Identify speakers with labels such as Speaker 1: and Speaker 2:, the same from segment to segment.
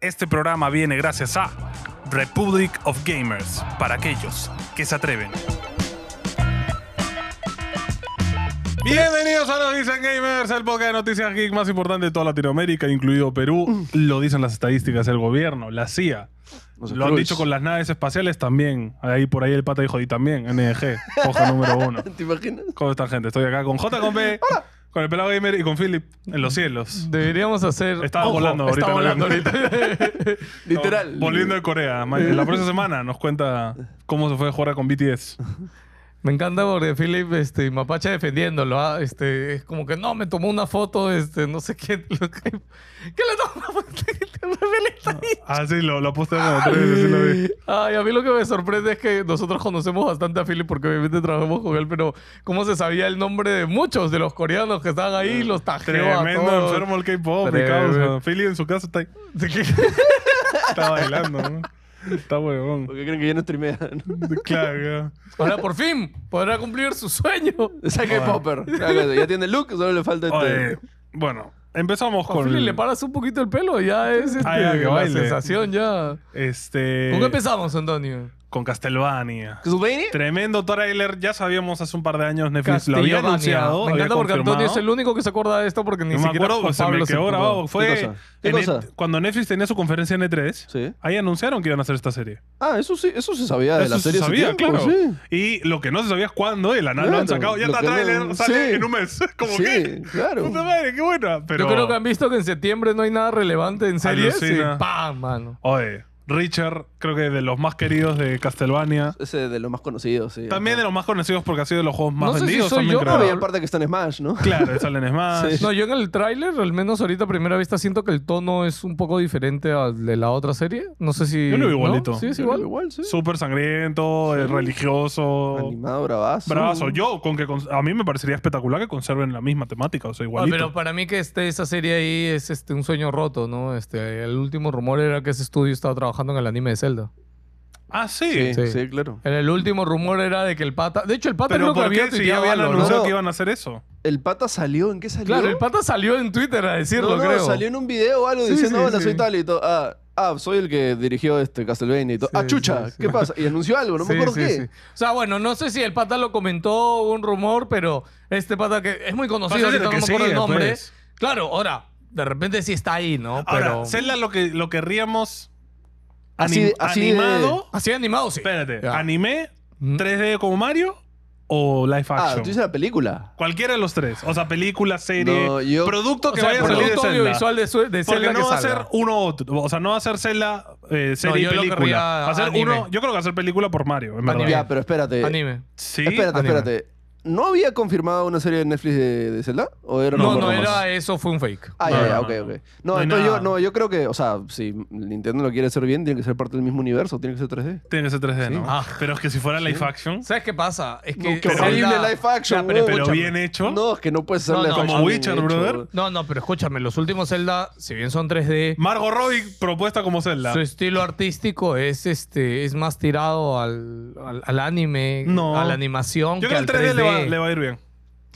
Speaker 1: Este programa viene gracias a Republic of Gamers, para aquellos que se atreven. Bienvenidos a Nos Dicen Gamers, el podcast de noticias geek más importante de toda Latinoamérica, incluido Perú. Lo dicen las estadísticas del gobierno, la CIA.
Speaker 2: Los
Speaker 1: Lo han
Speaker 2: Skrulls.
Speaker 1: dicho con las naves espaciales también. Ahí por ahí el pata dijo, y también, NG, hoja número uno.
Speaker 2: ¿Te imaginas?
Speaker 1: ¿Cómo están, gente? Estoy acá con J, con B, con el pelado gamer y con Philip en los cielos.
Speaker 3: Deberíamos hacer.
Speaker 1: Estaba volando ahorita,
Speaker 3: Estaba
Speaker 1: ¿no?
Speaker 3: volando ahorita.
Speaker 2: Literal.
Speaker 1: Volviendo de Corea. Ma- La próxima semana nos cuenta cómo se fue a jugar con BTS.
Speaker 3: me encanta porque Philip este, y Mapacha defendiéndolo. ah, Este, es como que no, me tomó una foto, este, no sé qué. lo que- ¿Qué le tomó una foto? Te mueve la estadística.
Speaker 1: Ah, sí, lo, lo posté como tres veces, sí lo vi.
Speaker 3: Ay, a mí lo que me sorprende es que nosotros conocemos bastante a Philip porque obviamente trabajamos con él, pero ¿cómo se sabía el nombre de muchos de los coreanos que estaban ahí? Los tajeó a
Speaker 1: Tremendo
Speaker 3: todos.
Speaker 1: enfermo el K-pop, mi
Speaker 3: Tremendo.
Speaker 1: causa. Philly en su casa está, está bailando, ¿no? Está huevón.
Speaker 2: Porque creen que ya no streamea. ¿no?
Speaker 1: Claro, ya.
Speaker 3: Ahora por fin podrá cumplir su sueño.
Speaker 2: Saque Popper. Claro, ya tiene look, solo le falta
Speaker 1: Oye,
Speaker 2: este.
Speaker 1: bueno, empezamos
Speaker 3: A
Speaker 1: con.
Speaker 3: Philip le paras un poquito el pelo, ya es este,
Speaker 1: Ah, ya, que
Speaker 3: la
Speaker 1: baile.
Speaker 3: sensación ya.
Speaker 1: Este.
Speaker 3: ¿Con qué empezamos, Antonio?
Speaker 1: Con Castlevania.
Speaker 2: ¿Castlevania?
Speaker 1: Tremendo trailer, ya sabíamos hace un par de años, Netflix lo había
Speaker 3: Castillovania.
Speaker 1: anunciado.
Speaker 3: Me encanta
Speaker 1: había
Speaker 3: porque Antonio es
Speaker 1: confirmado.
Speaker 3: el único que se acuerda de esto porque ni
Speaker 1: No me
Speaker 3: siquiera
Speaker 1: acuerdo,
Speaker 3: Juan
Speaker 1: se me
Speaker 3: Pablo
Speaker 1: quedó
Speaker 3: acordó.
Speaker 1: grabado. Fue
Speaker 2: cosa? ¿Qué
Speaker 1: en
Speaker 2: cosa?
Speaker 1: Net- cuando Netflix tenía su conferencia en E3,
Speaker 2: Sí.
Speaker 1: ahí anunciaron que iban a hacer esta serie.
Speaker 2: Ah, eso sí, eso se sabía de
Speaker 1: Eso
Speaker 2: la
Speaker 1: se
Speaker 2: serie. hace
Speaker 1: sabía,
Speaker 2: tiempo,
Speaker 1: claro.
Speaker 2: Sí.
Speaker 1: Y lo que no se sabía es cuándo, y la nada lo
Speaker 2: Claro,
Speaker 1: han sacado. Ya
Speaker 2: lo
Speaker 1: está,
Speaker 2: que no-
Speaker 1: trailer, sale
Speaker 2: sí.
Speaker 1: en un mes. Como
Speaker 2: Sí,
Speaker 1: que.
Speaker 2: claro.
Speaker 1: Puta madre, qué buena. Pero.
Speaker 3: Yo creo que han visto que en septiembre no hay nada relevante en series
Speaker 1: Alucina.
Speaker 3: y ¡pam, mano!
Speaker 1: Oye, Richard, creo que de los más queridos de Castlevania.
Speaker 2: Ese de los más conocidos, sí.
Speaker 1: También de los más conocidos porque ha sido de los juegos más
Speaker 3: No sé si
Speaker 1: vendidos.
Speaker 3: soy
Speaker 1: también
Speaker 3: yo,
Speaker 1: creo.
Speaker 2: No, y aparte que está en Smash, ¿no?
Speaker 1: Claro, salen Smash.
Speaker 2: Sí.
Speaker 3: No, yo en el tráiler, al menos ahorita a primera vista, siento que el tono es un poco diferente al de la otra serie. No sé si...
Speaker 1: Yo lo veo
Speaker 3: ¿no?
Speaker 1: igualito.
Speaker 3: Sí, es igual. Ah,
Speaker 2: Igual, sí.
Speaker 1: Súper sangriento, eh, religioso.
Speaker 2: Animado, bravazo.
Speaker 1: Bravazo. Yo, con que cons- a mí me parecería espectacular que conserven la misma temática, o sea,
Speaker 3: Ah,
Speaker 1: igualito.
Speaker 3: pero para mí que este, esa serie ahí es este, un sueño roto, ¿no? Este, el último rumor era que ese estudio estaba trabajando en el anime de Zelda.
Speaker 1: Ah, sí.
Speaker 2: Sí, sí,
Speaker 3: Sí.
Speaker 2: claro.
Speaker 3: El, el último rumor era de que el pata... De hecho, el pata
Speaker 1: Pero
Speaker 3: creo que
Speaker 1: ¿por
Speaker 3: había
Speaker 1: qué si ya
Speaker 3: tuiteado
Speaker 1: habían
Speaker 3: algo, ¿no?
Speaker 1: anunciado
Speaker 2: No.
Speaker 1: que iban a hacer eso?
Speaker 2: ¿El pata salió? ¿En qué salió?
Speaker 3: Claro, el pata salió en Twitter a decirlo,
Speaker 2: no, no,
Speaker 3: creo.
Speaker 2: salió en un video o algo
Speaker 3: Sí,
Speaker 2: diciendo,
Speaker 3: sí,
Speaker 2: hola,
Speaker 3: sí.
Speaker 2: soy tal y todo. Ah, ah, soy el que dirigió este Castlevania y todo.
Speaker 3: Sí,
Speaker 2: ah, chucha,
Speaker 3: sí, sí.
Speaker 2: ¿qué pasa? Y anunció algo, no
Speaker 3: Sí,
Speaker 2: me acuerdo
Speaker 3: sí,
Speaker 2: qué.
Speaker 3: sí. O sea, bueno, no sé si el pata lo comentó un rumor, pero este pata que es muy conocido,
Speaker 1: Pasa de
Speaker 3: ahorita no
Speaker 1: que
Speaker 3: me acuerdo
Speaker 1: sigue,
Speaker 3: el nombre.
Speaker 1: pues.
Speaker 3: Claro, ahora, de repente sí está ahí, ¿no? Pero
Speaker 1: Ahora, Zelda lo que lo querríamos
Speaker 2: Así de-
Speaker 1: anim-
Speaker 2: así de-
Speaker 1: animado.
Speaker 3: así de animado, sí.
Speaker 1: Espérate,
Speaker 3: Ya.
Speaker 1: anime,
Speaker 3: Mm.
Speaker 1: 3D como Mario o live
Speaker 2: Ah,
Speaker 1: action.
Speaker 2: tú dices la película.
Speaker 1: Cualquiera de los tres. O sea, película, serie,
Speaker 2: No, yo-
Speaker 1: producto
Speaker 3: O
Speaker 1: que
Speaker 3: sea,
Speaker 1: vaya a
Speaker 3: el
Speaker 1: salir de
Speaker 3: producto
Speaker 1: Zelda.
Speaker 3: audiovisual de, su-
Speaker 1: Porque
Speaker 3: de Zelda
Speaker 1: no
Speaker 3: que
Speaker 1: va a
Speaker 3: salga.
Speaker 1: ser uno u otro. O sea, no va a ser Zelda, eh, serie
Speaker 3: yo
Speaker 1: y
Speaker 3: lo
Speaker 1: película.
Speaker 3: querría
Speaker 1: Va a ser
Speaker 3: anime.
Speaker 1: uno. Yo creo que va a ser película por Mario, en verdad.
Speaker 3: Anime.
Speaker 2: Ya, pero espérate.
Speaker 3: Anime.
Speaker 1: Sí.
Speaker 2: espérate,
Speaker 3: anime.
Speaker 2: espérate. ¿No había confirmado una serie de Netflix de, de Zelda? ¿O era
Speaker 3: No, no,
Speaker 2: recuerdo más?
Speaker 3: era eso, fue un fake.
Speaker 2: Ah,
Speaker 1: No,
Speaker 2: ya,
Speaker 1: no,
Speaker 2: ya,
Speaker 1: no,
Speaker 2: ok,
Speaker 1: no.
Speaker 2: ok.
Speaker 1: No
Speaker 2: No,
Speaker 1: hay
Speaker 2: entonces
Speaker 1: nada.
Speaker 2: yo, no, yo creo que, o sea, si Nintendo lo quiere hacer bien, tiene que ser parte del mismo universo, tiene que ser 3D.
Speaker 1: Tiene que ser 3D, ¿no?
Speaker 3: Ah.
Speaker 1: Pero es que si fuera live action.
Speaker 3: ¿Sabes qué pasa? Es que
Speaker 2: No, qué
Speaker 3: Zelda-
Speaker 2: horrible live action,
Speaker 3: Ya,
Speaker 2: huevón.
Speaker 1: Pero
Speaker 3: escúchame.
Speaker 1: bien hecho.
Speaker 2: No, es que no puede ser
Speaker 3: No,
Speaker 2: live
Speaker 3: no.
Speaker 2: action
Speaker 1: Como
Speaker 2: bien
Speaker 1: Witcher,
Speaker 2: hecho.
Speaker 1: brother.
Speaker 3: No, no, pero escúchame, los últimos Zelda, si bien son 3D,
Speaker 1: Margot Robbie propuesta como Zelda.
Speaker 3: su estilo artístico es este es más tirado al, al, al anime,
Speaker 1: No.
Speaker 3: a la animación
Speaker 1: Yo
Speaker 3: que
Speaker 1: creo
Speaker 3: al
Speaker 1: que el 3D, le,
Speaker 3: 3D.
Speaker 1: va, le va a ir bien.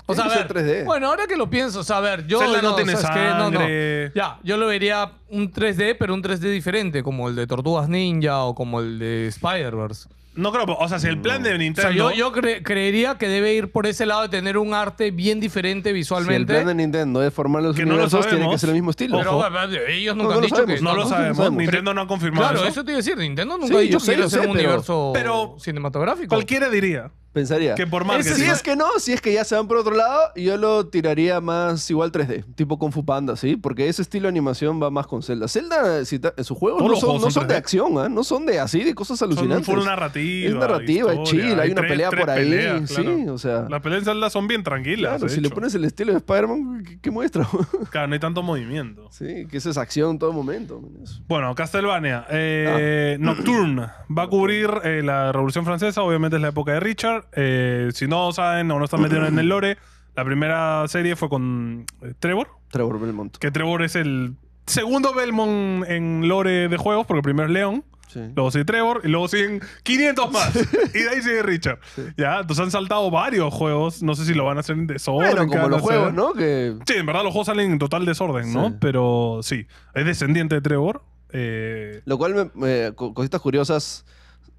Speaker 3: o sea, a
Speaker 2: Tiene que
Speaker 3: ver,
Speaker 2: ser 3D.
Speaker 3: bueno, ahora que lo pienso, o sea, a ver, yo
Speaker 1: Zelda no tiene
Speaker 3: ¿sabes qué? No, no.
Speaker 1: sangre.
Speaker 3: Ya, yo lo vería un 3D, pero un 3D diferente, como el de Tortugas Ninja o como el de Spider-Verse.
Speaker 1: No creo, o sea, si el plan de
Speaker 3: Mm. O sea,
Speaker 1: Nintendo.
Speaker 3: yo, yo cre- creería que debe ir por ese lado de tener un arte bien diferente
Speaker 2: Si el
Speaker 3: visualmente.
Speaker 2: plan de Nintendo es formar los
Speaker 1: Que no lo
Speaker 2: universos, tiene que
Speaker 1: sabemos.
Speaker 2: ser el mismo estilo.
Speaker 3: Pero
Speaker 1: Ojo.
Speaker 3: bueno, ellos nunca
Speaker 2: No, no
Speaker 3: han
Speaker 2: lo
Speaker 3: dicho
Speaker 2: sabemos,
Speaker 3: que...
Speaker 1: no,
Speaker 2: no,
Speaker 1: lo
Speaker 2: no
Speaker 1: sabemos.
Speaker 2: sabemos.
Speaker 1: Nintendo no ha confirmado.
Speaker 3: Claro,
Speaker 1: eso.
Speaker 3: eso te iba a decir. Nintendo nunca
Speaker 2: Sí,
Speaker 3: ha dicho
Speaker 2: yo
Speaker 3: que
Speaker 2: sé,
Speaker 3: quiere
Speaker 2: yo
Speaker 3: ser
Speaker 2: sé,
Speaker 3: un
Speaker 2: pero-
Speaker 3: universo
Speaker 1: pero-
Speaker 3: cinematográfico.
Speaker 1: Cualquiera diría
Speaker 2: Pensaría.
Speaker 1: que por
Speaker 2: si
Speaker 1: marketing.
Speaker 3: Ese sí
Speaker 2: es que no, si es que ya se van por otro lado, yo lo tiraría más igual 3D, tipo Kung Fu Panda, ¿sí? Porque ese estilo de animación va más con Zelda. Zelda, si ta- sus juegos
Speaker 1: Todos
Speaker 2: no
Speaker 1: los
Speaker 2: son,
Speaker 1: juegos
Speaker 2: no
Speaker 1: son
Speaker 2: son de
Speaker 1: 3D.
Speaker 2: acción, ¿ah? No son de así, de cosas
Speaker 1: son
Speaker 2: alucinantes.
Speaker 1: full narrativa.
Speaker 2: es narrativa, es
Speaker 1: historia,
Speaker 2: chill, hay una
Speaker 1: tres-
Speaker 2: pelea
Speaker 1: tres
Speaker 2: por ahí,
Speaker 1: peleas,
Speaker 2: sí,
Speaker 1: claro.
Speaker 2: o sea.
Speaker 1: Las peleas en Zelda son bien tranquilas.
Speaker 2: Claro,
Speaker 1: de
Speaker 2: si le
Speaker 1: hecho.
Speaker 2: pones el estilo de Spider-Man, ¿qué, qué muestra?
Speaker 1: Claro, no hay tanto movimiento.
Speaker 2: sí, que eso es acción en todo momento. man, eso.
Speaker 1: Bueno, Castlevania.
Speaker 2: Ah.
Speaker 1: eh, Nocturne va a cubrir eh, la Revolución Francesa. Obviamente es la época de Richard. Eh, si no saben o no están metidos en el lore, la primera serie fue con eh, Trevor.
Speaker 2: Trevor Belmont.
Speaker 1: Que Trevor es el segundo Belmont en lore de juegos, porque primero es León.
Speaker 2: Sí.
Speaker 1: Luego sigue Trevor y luego siguen 500 más. y de ahí sigue Richard. Ya, entonces han saltado varios juegos. No sé si lo van a hacer en desorden.
Speaker 2: Bueno,
Speaker 1: ¿qué
Speaker 2: como
Speaker 1: van a
Speaker 2: los juegos,
Speaker 1: hacer?
Speaker 2: ¿no? Que
Speaker 1: Sí, en verdad los juegos salen en total desorden, ¿no?
Speaker 2: Sí.
Speaker 1: Pero sí, es descendiente de Trevor. Eh,
Speaker 2: Lo cual, me- me- co- cositas curiosas,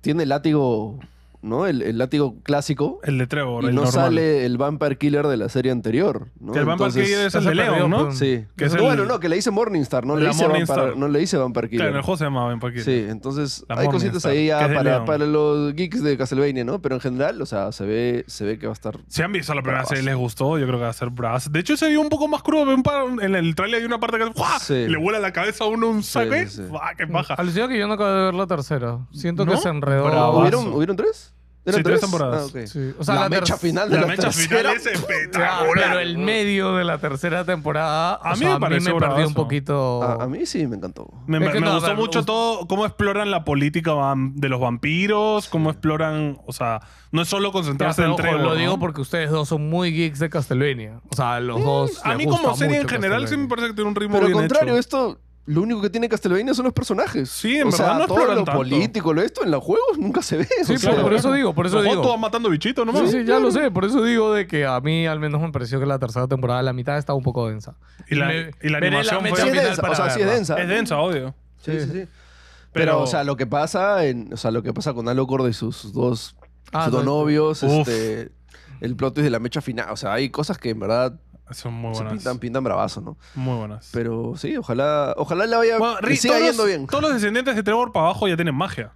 Speaker 2: tiene el látigo, ¿no? El, el látigo clásico.
Speaker 1: el de Trevor,
Speaker 2: y
Speaker 1: el
Speaker 2: no
Speaker 1: normal.
Speaker 2: sale el Vampire Killer de la serie anterior, ¿no?
Speaker 1: Que el Vampire
Speaker 2: Entonces-
Speaker 1: Killer es el
Speaker 3: se
Speaker 1: de
Speaker 3: perdió,
Speaker 1: Leon, ¿no?
Speaker 3: pues.
Speaker 2: Sí.
Speaker 1: que es
Speaker 2: No,
Speaker 1: el-
Speaker 2: bueno, no, que le dice Morningstar, no le
Speaker 1: La
Speaker 2: dice, Vampire,
Speaker 1: Morningstar.
Speaker 2: no le dice Vampire Killer.
Speaker 1: Claro, en el juego se llama Vampire Killer.
Speaker 2: Sí, entonces
Speaker 1: La
Speaker 2: hay cositas
Speaker 1: Morningstar,
Speaker 2: ahí
Speaker 1: que
Speaker 2: ya
Speaker 1: es de
Speaker 2: para,
Speaker 1: Leon.
Speaker 2: para los geeks de Castlevania, ¿no? Pero en general, o sea, se ve, se ve que va a estar. ¿Ah,
Speaker 1: Si han visto la primera
Speaker 2: Bravas.
Speaker 1: serie y les gustó, yo creo que va a ser Brass. De hecho, se vio un poco más crudo. ve un par- en el trailer hay una parte que ¡guau!
Speaker 2: Sí.
Speaker 1: le vuela la cabeza a uno un saco.
Speaker 2: sí,
Speaker 1: ¿eh?
Speaker 2: sí.
Speaker 1: ¡Guau, ¡Qué paja!
Speaker 3: Alucina que yo no acabo de ver la tercera. Siento que
Speaker 1: ¿No?
Speaker 3: se enredó.
Speaker 1: Bravazo.
Speaker 2: ¿Hubieron, ¿Hubieron tres?
Speaker 1: Sí, tres temporadas.
Speaker 2: Ah, ok.
Speaker 3: Sí, O sea,
Speaker 2: la,
Speaker 3: la, ter-
Speaker 2: mecha final de
Speaker 1: La
Speaker 2: la,
Speaker 1: mecha
Speaker 2: tercera.
Speaker 1: final es
Speaker 3: Ah, pero
Speaker 1: espectacular.
Speaker 3: el medio de la tercera temporada. o sea,
Speaker 1: A
Speaker 3: A
Speaker 1: mí
Speaker 3: mí
Speaker 1: me
Speaker 3: me,
Speaker 1: pareció
Speaker 3: perdió
Speaker 1: bravazo.
Speaker 3: un poquito.
Speaker 2: A, a mí sí me encantó.
Speaker 1: Me,
Speaker 3: Es que
Speaker 1: me
Speaker 3: no, a
Speaker 1: gustó
Speaker 3: ver,
Speaker 1: mucho
Speaker 3: us-
Speaker 1: todo cómo exploran la política vam- de los vampiros, cómo exploran, o sea, no es solo
Speaker 3: Ya,
Speaker 1: concentrarse
Speaker 3: pero
Speaker 1: en
Speaker 3: ojo,
Speaker 1: Trevor.
Speaker 3: lo
Speaker 1: ¿no?
Speaker 3: digo porque ustedes dos son muy geeks de Castlevania. O sea, los dos.
Speaker 1: a
Speaker 3: les
Speaker 1: mí
Speaker 3: gusta
Speaker 1: como serie en
Speaker 3: mucho
Speaker 1: general sí me
Speaker 3: Castlevania.
Speaker 1: parece que tiene un ritmo
Speaker 2: Pero al
Speaker 1: bien
Speaker 2: contrario,
Speaker 1: hecho.
Speaker 2: esto, lo único que tiene Castlevania son los personajes.
Speaker 1: Sí, en
Speaker 2: o
Speaker 1: verdad
Speaker 2: sea,
Speaker 1: no
Speaker 2: todo lo
Speaker 1: exploran tanto.
Speaker 2: político, lo esto en los juegos nunca se ve.
Speaker 3: Sí,
Speaker 2: o
Speaker 3: por-
Speaker 2: sea,
Speaker 3: por, eso digo, por eso
Speaker 1: Los
Speaker 3: digo.
Speaker 1: juegos todos matando bichitos nomás.
Speaker 3: Sí, sí, ya lo sé. Por eso digo de que a mí al menos me pareció que la tercera temporada, la mitad, estaba un poco densa.
Speaker 1: Y la,
Speaker 3: Me-
Speaker 1: y la
Speaker 3: veré la
Speaker 1: animación
Speaker 3: mecha
Speaker 2: Sí
Speaker 1: fue...
Speaker 2: es
Speaker 3: final
Speaker 2: densa,
Speaker 3: para
Speaker 2: o sea, sí es
Speaker 3: verla.
Speaker 2: densa.
Speaker 1: Es densa, obvio.
Speaker 2: Sí, sí, sí. Pero,
Speaker 1: Pero-
Speaker 2: o sea, lo que pasa en, o sea, lo que pasa con Alucard y sus, sus dos,
Speaker 3: Ah,
Speaker 2: sus dos
Speaker 3: no,
Speaker 2: novios,
Speaker 1: Uf.
Speaker 2: este, el plot twist de la mecha final, o sea, hay cosas que en verdad
Speaker 1: Son muy
Speaker 2: se
Speaker 1: buenas.
Speaker 2: pintan, pintan bravazo, ¿no?
Speaker 1: Muy buenas.
Speaker 2: Pero sí, ojalá, ojalá le vaya,
Speaker 1: Bueno,
Speaker 2: le
Speaker 1: Ri-
Speaker 2: siga
Speaker 1: todos,
Speaker 2: yendo
Speaker 1: los-
Speaker 2: bien.
Speaker 1: todos los descendientes de Trevor para abajo ya tienen magia.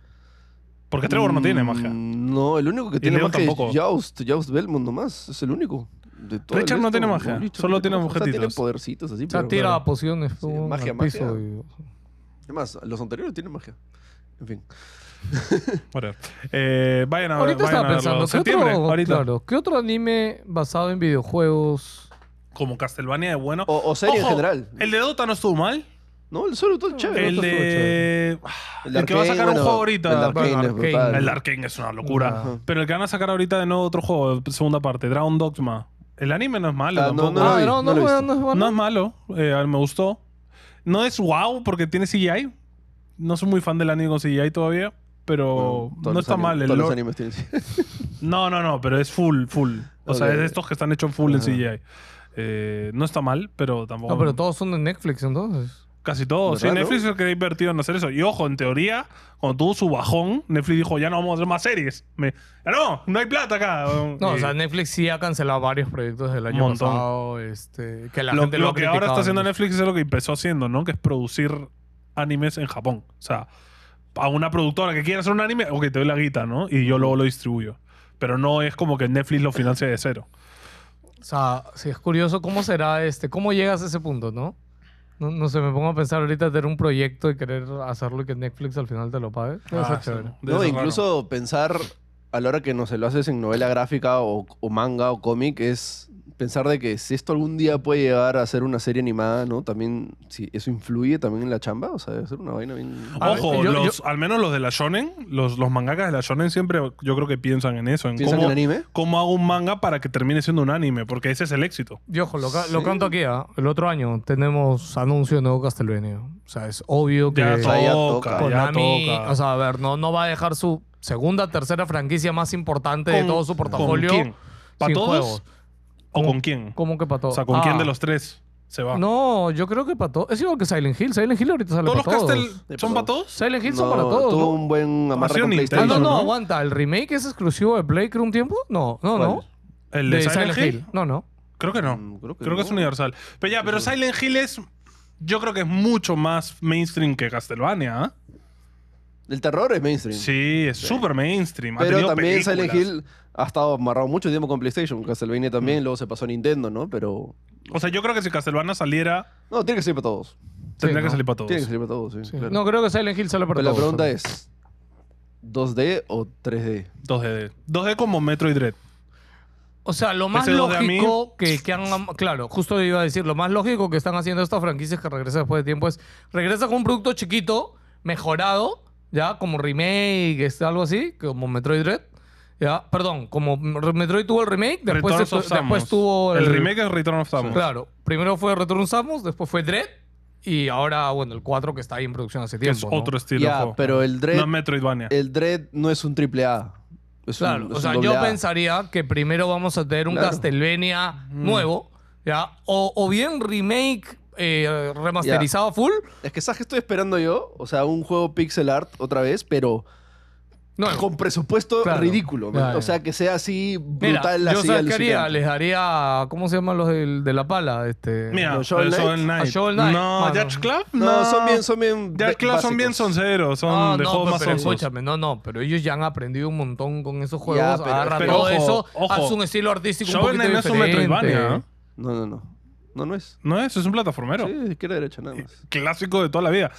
Speaker 1: Porque Trevor no tiene
Speaker 2: Mm,
Speaker 1: magia.
Speaker 2: No, el único que tiene
Speaker 1: Leon
Speaker 2: magia
Speaker 1: tampoco.
Speaker 2: es Joust, Joust Belmont nomás, es el único. De todo
Speaker 1: Richard
Speaker 2: el
Speaker 1: no
Speaker 2: resto,
Speaker 1: tiene magia,
Speaker 2: Richard
Speaker 1: solo
Speaker 2: no
Speaker 1: tiene
Speaker 2: magia. O sea, tiene
Speaker 1: objetitos.
Speaker 2: podercitos así,
Speaker 3: O sea,
Speaker 2: pero...
Speaker 3: tira pociones.
Speaker 2: Sí,
Speaker 3: pum,
Speaker 2: magia,
Speaker 3: al piso
Speaker 2: magia.
Speaker 3: y-
Speaker 2: Además, los anteriores tienen magia. En fin.
Speaker 1: Whatever. Eh, vayan a ver.
Speaker 3: Ahorita
Speaker 1: vayan a
Speaker 3: estaba
Speaker 1: verlo.
Speaker 3: pensando, ¿qué
Speaker 1: Septiembre,
Speaker 3: otro,
Speaker 1: ahorita.
Speaker 3: claro, ¿qué otro anime basado en videojuegos?
Speaker 1: Como Castlevania de bueno.
Speaker 2: O, o serie en
Speaker 1: Ojo,
Speaker 2: general.
Speaker 1: El de Dota no estuvo mal.
Speaker 2: No, el solo todo chévere.
Speaker 1: El
Speaker 3: Dota estuvo
Speaker 1: de. El, que va a
Speaker 2: Arcane,
Speaker 1: sacar
Speaker 2: bueno,
Speaker 1: un juego ahorita.
Speaker 2: El de Arcane
Speaker 3: Bueno,
Speaker 2: es
Speaker 3: Arcane.
Speaker 2: brutal.
Speaker 1: El de Arcane es una locura.
Speaker 3: Ajá.
Speaker 1: Pero el que van a sacar ahorita de nuevo otro juego, segunda parte, Dragon Dogma. El anime no es malo
Speaker 2: Ah,
Speaker 1: tampoco.
Speaker 2: No lo
Speaker 3: ah,
Speaker 2: vi,
Speaker 3: no,
Speaker 2: no
Speaker 3: no,
Speaker 2: lo he
Speaker 3: no, no,
Speaker 2: visto.
Speaker 1: No es malo, eh, a mí me gustó. No es wow porque tiene CGI. No soy muy fan del anime con CGI todavía, pero
Speaker 2: Bueno, todos
Speaker 1: no
Speaker 2: los
Speaker 1: está
Speaker 2: animes-
Speaker 1: mal. el
Speaker 2: todos los
Speaker 1: lore-
Speaker 2: animes tienen-
Speaker 1: No, no, no, pero es full, full. O sea,
Speaker 2: Ok.
Speaker 1: es de estos que están hechos full
Speaker 2: Ajá.
Speaker 1: en CGI. Eh, no está mal, pero tampoco.
Speaker 3: No, pero todos son de Netflix entonces.
Speaker 1: Casi todo. Sí,
Speaker 2: ¿Verdad,
Speaker 1: Netflix es el que ha invertido en hacer eso. Y ojo, en teoría, cuando tuvo su bajón, Netflix dijo, ya no vamos a hacer más series. Me- "Ya no, no hay plata acá.
Speaker 3: No,
Speaker 1: Eh,
Speaker 3: o sea, Netflix sí ha cancelado varios proyectos del año
Speaker 1: Montón.
Speaker 3: pasado, este, que la
Speaker 1: lo,
Speaker 3: gente lo,
Speaker 1: lo
Speaker 3: ha
Speaker 1: que ahora
Speaker 3: criticado
Speaker 1: está haciendo
Speaker 3: mucho.
Speaker 1: Netflix es lo que empezó haciendo, ¿no? Que es producir animes en Japón. O sea, a una productora que quiera hacer un anime, ok, te doy la guita, ¿no? Y yo luego lo distribuyo. Pero no es como que Netflix lo financia de cero.
Speaker 3: O sea, sí es curioso cómo será este, cómo llegas a ese punto, ¿no? No, no sé, me pongo a pensar ahorita tener un proyecto y querer hacerlo y que Netflix al final te lo pague. Debe ser
Speaker 1: Ah, sí.
Speaker 3: chévere.
Speaker 1: Debe
Speaker 2: No,
Speaker 1: ser
Speaker 2: incluso pensar a la hora que no se lo haces en novela gráfica o, o manga o cómic es pensar de que si esto algún día puede llegar a ser una serie animada, ¿no? También, si eso influye también en la chamba, o sea, debe ser una vaina bien...
Speaker 3: A
Speaker 1: raro.
Speaker 3: ver,
Speaker 1: Ojo,
Speaker 3: yo-
Speaker 1: los, al menos los de la shonen, los, los mangakas de la shonen siempre yo creo que piensan en eso, en
Speaker 2: ¿Piensan en
Speaker 1: cómo,
Speaker 2: anime?
Speaker 1: cómo hago un manga para que termine siendo un anime, porque ese es el éxito.
Speaker 3: Y ojo, lo, ca- lo
Speaker 2: Sí.
Speaker 3: canto aquí, ¿ah? el otro año tenemos anuncio de nuevo Castlevania. O sea, es obvio que
Speaker 1: Ya
Speaker 2: sea, ya
Speaker 1: toca,
Speaker 2: toca.
Speaker 1: ya
Speaker 3: Konami,
Speaker 1: toca.
Speaker 3: o sea, a ver, no, no va a dejar su segunda, tercera franquicia más importante de
Speaker 1: ¿Con-
Speaker 3: todo su portafolio.
Speaker 1: ¿Con quién? ¿Para
Speaker 3: sin
Speaker 1: todos?
Speaker 3: juegos.
Speaker 1: ¿O con
Speaker 3: ¿Cómo-
Speaker 1: quién?
Speaker 3: ¿Cómo que para
Speaker 1: O
Speaker 3: todos?
Speaker 1: sea, ¿con
Speaker 3: Ah,
Speaker 1: quién de los tres se va?
Speaker 3: No, yo creo que para todos. Es igual que Silent Hill. Silent Hill ahorita sale
Speaker 1: ¿Todos los
Speaker 3: para todos.
Speaker 1: Castle
Speaker 2: Sí,
Speaker 1: son
Speaker 2: para
Speaker 1: para
Speaker 2: todos.
Speaker 1: todos?
Speaker 3: Silent Hill
Speaker 2: No,
Speaker 3: son para todos.
Speaker 2: tuvo
Speaker 3: ¿no?
Speaker 2: un buen
Speaker 1: Ha
Speaker 2: amarre
Speaker 1: sido
Speaker 2: con
Speaker 3: Ah,
Speaker 2: PlayStation.
Speaker 1: Nintendo,
Speaker 3: no, no,
Speaker 1: ¿no?
Speaker 3: aguanta. ¿El remake es exclusivo de Play creo un tiempo? No, no, no.
Speaker 2: ¿Cuál?
Speaker 1: ¿El de, Silent, Hill?
Speaker 3: No, no.
Speaker 1: Creo que no.
Speaker 2: Mm,
Speaker 1: creo
Speaker 2: creo
Speaker 1: que,
Speaker 2: que
Speaker 1: es
Speaker 2: no.
Speaker 1: universal. Pero ya, pero Silent Hill es. Yo creo que es mucho más mainstream que Castlevania. ¿ah?
Speaker 2: El terror es mainstream.
Speaker 1: Sí, es súper mainstream. Ha
Speaker 2: Pero
Speaker 1: tenido
Speaker 2: también
Speaker 1: películas.
Speaker 2: Silent Hill ha estado amarrado mucho tiempo con PlayStation. Castlevania también,
Speaker 1: Mm.
Speaker 2: luego se pasó a Nintendo, ¿no? Pero...
Speaker 1: O sea, yo creo que si Castlevania saliera,
Speaker 2: No, tiene que ser para todos.
Speaker 1: tendría que
Speaker 3: ¿no?
Speaker 1: salir para todos.
Speaker 2: Tiene que ser para todos, sí.
Speaker 3: Sí.
Speaker 2: claro.
Speaker 3: No, creo que Silent Hill sale para
Speaker 2: Pero Pues la
Speaker 3: todos.
Speaker 2: pregunta es, ¿2D o 3D?
Speaker 1: 2D. 2D como Metroid Dread.
Speaker 3: O sea, lo más
Speaker 1: Ese dos de a mí.
Speaker 3: lógico que, que han... Claro, justo iba a decir, lo más lógico que están haciendo estas franquicias que regresan después de tiempo es... Regresa con un producto chiquito, mejorado, ya, como remake, este, algo así, como Metroid Dread. Ya, perdón, como Metroid tuvo el remake, después,
Speaker 1: Returns
Speaker 3: tu-
Speaker 1: of Samus.
Speaker 3: después tuvo
Speaker 1: el... remake es Return of Samus.
Speaker 3: Claro, primero fue Return Samus, después fue Dread y ahora, bueno, el 4 que está ahí en producción hace
Speaker 1: Que
Speaker 3: tiempo.
Speaker 1: es
Speaker 3: ¿no?
Speaker 1: otro
Speaker 2: Ya,
Speaker 1: estilo. de juego.
Speaker 2: pero el Dread,
Speaker 1: No es Metroidvania.
Speaker 2: el Dread no es un triple A. Es un-
Speaker 3: Claro,
Speaker 2: Mm, es
Speaker 3: o
Speaker 2: un
Speaker 3: sea,
Speaker 2: doble
Speaker 3: yo
Speaker 2: A.
Speaker 3: pensaría que primero vamos a tener un
Speaker 2: Claro.
Speaker 3: Castlevania nuevo, ¿ya? O, o bien remake eh, remasterizado full,
Speaker 2: Es que sabes que estoy esperando yo, o sea, un juego pixel art otra vez, pero
Speaker 3: no.
Speaker 2: con presupuesto
Speaker 3: Claro.
Speaker 2: ridículo. man.
Speaker 3: Claro.
Speaker 2: O sea, que sea así
Speaker 3: Mira,
Speaker 2: brutal,
Speaker 3: yo
Speaker 2: así
Speaker 3: sabes qué haría,
Speaker 2: alucinante.
Speaker 3: les daría, ¿cómo se llaman los del- de la pala? Este,
Speaker 1: Mira,
Speaker 2: los Shovel
Speaker 1: el
Speaker 2: Knight.
Speaker 1: Shovel Knight.
Speaker 3: Ah, Shovel Knight,
Speaker 1: No,
Speaker 3: mano.
Speaker 1: Yacht Club.
Speaker 2: No, son bien, son bien.
Speaker 1: Yacht
Speaker 2: ba-
Speaker 1: Club son bien
Speaker 2: básicos.
Speaker 1: sonceros, son
Speaker 3: Ah,
Speaker 1: de
Speaker 3: no,
Speaker 1: juegos
Speaker 3: pe-
Speaker 1: más
Speaker 3: pero
Speaker 1: sonsos.
Speaker 3: escúchame, no, no, pero ellos ya han aprendido un montón con esos juegos.
Speaker 2: pero-
Speaker 3: Agarra
Speaker 1: pero
Speaker 3: todo
Speaker 1: ojo,
Speaker 3: eso,
Speaker 1: ojo.
Speaker 3: haz un estilo artístico un
Speaker 1: Shovel
Speaker 3: poquito
Speaker 1: Knight no es un
Speaker 3: diferente.
Speaker 1: Metroidvania, ¿eh?
Speaker 2: No, no, no. No, no es.
Speaker 1: No es, es un plataformero.
Speaker 2: Sí, izquierda derecha nada más.
Speaker 1: Clásico de toda la vida.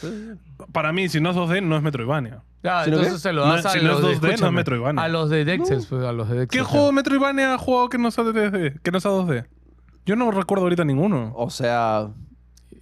Speaker 1: Para mí, si no es 2D, no es Metroidvania.
Speaker 3: Ya,
Speaker 2: ¿Sino
Speaker 3: entonces
Speaker 2: qué?
Speaker 3: se lo
Speaker 1: No,
Speaker 3: das a
Speaker 1: si no es
Speaker 3: los
Speaker 1: 2D, no es
Speaker 3: escúchame,
Speaker 1: Metroidvania.
Speaker 3: A los de Dexels, pues, a los de
Speaker 1: ¿Qué
Speaker 3: Dexels.
Speaker 1: juego de Metroidvania ha jugado que no sea 3D? Que no sea 2D. Yo no recuerdo ahorita ninguno.
Speaker 2: O sea,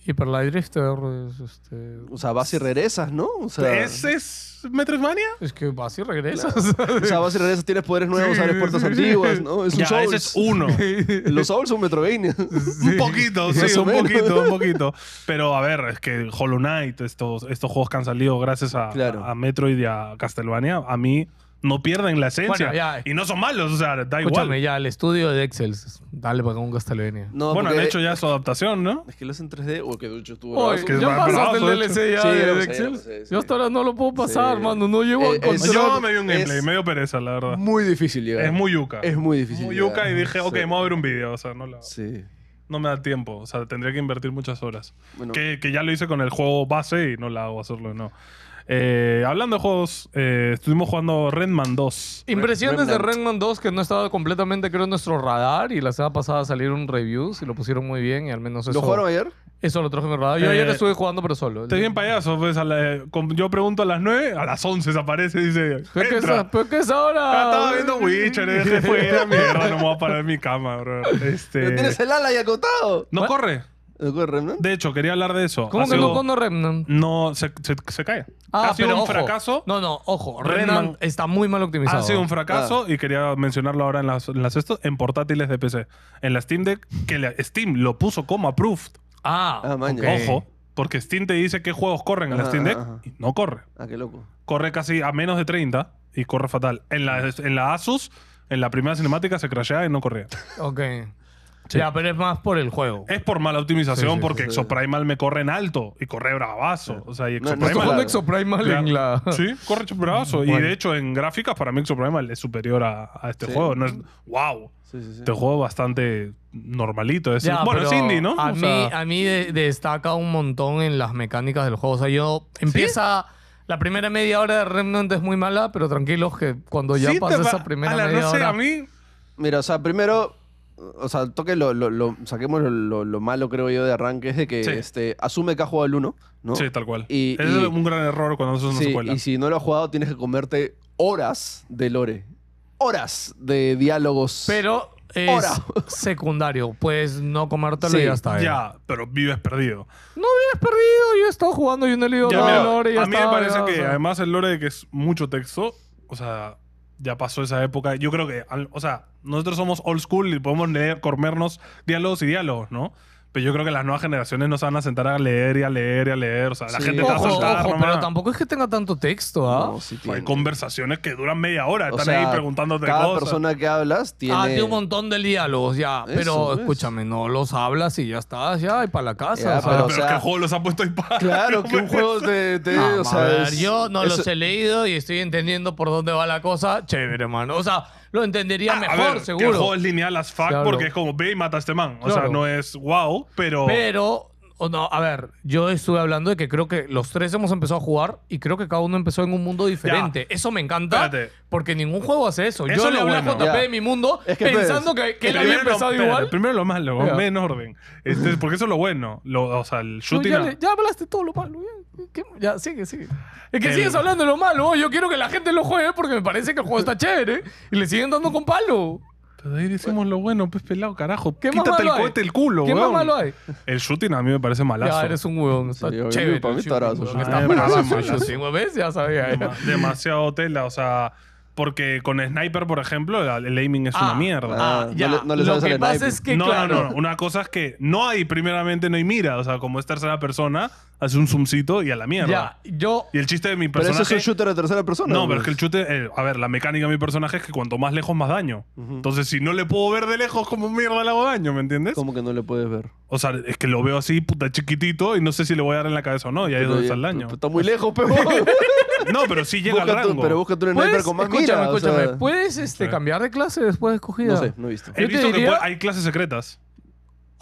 Speaker 3: Hyper Light Drifter, es, este...
Speaker 2: o sea, vas y regresas, ¿no? O sea,
Speaker 1: ¿Ese es Metroidvania?
Speaker 3: Es que vas y regresas.
Speaker 2: o sea, vas y regresas, tienes poderes nuevos,
Speaker 3: Sí,
Speaker 2: abres puertas
Speaker 3: sí.
Speaker 2: antiguas, ¿no? Es un
Speaker 1: Ya,
Speaker 2: Souls.
Speaker 1: ese es uno.
Speaker 2: Los Souls son Metrovania.
Speaker 1: Un poquito, sí,
Speaker 2: Más o
Speaker 1: un
Speaker 2: menos.
Speaker 1: poquito, un poquito. Pero a ver, es que Hollow Knight, estos, estos juegos que han salido gracias a,
Speaker 2: Claro.
Speaker 1: a Metroid y a Castlevania, a mí no pierden la esencia.
Speaker 3: Bueno, ya. eh.
Speaker 1: y no son malos, o sea, da
Speaker 3: Escúchame,
Speaker 1: igual.
Speaker 3: ya, el estudio de Dexels. Dale para un Castlevania.
Speaker 2: No,
Speaker 1: bueno,
Speaker 2: porque-
Speaker 1: de hecho ya es su adaptación, ¿no?
Speaker 2: Es que lo hacen 3D, o que de hecho estuvo.
Speaker 3: Oye,
Speaker 2: bravazo.
Speaker 1: que es
Speaker 3: ya
Speaker 1: más
Speaker 3: pasaste
Speaker 1: bravazo,
Speaker 3: el
Speaker 1: de hecho.
Speaker 3: DLC ya
Speaker 2: Sí,
Speaker 3: de
Speaker 2: ya lo sé, ya lo
Speaker 3: Dexels.
Speaker 2: sé, sí.
Speaker 3: Yo hasta ahora no lo puedo pasar,
Speaker 2: Sí.
Speaker 3: mano. No llevo
Speaker 2: Eh,
Speaker 3: a
Speaker 2: es-
Speaker 3: encontrar-
Speaker 1: Yo me vi un gameplay,
Speaker 2: es-
Speaker 1: me dio pereza, la verdad.
Speaker 2: Muy difícil llegar.
Speaker 1: es muy yuca.
Speaker 2: Es muy difícil.
Speaker 1: muy
Speaker 2: llegar.
Speaker 1: yuca y dije, ok,
Speaker 2: Sí.
Speaker 1: me voy a ver un video, o sea, no, la-
Speaker 2: Sí.
Speaker 1: no me da tiempo, o sea, tendría que invertir muchas horas.
Speaker 2: Bueno,
Speaker 1: Que, que ya lo hice con el juego base y no la hago hacerlo, no. Eh, hablando de juegos, eh, estuvimos jugando Redman 2.
Speaker 3: Impresiones de
Speaker 2: Remnant.
Speaker 3: Redman 2 que no estaba completamente, creo, en nuestro radar. Y la semana pasada salieron reviews y lo pusieron muy bien. Y al menos eso
Speaker 2: ¿Lo jugaron ayer?
Speaker 3: eso lo trajo en el radar. Yo
Speaker 1: Eh,
Speaker 3: ayer estuve jugando, pero solo.
Speaker 1: Estás bien payaso, pues a la- com- yo pregunto a las 9, a las 11 desaparece y dice,
Speaker 3: ¿Pero qué es,
Speaker 1: entra.
Speaker 3: pero qué es ahora?
Speaker 1: Ah, estaba viendo Witcher, eh, dejé fuera, mierda, no me voy a parar en mi cama, bro. Este,
Speaker 2: ¿Pero tienes el ala y acotado?
Speaker 1: no
Speaker 3: ¿What?
Speaker 1: corre.
Speaker 2: ¿Lo juega Remnant?
Speaker 1: De hecho, quería hablar de eso.
Speaker 3: ¿Cómo
Speaker 1: Ha
Speaker 3: que
Speaker 1: sido-
Speaker 3: no cuando Remnant? Ah,
Speaker 1: No, se, se- se cae. ha sido
Speaker 3: pero
Speaker 1: un
Speaker 3: ojo.
Speaker 1: fracaso.
Speaker 3: No, no, ojo.
Speaker 1: Redman-
Speaker 3: Remnant está muy mal optimizado.
Speaker 1: Ha sido un fracaso
Speaker 3: Ah.
Speaker 1: y quería mencionarlo ahora en las, en las esto, en portátiles de PC. En la Steam Deck, que la Steam lo puso como approved.
Speaker 3: Ah,
Speaker 2: Ah, maña.
Speaker 3: ok.
Speaker 1: Ojo, porque Steam te dice qué juegos corren en la
Speaker 2: Ajá,
Speaker 1: Steam Deck
Speaker 2: ajá.
Speaker 1: y no corre.
Speaker 2: Ah, qué loco.
Speaker 1: Corre casi a menos de 30 y corre fatal. En la, en la Asus, en la primera cinemática se crashea y no corría.
Speaker 3: Ok. Ya, pero es más por el juego.
Speaker 1: Es por mala optimización
Speaker 3: Sí, sí,
Speaker 1: porque
Speaker 2: sí, sí.
Speaker 1: Exoprimal me corre en alto y corre bravazo. O sea, y
Speaker 2: No, no,
Speaker 1: Exoprimal...
Speaker 2: no, no, no,
Speaker 3: Exoprimal
Speaker 1: Claro.
Speaker 3: en la...
Speaker 1: Sí, corre bravazo. Y
Speaker 3: Bueno.
Speaker 1: de hecho, en gráficas, para mí Exoprimal es superior a, a este
Speaker 2: Sí.
Speaker 1: juego. No es, wow.
Speaker 2: Sí, sí, sí.
Speaker 1: Este juego bastante normalito. Es,
Speaker 3: Ya,
Speaker 1: bueno, es
Speaker 3: pero
Speaker 1: indie, ¿no?
Speaker 3: A
Speaker 1: O
Speaker 3: mí,
Speaker 1: sea,
Speaker 3: a mí de- destaca un montón en las mecánicas del juego. O sea, yo empieza... La primera media hora de Remnant es muy mala, pero tranquilos que cuando ya
Speaker 1: sí te
Speaker 3: pasa
Speaker 1: va-
Speaker 3: esa primera
Speaker 1: ala,
Speaker 3: media
Speaker 1: no sé,
Speaker 3: hora...
Speaker 1: a mí...
Speaker 2: Mira, o sea, primero, o sea, toque lo, lo, lo- saquemos lo, lo- lo malo, creo yo, de arranque, es de que
Speaker 1: Sí.
Speaker 2: este, asume que ha jugado el 1, ¿no?
Speaker 1: Sí, tal cual.
Speaker 2: Y-
Speaker 1: Ese
Speaker 2: y-
Speaker 1: es un gran error cuando haces una
Speaker 2: Sí,
Speaker 1: secuela.
Speaker 2: y si no lo has jugado, tienes que comerte horas de lore. Horas de diálogos.
Speaker 3: Pero es
Speaker 2: Ahora.
Speaker 3: secundario. Pues no comértelo
Speaker 2: Sí,
Speaker 3: y ya está. ¿eh?
Speaker 1: Ya, pero vives perdido.
Speaker 3: No habías perdido. Yo he estado jugando y no he leído
Speaker 1: Ya,
Speaker 3: nada
Speaker 1: mira,
Speaker 3: de lore y ya
Speaker 1: a mí me
Speaker 3: estaba,
Speaker 1: parece
Speaker 3: ya, o
Speaker 1: que
Speaker 3: sea.
Speaker 1: además el lore de que es mucho texto, o sea, ya pasó esa época. Yo creo que, al- o sea, nosotros somos old school y podemos leer, comernos diálogos y diálogos, ¿no? Pero yo creo que las nuevas generaciones no se van a sentar a leer y a leer y a leer. O sea, la
Speaker 2: Sí.
Speaker 1: gente te va a
Speaker 3: Ojo,
Speaker 1: saltar
Speaker 3: ojo,
Speaker 1: nomás.
Speaker 3: pero tampoco es que tenga tanto texto, ¿ah?
Speaker 2: No, sí
Speaker 1: Hay
Speaker 2: tiene.
Speaker 1: conversaciones que duran media hora.
Speaker 2: O
Speaker 1: Están
Speaker 2: sea,
Speaker 1: ahí preguntándote
Speaker 2: cada
Speaker 1: cosas.
Speaker 2: persona que hablas tiene...
Speaker 3: Ah, tiene un montón de diálogos, ya.
Speaker 2: Eso,
Speaker 3: pero
Speaker 2: pues.
Speaker 3: escúchame, no los hablas y ya estás, ya, y para la casa.
Speaker 2: Ya,
Speaker 3: o sea.
Speaker 1: Pero,
Speaker 2: o
Speaker 1: es
Speaker 2: sea-
Speaker 1: que el juego los ha puesto ahí para.
Speaker 2: Claro, que un juego te... te-
Speaker 3: Vamos
Speaker 2: o
Speaker 3: a
Speaker 2: sea,
Speaker 3: ver,
Speaker 2: es-
Speaker 3: yo no
Speaker 2: eso-
Speaker 3: los he leído y estoy entendiendo por dónde va la cosa. Chévere, hermano. O sea, lo entendería
Speaker 1: Ah, a
Speaker 3: mejor,
Speaker 1: ver, que el juego
Speaker 3: seguro.
Speaker 1: es lineal as fuck
Speaker 3: Claro.
Speaker 1: porque es como ve y mata a este man. O sea,
Speaker 3: Claro.
Speaker 1: no es wow, pero.
Speaker 3: Pero, o no, a ver, yo estuve hablando de que creo que los tres hemos empezado a jugar y creo que cada uno empezó en un mundo diferente. Eso me encanta
Speaker 1: Espérate.
Speaker 3: porque ningún juego hace eso.
Speaker 1: Eso
Speaker 3: yo
Speaker 1: es
Speaker 3: le
Speaker 1: lo
Speaker 3: hablé
Speaker 1: bueno.
Speaker 3: a JP
Speaker 2: Ya.
Speaker 3: de mi mundo
Speaker 2: Es que,
Speaker 3: pensando que,
Speaker 2: pues,
Speaker 3: que él había
Speaker 1: Primero,
Speaker 3: empezado
Speaker 1: espérate,
Speaker 3: igual.
Speaker 1: Primero lo malo,
Speaker 3: Ya.
Speaker 1: ve en orden. Este, porque eso es lo bueno. Lo, o sea, el
Speaker 3: No,
Speaker 1: shooting.
Speaker 3: ya,
Speaker 1: a-
Speaker 3: le- ya hablaste todo lo malo. Ya, ¿Qué- ya, sigue, sigue. Es que
Speaker 1: El-
Speaker 3: sigues hablando de lo malo. Yo quiero que la gente lo juegue porque me parece que el juego está chévere. Y le siguen dando con palo.
Speaker 1: Pero ahí decimos lo bueno, pues pelado, carajo.
Speaker 3: ¿Qué más
Speaker 1: Quítate el
Speaker 3: malo hay?
Speaker 1: cohete el culo,
Speaker 3: ¿Qué más
Speaker 1: weón.
Speaker 3: malo hay?
Speaker 1: El shooting a mí me parece malazo.
Speaker 3: Ya, eres un huevón. Está
Speaker 2: Sí, yo- yo-
Speaker 3: chévere.
Speaker 2: para mí
Speaker 3: el
Speaker 2: está
Speaker 3: shooting,
Speaker 2: bravazo,
Speaker 3: weón,
Speaker 1: shooting.
Speaker 3: está
Speaker 1: Ah, me parece
Speaker 3: bravazo el
Speaker 1: malazo.
Speaker 3: shooting, ¿ves? Ya sabía. ya.
Speaker 1: Dema- demasiado tela. O sea, porque con Sniper, por ejemplo, la- el aiming es
Speaker 3: Ah,
Speaker 1: una mierda.
Speaker 3: Ah,
Speaker 2: Ah,
Speaker 3: ya.
Speaker 2: no le- no le
Speaker 3: lo
Speaker 2: sabes
Speaker 3: que
Speaker 2: al
Speaker 3: pasa
Speaker 2: sniper.
Speaker 3: es que,
Speaker 1: no,
Speaker 3: claro.
Speaker 1: no, no. Una cosa es que no hay, primeramente no hay mira. O sea, como es tercera persona, hace un zoomcito y a la mierda.
Speaker 3: Ya, yo.
Speaker 1: Y el chiste de mi
Speaker 2: Pero eso
Speaker 1: personaje.
Speaker 2: es un shooter de tercera persona.
Speaker 1: No, pero es que el chute. eh, a ver, la mecánica de mi personaje es que cuanto más lejos, más daño.
Speaker 2: Ujú.
Speaker 1: Entonces, si no le puedo ver de lejos, como mierda le hago daño, ¿me entiendes?
Speaker 2: ¿Cómo que no le puedes ver?
Speaker 1: O sea, es que lo veo así, puta chiquitito, y no sé si le voy a dar en la cabeza o no, y ahí es donde está el daño.
Speaker 2: Está muy lejos, pero.
Speaker 1: No, pero sí llega al
Speaker 2: Busca tú-
Speaker 1: rango.
Speaker 2: pero búscate un sniper
Speaker 3: ¿Puedes-
Speaker 2: con más
Speaker 3: escúchame,
Speaker 2: mira. o sea,
Speaker 3: escúchame. ¿Puedes este,
Speaker 1: Sí.
Speaker 3: cambiar de clase después de escogida?
Speaker 2: No sé, no he visto.
Speaker 1: He
Speaker 3: yo te
Speaker 1: visto que
Speaker 3: diría-
Speaker 1: puede- hay clases secretas.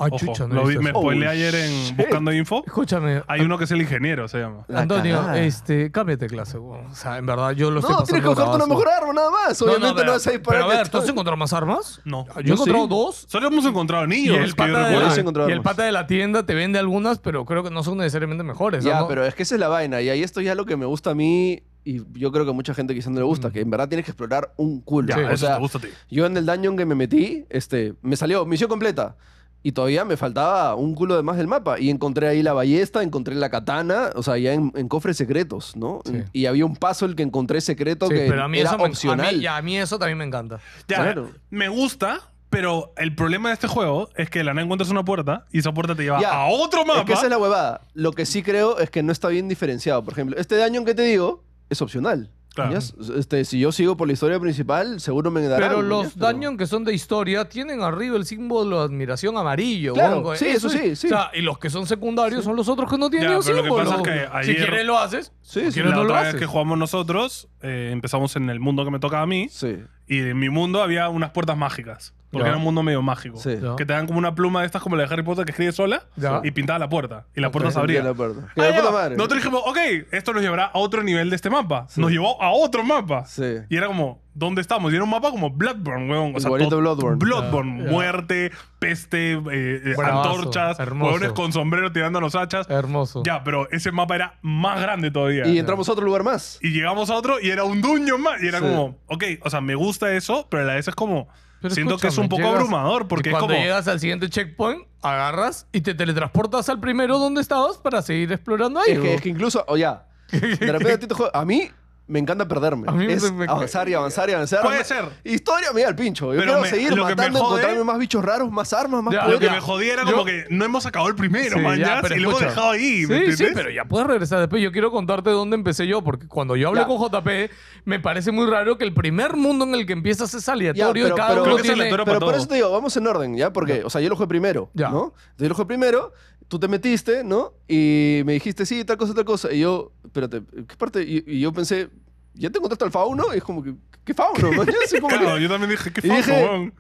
Speaker 3: Ay,
Speaker 1: Ojo,
Speaker 3: chucha, no he
Speaker 1: lo vi-
Speaker 3: visto
Speaker 1: me
Speaker 3: eso.
Speaker 2: Oh,
Speaker 1: spoilé ayer en
Speaker 2: shit.
Speaker 1: Buscando Info.
Speaker 3: Escúchame.
Speaker 1: Hay uno que es el ingeniero, se llama.
Speaker 2: La
Speaker 3: Antonio,
Speaker 2: cagada.
Speaker 3: este, cámbiate de clase. weón. O sea, en verdad, yo lo estoy
Speaker 2: No,
Speaker 3: pasando
Speaker 2: tienes que buscarte una
Speaker 3: bravazo.
Speaker 2: mejor arma, nada más. Obviamente no,
Speaker 3: pero-
Speaker 2: vas a ir para
Speaker 3: Pero a ver, ¿tú has encontrado más armas?
Speaker 1: No.
Speaker 3: Yo he
Speaker 2: sí.
Speaker 3: encontrado dos.
Speaker 1: Solo hemos encontrado
Speaker 3: Y
Speaker 1: niños.
Speaker 3: el,
Speaker 1: que yo
Speaker 3: pata de
Speaker 1: recuerdo.
Speaker 2: Yo sí he
Speaker 3: la,
Speaker 2: encontrado
Speaker 3: y el
Speaker 2: armas.
Speaker 3: pata de la tienda te vende algunas, pero creo que no son necesariamente mejores. ¿no?
Speaker 2: Ya, pero es que esa es la vaina. Y ahí esto ya es lo que me gusta a mí. Y yo creo que a mucha gente quizás no le gusta. Que en verdad tienes que explorar un culo.
Speaker 1: Mm. Ya,
Speaker 3: Sí,
Speaker 2: o
Speaker 1: eso
Speaker 2: sea,
Speaker 1: te gusta a ti.
Speaker 2: yo en el dungeon que me metí, este, me salió misión completa. Y todavía me faltaba un culo de más del mapa. Y encontré ahí la ballesta, encontré la katana. O sea, ya en, en cofres secretos, ¿no?
Speaker 3: Sí.
Speaker 2: Y había un paso el que encontré secreto
Speaker 3: Sí,
Speaker 2: que
Speaker 3: pero a mí,
Speaker 2: era
Speaker 3: eso me-
Speaker 2: opcional.
Speaker 3: a, mí, y a mí eso también me encanta.
Speaker 1: Ya,
Speaker 2: Claro.
Speaker 1: me gusta, pero el problema de este juego es que de la nada encuentras una puerta y esa puerta te lleva
Speaker 2: Ya.
Speaker 1: a otro mapa.
Speaker 2: Es que esa es la huevada. Lo que sí creo es que no está bien diferenciado. Por ejemplo, este daño que te digo es opcional.
Speaker 1: Claro.
Speaker 2: ¿Mañas? Este, si yo sigo por la historia principal, seguro me darán.
Speaker 3: Pero los
Speaker 2: ¿mañas?
Speaker 3: dungeons que son de historia tienen arriba el símbolo de admiración amarillo.
Speaker 2: Claro,
Speaker 3: weón.
Speaker 2: sí, eso sí, sí.
Speaker 3: O sea, y los que son secundarios son los otros que no tienen
Speaker 1: Ya,
Speaker 3: ningún
Speaker 1: pero lo que
Speaker 3: símbolo.
Speaker 1: pasa es que
Speaker 3: Si
Speaker 1: ayer-
Speaker 3: quieres lo haces,
Speaker 2: Sí,
Speaker 3: si
Speaker 2: sí,
Speaker 3: quieres
Speaker 1: la
Speaker 3: no lo
Speaker 1: otra vez
Speaker 3: haces.
Speaker 1: que jugamos nosotros, eh, empezamos en el mundo que me toca a mí.
Speaker 2: Sí,
Speaker 1: Y en mi mundo había unas puertas mágicas. Porque
Speaker 3: Ya.
Speaker 1: era un mundo medio mágico.
Speaker 2: sí.
Speaker 3: Ya.
Speaker 1: Que te dan como una pluma de estas como la de Harry Potter que escribe sola
Speaker 3: Ya.
Speaker 1: y pintaba la puerta. Y la
Speaker 3: Ok.
Speaker 1: puerta se
Speaker 2: Abría
Speaker 1: abría.
Speaker 2: la puerta.
Speaker 3: Ah,
Speaker 2: ¡De
Speaker 3: ya.
Speaker 2: puta madre!
Speaker 1: Nosotros dijimos, ok, esto nos llevará a otro nivel de este mapa.
Speaker 2: Sí.
Speaker 1: Nos llevó a otro mapa.
Speaker 2: Sí.
Speaker 1: Y era como, ¿dónde estamos? Y era un mapa como Bloodborne, weón. O sea,
Speaker 2: Igualito
Speaker 1: todo-
Speaker 2: Bloodborne.
Speaker 1: Bloodborne,
Speaker 3: Ya, ya.
Speaker 1: muerte, peste, eh, eh,
Speaker 3: Bravazo,
Speaker 1: antorchas,
Speaker 3: hermoso.
Speaker 1: huevones con sombrero tirándonos hachas.
Speaker 3: Hermoso.
Speaker 1: Ya, pero ese mapa era más grande todavía.
Speaker 2: Y entramos a otro lugar más.
Speaker 1: Y llegamos a otro y era un duño más. Y era
Speaker 2: Sí.
Speaker 1: como, ok, o sea, me gusta eso, pero a la vez es como,
Speaker 3: Pero
Speaker 1: siento que es un
Speaker 3: escúchame,
Speaker 1: poco
Speaker 3: llegas-
Speaker 1: abrumador porque
Speaker 3: y
Speaker 1: es
Speaker 3: cuando
Speaker 1: como,
Speaker 3: llegas al siguiente checkpoint, agarras y te teletransportas al primero donde estabas para seguir explorando ahí.
Speaker 2: Es que,
Speaker 3: weón.
Speaker 2: es que incluso, o ya, de repente a ti te juega- A mí me encanta perderme.
Speaker 3: A mí me-
Speaker 2: es
Speaker 3: me-
Speaker 2: avanzar y avanzar y avanzar.
Speaker 1: Puede
Speaker 2: Me-
Speaker 1: ser.
Speaker 2: Historia, mira, el pincho. Yo
Speaker 1: Pero
Speaker 2: quiero
Speaker 1: me-
Speaker 2: seguir
Speaker 1: lo que me
Speaker 2: matando,
Speaker 1: jode-
Speaker 2: encontrarme más bichos raros, más armas, más
Speaker 3: Ya,
Speaker 1: lo que
Speaker 3: ya.
Speaker 1: me jodía era
Speaker 3: Yo-
Speaker 1: como que no hemos acabado el primero,
Speaker 3: Sí,
Speaker 1: man,
Speaker 3: ya,
Speaker 1: ya,
Speaker 3: pero
Speaker 1: y lo hemos
Speaker 3: escucha.
Speaker 1: dejado ahí, ¿me
Speaker 3: sí, sí,
Speaker 1: entiendes?
Speaker 3: pero ya puedes regresar después. Yo quiero contarte dónde empecé yo, porque cuando yo hablé
Speaker 2: Ya.
Speaker 3: con JP, me parece muy raro que el primer mundo en el que empiezas es
Speaker 2: Ya,
Speaker 3: aleatorio
Speaker 2: pero-
Speaker 3: y cada
Speaker 2: pero-
Speaker 3: uno
Speaker 2: Creo que
Speaker 1: es
Speaker 3: tiene...
Speaker 1: aleatorio.
Speaker 2: Pero
Speaker 1: para
Speaker 2: por
Speaker 1: todo.
Speaker 2: eso te digo, vamos en orden, ¿ya? Porque, o sea, yo lo jugué primero,
Speaker 3: Ya.
Speaker 2: ¿no? Entonces, yo lo jugué primero, tú te metiste, ¿no? Y me dijiste, sí, tal cosa, tal cosa. Y yo, espérate, ¿qué parte? Y, y yo pensé, ¿ya te encontraste al fauno? Y es como que, ¿qué fauno? man? Y así como que,
Speaker 1: Claro, yo también dije, qué
Speaker 2: Y dije-
Speaker 1: fajo, weón.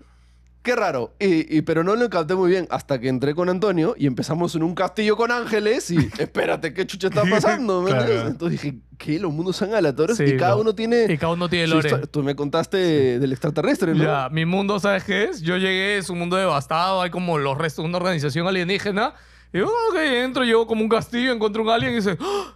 Speaker 2: Qué raro. Y, y- pero no lo capté muy bien hasta que entré con Antonio y empezamos en un castillo con ángeles y, espérate, ¿qué chucha está pasando? man?
Speaker 1: Claro.
Speaker 2: Entonces dije, ¿qué? Los mundos son aleatorios
Speaker 3: Sí,
Speaker 2: y cada
Speaker 3: lo-
Speaker 2: uno tiene...
Speaker 3: Y cada uno tiene
Speaker 2: su
Speaker 3: lore.
Speaker 2: histo- Tú me contaste del extraterrestre, ¿no?
Speaker 3: Ya, mi mundo, ¿sabes qué es? Yo llegué, es un mundo devastado, hay como los restos de una organización alienígena. Y yo, ok, entro, llego como un castillo, encuentro un alien y dice, "¡Ah!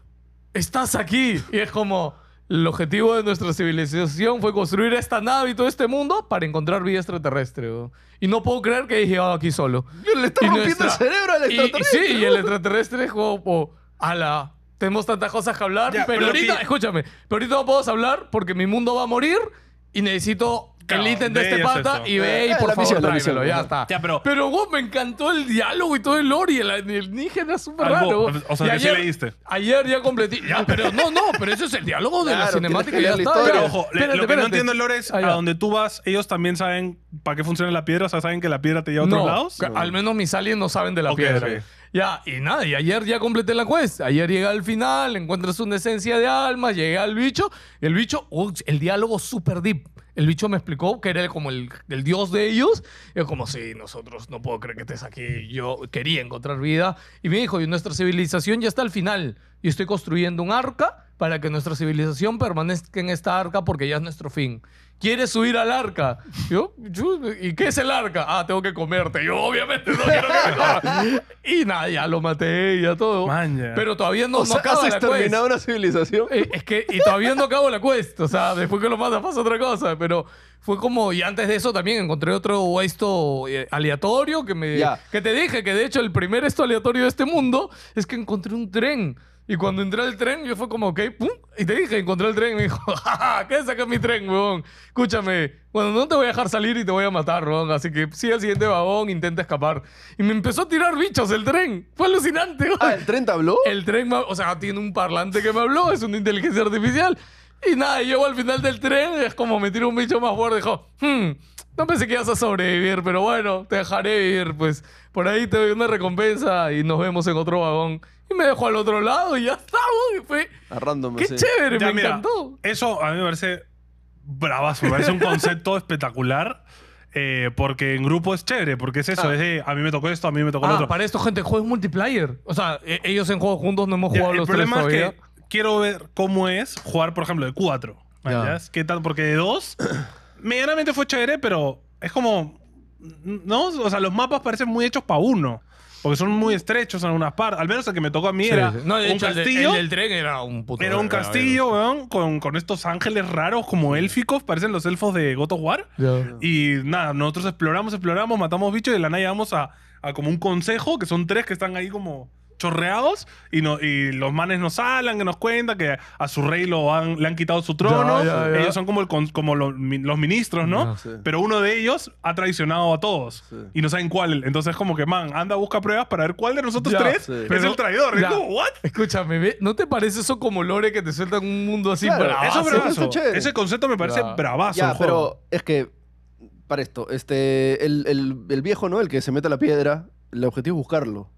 Speaker 3: ¡Estás aquí! Y es como, el objetivo de nuestra civilización fue construir esta nave y todo este mundo para encontrar vida extraterrestre. weón". Y no puedo creer que he llegado aquí solo.
Speaker 2: Yo le está
Speaker 3: Y
Speaker 2: rompiendo
Speaker 3: nuestra-
Speaker 2: el cerebro al
Speaker 3: Y, y sí,
Speaker 2: extraterrestre.
Speaker 3: y el extraterrestre es como, po, ala, tenemos tantas cosas que hablar,
Speaker 1: Ya,
Speaker 3: pero,
Speaker 1: pero
Speaker 3: ahorita,
Speaker 1: que-
Speaker 3: escúchame, pero ahorita no podemos hablar porque mi mundo va a morir y necesito
Speaker 1: Claro,
Speaker 3: el ítem
Speaker 1: ve
Speaker 3: de este
Speaker 1: y haz
Speaker 3: pata
Speaker 1: eso.
Speaker 3: y ve y
Speaker 2: Eh,
Speaker 3: por
Speaker 2: la
Speaker 3: favor
Speaker 2: misión, la
Speaker 3: tráemelo,
Speaker 2: misión,
Speaker 3: ya
Speaker 2: ajá.
Speaker 3: está.
Speaker 1: Ya, pero-
Speaker 3: wow, me encantó el diálogo y todo el lore y el alienígena es súper
Speaker 1: Algo,
Speaker 3: raro.
Speaker 1: o sea,
Speaker 3: Y
Speaker 1: que sí leíste.
Speaker 3: Ayer ya completé, ya, pero no, no, pero eso es el diálogo de la
Speaker 2: Claro,
Speaker 3: cinemática y
Speaker 2: tienes
Speaker 3: ya
Speaker 2: que
Speaker 3: está.
Speaker 2: leer la
Speaker 3: ya.
Speaker 2: historia.
Speaker 1: Pero ojo, le-
Speaker 3: Espérate,
Speaker 1: lo que no
Speaker 3: espérate.
Speaker 1: entiendo, Lore, es
Speaker 3: Ah,
Speaker 1: a
Speaker 3: ya.
Speaker 1: donde tú vas, ellos también saben para qué funciona la piedra, o sea, saben que la piedra te lleva a otros
Speaker 3: no,
Speaker 1: lados.
Speaker 3: ca- Al menos mis aliens no saben de la
Speaker 1: Ok,
Speaker 3: piedra.
Speaker 1: ok.
Speaker 3: Ya, y nada, y ayer ya completé la quest. Ayer llegué al final, encuentras una esencia de alma, llegué al bicho. El bicho, uy, el diálogo super deep. El bicho me explicó que era como el, el dios de ellos. Y yo como, sí, nosotros no puedo creer que estés aquí. Yo quería encontrar vida. Y me dijo, y nuestra civilización ya está al final. Y estoy construyendo un arca para que nuestra civilización permanezca en esta arca porque ya es nuestro fin. ¿Quieres subir al arca? Yo, yo, ¿y qué es el arca? Ah, tengo que comerte. Yo, obviamente, no quiero que me coman. Y nada, ya lo maté, ya todo.
Speaker 1: Man, ya.
Speaker 3: Pero todavía no,
Speaker 2: o sea,
Speaker 3: no acaba
Speaker 2: has
Speaker 3: la quest.
Speaker 2: exterminado una civilización.
Speaker 3: Eh, Es que, y todavía no acabo la quest. O sea, después que lo matas pasa otra cosa. Pero fue como, y antes de eso también encontré otro esto eh, aleatorio que me.
Speaker 2: Ya.
Speaker 3: Que te dije que de hecho el primer esto aleatorio de este mundo es que encontré un tren. Y cuando entré al tren, yo fue como, ok, pum. Y te dije, encontré el tren. Y me dijo, "Ja, ja, ¿qué saca mi tren, weón? Escúchame, bueno, no te voy a dejar salir y te voy a matar, weón. Así que sigue al siguiente vagón, intenta escapar. Y me empezó a tirar bichos el tren. Fue alucinante, weón.
Speaker 2: Ah, ¿el 30 habló?
Speaker 3: El tren, me- o sea, tiene un parlante que me habló, es una inteligencia artificial. Y nada, y llego al final del tren, es como me tiro un bicho más fuerte, dijo, hmm, No pensé que ibas a sobrevivir, pero bueno, te dejaré vivir, pues. Por ahí te doy una recompensa y nos vemos en otro vagón. Y me dejó al otro lado y ya está, weón, y fue...
Speaker 2: A random,
Speaker 3: ¡Qué
Speaker 2: sí.
Speaker 3: chévere!
Speaker 1: Ya,
Speaker 3: me
Speaker 1: mira,
Speaker 3: encantó.
Speaker 1: Eso a mí me parece bravazo, me parece un concepto espectacular. eh, porque en grupo es chévere, porque es eso,
Speaker 3: Ah.
Speaker 1: es de a mí me tocó esto, a mí me tocó lo
Speaker 3: Ah,
Speaker 1: otro.
Speaker 3: para esto, gente, juegos multiplayer. O sea, e- ellos en juegos juntos no hemos
Speaker 1: Ya,
Speaker 3: jugado
Speaker 1: el
Speaker 3: los
Speaker 1: problema
Speaker 3: tres
Speaker 1: es
Speaker 3: todavía.
Speaker 1: que quiero ver cómo es jugar, por ejemplo, de 4.
Speaker 3: Ya.
Speaker 1: ¿Qué tal? Porque de 2, medianamente fue chévere, pero es como. ¿No? O sea, los mapas parecen muy hechos para uno. Porque son muy estrechos en algunas partes. Al menos el que me tocó a mí
Speaker 3: Sí,
Speaker 1: era
Speaker 3: sí. No, de
Speaker 1: un
Speaker 3: hecho, el de-
Speaker 1: castillo.
Speaker 3: El, del tren era un puto.
Speaker 1: Era un castillo, weón, con, con estos ángeles raros como élficos, parecen los elfos de God of War.
Speaker 3: Ya.
Speaker 1: Y nada, nosotros exploramos, exploramos, matamos bichos y de la nada llegamos a, a como un consejo, que son tres que están ahí como chorreados y, no, y los manes nos hablan, que nos cuentan que a su rey lo han, le han quitado su trono.
Speaker 3: Ya, Ah, ya, ya.
Speaker 1: Ellos son como, el con- como los, mi- los ministros, ¿no?
Speaker 3: Ya.
Speaker 2: Sí.
Speaker 1: Pero uno de ellos ha traicionado a todos
Speaker 2: Sí.
Speaker 1: y no saben cuál. Entonces, como que, man, anda, busca pruebas para ver cuál de nosotros
Speaker 3: Ya,
Speaker 1: tres
Speaker 2: sí.
Speaker 1: es
Speaker 3: Pero-
Speaker 1: el traidor. Y
Speaker 3: ya.
Speaker 1: como, ¿what?
Speaker 3: Escúchame, ¿ve? ¿no te parece eso como lore que te sueltan un mundo así
Speaker 2: Claro,
Speaker 1: Eso
Speaker 3: bravazo?
Speaker 1: es
Speaker 2: Ah, sí, bravo.
Speaker 1: bravazo.
Speaker 2: está chévere.
Speaker 1: Ese concepto me parece
Speaker 3: Ya.
Speaker 1: bravazo.
Speaker 2: Ya,
Speaker 1: el juego.
Speaker 2: pero es que, para esto, este, el, el- el viejo, ¿no? El que se mete a la piedra, el objetivo es buscarlo.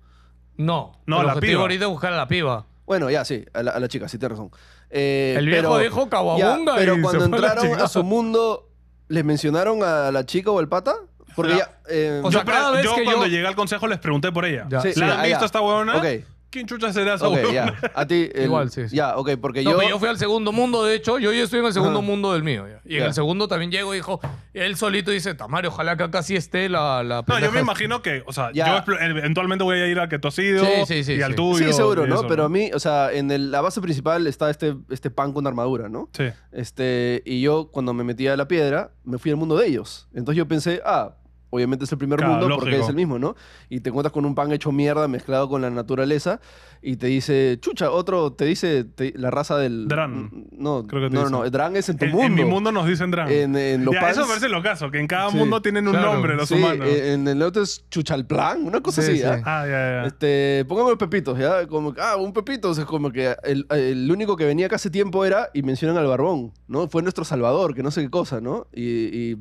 Speaker 3: No,
Speaker 1: No,
Speaker 3: el
Speaker 1: la
Speaker 3: objetivo
Speaker 1: piba.
Speaker 3: ahorita es buscar a la piba.
Speaker 2: Bueno, ya, sí, a la, a la chica, sí, tienes razón. Eh,
Speaker 3: El viejo
Speaker 2: pero-
Speaker 3: dijo
Speaker 2: ya,
Speaker 3: caguabunga
Speaker 2: Pero
Speaker 3: y
Speaker 2: cuando
Speaker 3: se fue a la
Speaker 2: entraron a,
Speaker 3: chingada.
Speaker 2: su mundo, ¿les mencionaron a la chica o al pata? Porque
Speaker 1: No.
Speaker 2: ya... eh,
Speaker 3: O
Speaker 1: yo,
Speaker 3: sea, cada
Speaker 1: pre-
Speaker 3: vez
Speaker 1: yo
Speaker 3: que
Speaker 1: cuando
Speaker 3: yo-
Speaker 1: llegué al consejo les pregunté por ella.
Speaker 3: Ya.
Speaker 2: sí,
Speaker 1: ¿La
Speaker 2: sí,
Speaker 1: han
Speaker 2: ah,
Speaker 1: visto
Speaker 2: ya.
Speaker 1: esta huevona?
Speaker 2: Ok,
Speaker 1: ¿Quién chucha será esa
Speaker 2: ok,
Speaker 1: huevona?
Speaker 2: ya. A ti... el-
Speaker 3: Igual, sí, sí.
Speaker 2: Ya, ok, porque
Speaker 3: No,
Speaker 2: yo...
Speaker 3: pero yo fui al segundo mundo, de hecho, yo ya estoy en el segundo
Speaker 2: Ajá.
Speaker 3: mundo del mío. ya. Y en
Speaker 2: Ya.
Speaker 3: el segundo también llego y dijo, él solito dice, Tamar, ojalá que acá sí esté la, la
Speaker 1: No, yo
Speaker 3: pendeja
Speaker 1: me
Speaker 3: esta".
Speaker 1: imagino que, o sea,
Speaker 2: Ya.
Speaker 1: yo explo- eventualmente voy a ir al que tú has ido
Speaker 3: Sí, sí, sí,
Speaker 1: y al
Speaker 3: sí.
Speaker 1: tuyo.
Speaker 2: Sí, seguro,
Speaker 1: y
Speaker 2: ¿no?
Speaker 1: eso,
Speaker 2: pero a mí, o sea, en el- la base principal está este, este pan con armadura, ¿no?
Speaker 1: Sí.
Speaker 2: Este, y yo, cuando me metí a la piedra, me fui al mundo de ellos. Entonces yo pensé, ah, obviamente es el primer
Speaker 1: Claro,
Speaker 2: mundo porque
Speaker 1: lógico.
Speaker 2: es el mismo, ¿no? Y te encuentras con un pan hecho mierda mezclado con la naturaleza y te dice, chucha, otro te dice te- la raza del.
Speaker 1: Dran.
Speaker 2: N- No,
Speaker 1: Creo que te
Speaker 2: no, no,
Speaker 1: dice.
Speaker 2: no, Dran es en tu
Speaker 1: En,
Speaker 2: mundo.
Speaker 1: en mi mundo nos dicen Dran.
Speaker 2: En, en los
Speaker 1: Ya,
Speaker 2: pans.
Speaker 1: eso me parece lo caso, que en cada
Speaker 2: Sí.
Speaker 1: mundo tienen un
Speaker 3: Claro.
Speaker 1: nombre los
Speaker 2: sí,
Speaker 1: humanos.
Speaker 2: eh, en el otro es chuchalplan, una cosa
Speaker 3: Sí,
Speaker 2: así,
Speaker 3: sí.
Speaker 2: ¿ah?
Speaker 1: ah, ya, ya.
Speaker 2: Este, pongamos los pepitos, ¿ya? Como, que, ah, un pepito, o sea, como que el, el único que venía acá hace tiempo era, y mencionan al barbón, ¿no? Fue nuestro salvador, que no sé qué cosa, ¿no? Y, y-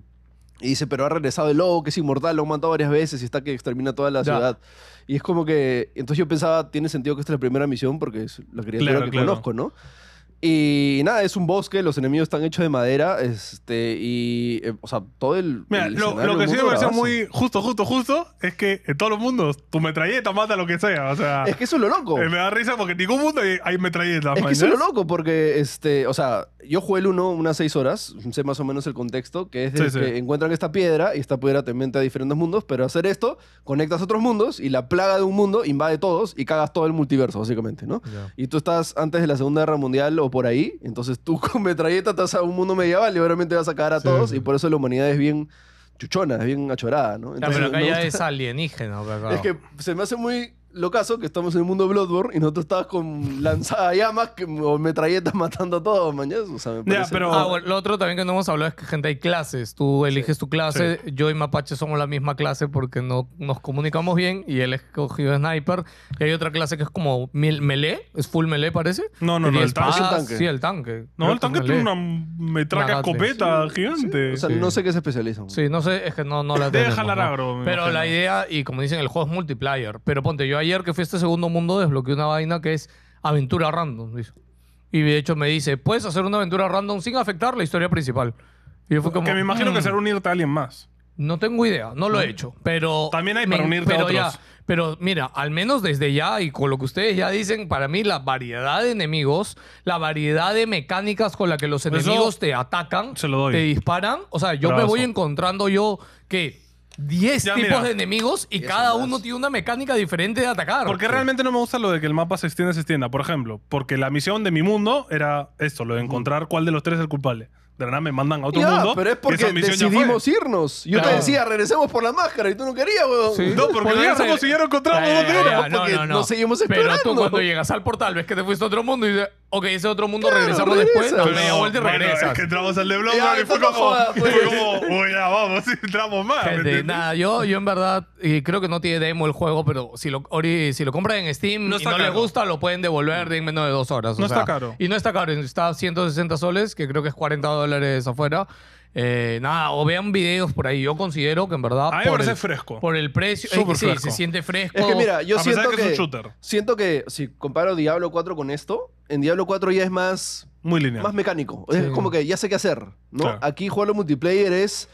Speaker 2: y dice, pero ha regresado el lobo, que es inmortal, lo han matado varias veces y está que extermina toda la
Speaker 3: Ya.
Speaker 2: ciudad. Y es como que, entonces yo pensaba, tiene sentido que esta es la primera misión porque es la criatura
Speaker 1: Claro,
Speaker 2: que
Speaker 1: claro.
Speaker 2: conozco, ¿no? Y nada, es un bosque, los enemigos están hechos de madera, este, y, eh, o sea, todo el...
Speaker 1: Mira,
Speaker 2: el
Speaker 1: lo,
Speaker 2: escenario,
Speaker 1: lo que
Speaker 2: el
Speaker 1: sí me
Speaker 2: mundo
Speaker 1: parece
Speaker 2: bravazo.
Speaker 1: muy justo, justo, justo es que en todos los mundos tu metralleta mata lo que sea. O sea,
Speaker 2: Es que eso es lo loco.
Speaker 1: eh, me da risa porque en ningún mundo hay, hay metralletas.
Speaker 2: Es
Speaker 1: man,
Speaker 2: que eso es lo
Speaker 1: ¿sabes?
Speaker 2: loco, porque, este, o sea, yo jugué el 1 unas 6 horas, sé más o menos el contexto, que es
Speaker 1: Sí,
Speaker 2: de
Speaker 1: sí.
Speaker 2: que encuentran esta piedra y esta piedra te mete a diferentes mundos, pero hacer esto, conectas otros mundos y la plaga de un mundo invade todos y cagas todo el multiverso, básicamente, ¿no?
Speaker 3: Ya.
Speaker 2: Y tú estás antes de la Segunda Guerra Mundial o por ahí, entonces tú con metralleta te vas a un mundo medieval y obviamente vas a cagar a
Speaker 3: Sí,
Speaker 2: todos
Speaker 3: sí.
Speaker 2: y por eso la humanidad es bien chuchona, es bien achorada, ¿no?
Speaker 3: Ya,
Speaker 2: Entonces,
Speaker 3: pero acá
Speaker 2: me
Speaker 3: ya
Speaker 2: gusta-
Speaker 3: es alienígena. pues, claro.
Speaker 2: es que se me hace muy locazo que estamos en el mundo Bloodborne y nosotros estabas con lanzada llamas que, o metralletas matando a todos, mañana. O sea, me
Speaker 1: Ya,
Speaker 2: parece-
Speaker 1: pero-
Speaker 3: Ah, bueno, lo otro también que no hemos hablado es que, gente, hay clases. Tú eliges tu clase. Yo y Mapache somos la misma clase porque no nos comunicamos bien y él escogió Sniper. Y hay otra clase que es como mil- melee. Es full melee, parece.
Speaker 1: No, no, no,
Speaker 3: Que tiene
Speaker 1: el tanque.
Speaker 3: espadas.
Speaker 2: Es un tanque.
Speaker 3: Sí, el tanque.
Speaker 1: No, el
Speaker 3: Creo que es
Speaker 1: tanque tiene
Speaker 3: melee.
Speaker 1: una metraca
Speaker 3: Una Gatling.
Speaker 1: escopeta gigante.
Speaker 2: O sea,
Speaker 3: Sí.
Speaker 2: no sé qué se especializan.
Speaker 3: Sí, no sé, es que no, no la
Speaker 1: Debe
Speaker 3: tenemos,
Speaker 1: jalar
Speaker 3: ¿no?
Speaker 1: agro, me
Speaker 3: Pero la
Speaker 1: imagino.
Speaker 3: idea, y como dicen, el juego es multiplayer. Pero ponte, yo ayer que fui a este segundo mundo desbloqueé una vaina que es aventura random. dice. Y de hecho me dice, puedes hacer una aventura random sin afectar la historia principal. Y yo fue como,
Speaker 1: que me imagino que
Speaker 3: "Mm,
Speaker 1: será unirte a alguien más.
Speaker 3: No tengo idea, no lo he hecho. Pero.
Speaker 1: También hay para unirte a
Speaker 3: pero
Speaker 1: otros.
Speaker 3: ya, pero mira, al menos desde ya y con lo que ustedes ya dicen, para mí la variedad de enemigos, la variedad de mecánicas con la que los
Speaker 1: Eso
Speaker 3: enemigos te atacan,
Speaker 1: se lo doy.
Speaker 3: te disparan. O sea, yo me
Speaker 1: Bravazo.
Speaker 3: voy encontrando yo que 10
Speaker 1: Ya,
Speaker 3: tipos
Speaker 1: mira.
Speaker 3: de enemigos y
Speaker 2: Eso
Speaker 3: cada
Speaker 2: más.
Speaker 3: uno tiene una mecánica diferente de atacar.
Speaker 1: Porque
Speaker 3: Sí.
Speaker 1: realmente no me gusta lo de que el mapa se extienda, se extienda. Por ejemplo, porque la misión de mi mundo era esto, lo de encontrar cuál de los tres es el culpable. De la nada me mandan a otro
Speaker 2: Mm. Ya,
Speaker 1: mundo.
Speaker 2: pero es
Speaker 1: y
Speaker 2: porque
Speaker 1: esa misión ya fue.
Speaker 2: decidimos irnos. Yo
Speaker 3: Claro.
Speaker 2: te decía, regresemos por la máscara y tú no querías, weón.
Speaker 3: Sí.
Speaker 1: No, porque
Speaker 3: Podría
Speaker 1: ya
Speaker 3: ser.
Speaker 1: como si ya no encontramos
Speaker 3: Ya, ya,
Speaker 1: dónde
Speaker 3: ya,
Speaker 1: era.
Speaker 3: ya, no,
Speaker 2: porque
Speaker 3: no, no.
Speaker 2: nos seguimos
Speaker 3: Pero tú
Speaker 2: esperando.
Speaker 3: cuando llegas al portal ves que te fuiste a otro mundo y dices, ok, ese otro mundo
Speaker 2: Claro,
Speaker 3: regresamos
Speaker 2: regresas.
Speaker 3: después, media vuelta y
Speaker 1: No, mano,
Speaker 3: regresas.
Speaker 1: es que entramos al de Bloodborne
Speaker 2: Ya,
Speaker 1: y fue
Speaker 2: esto no
Speaker 1: como,
Speaker 2: joda, pues.
Speaker 1: fue como, uy, ya vamos, entramos más. Ah, ¿me
Speaker 3: Gente,
Speaker 1: entiendes?
Speaker 3: nada, yo, yo en verdad, y creo que no tiene demo el juego, pero si lo, ori- si lo compran en Steam
Speaker 1: No
Speaker 3: y
Speaker 1: está
Speaker 3: no les
Speaker 1: caro.
Speaker 3: gusta, lo pueden devolver en menos de dos horas. o
Speaker 1: No está
Speaker 3: sea,
Speaker 1: caro.
Speaker 3: Y no está caro, está a 160 soles, que creo que es 40 dólares afuera. Eh, nada, o vean videos por ahí. Yo considero que en verdad.
Speaker 1: A mí me
Speaker 3: por,
Speaker 1: parece
Speaker 3: el,
Speaker 1: fresco.
Speaker 3: por el precio. eh,
Speaker 1: Súper
Speaker 3: sí,
Speaker 1: fresco.
Speaker 3: se siente fresco.
Speaker 2: Es que mira, yo
Speaker 1: A pesar
Speaker 2: siento
Speaker 1: de
Speaker 2: que,
Speaker 1: que es un shooter.
Speaker 2: siento que si comparo Diablo 4 con esto, en Diablo 4 ya es más,
Speaker 1: Muy lineal.
Speaker 2: más mecánico.
Speaker 3: Sí.
Speaker 2: Es como que ya sé qué hacer, ¿no?
Speaker 1: Claro.
Speaker 2: Aquí jugarlo multiplayer es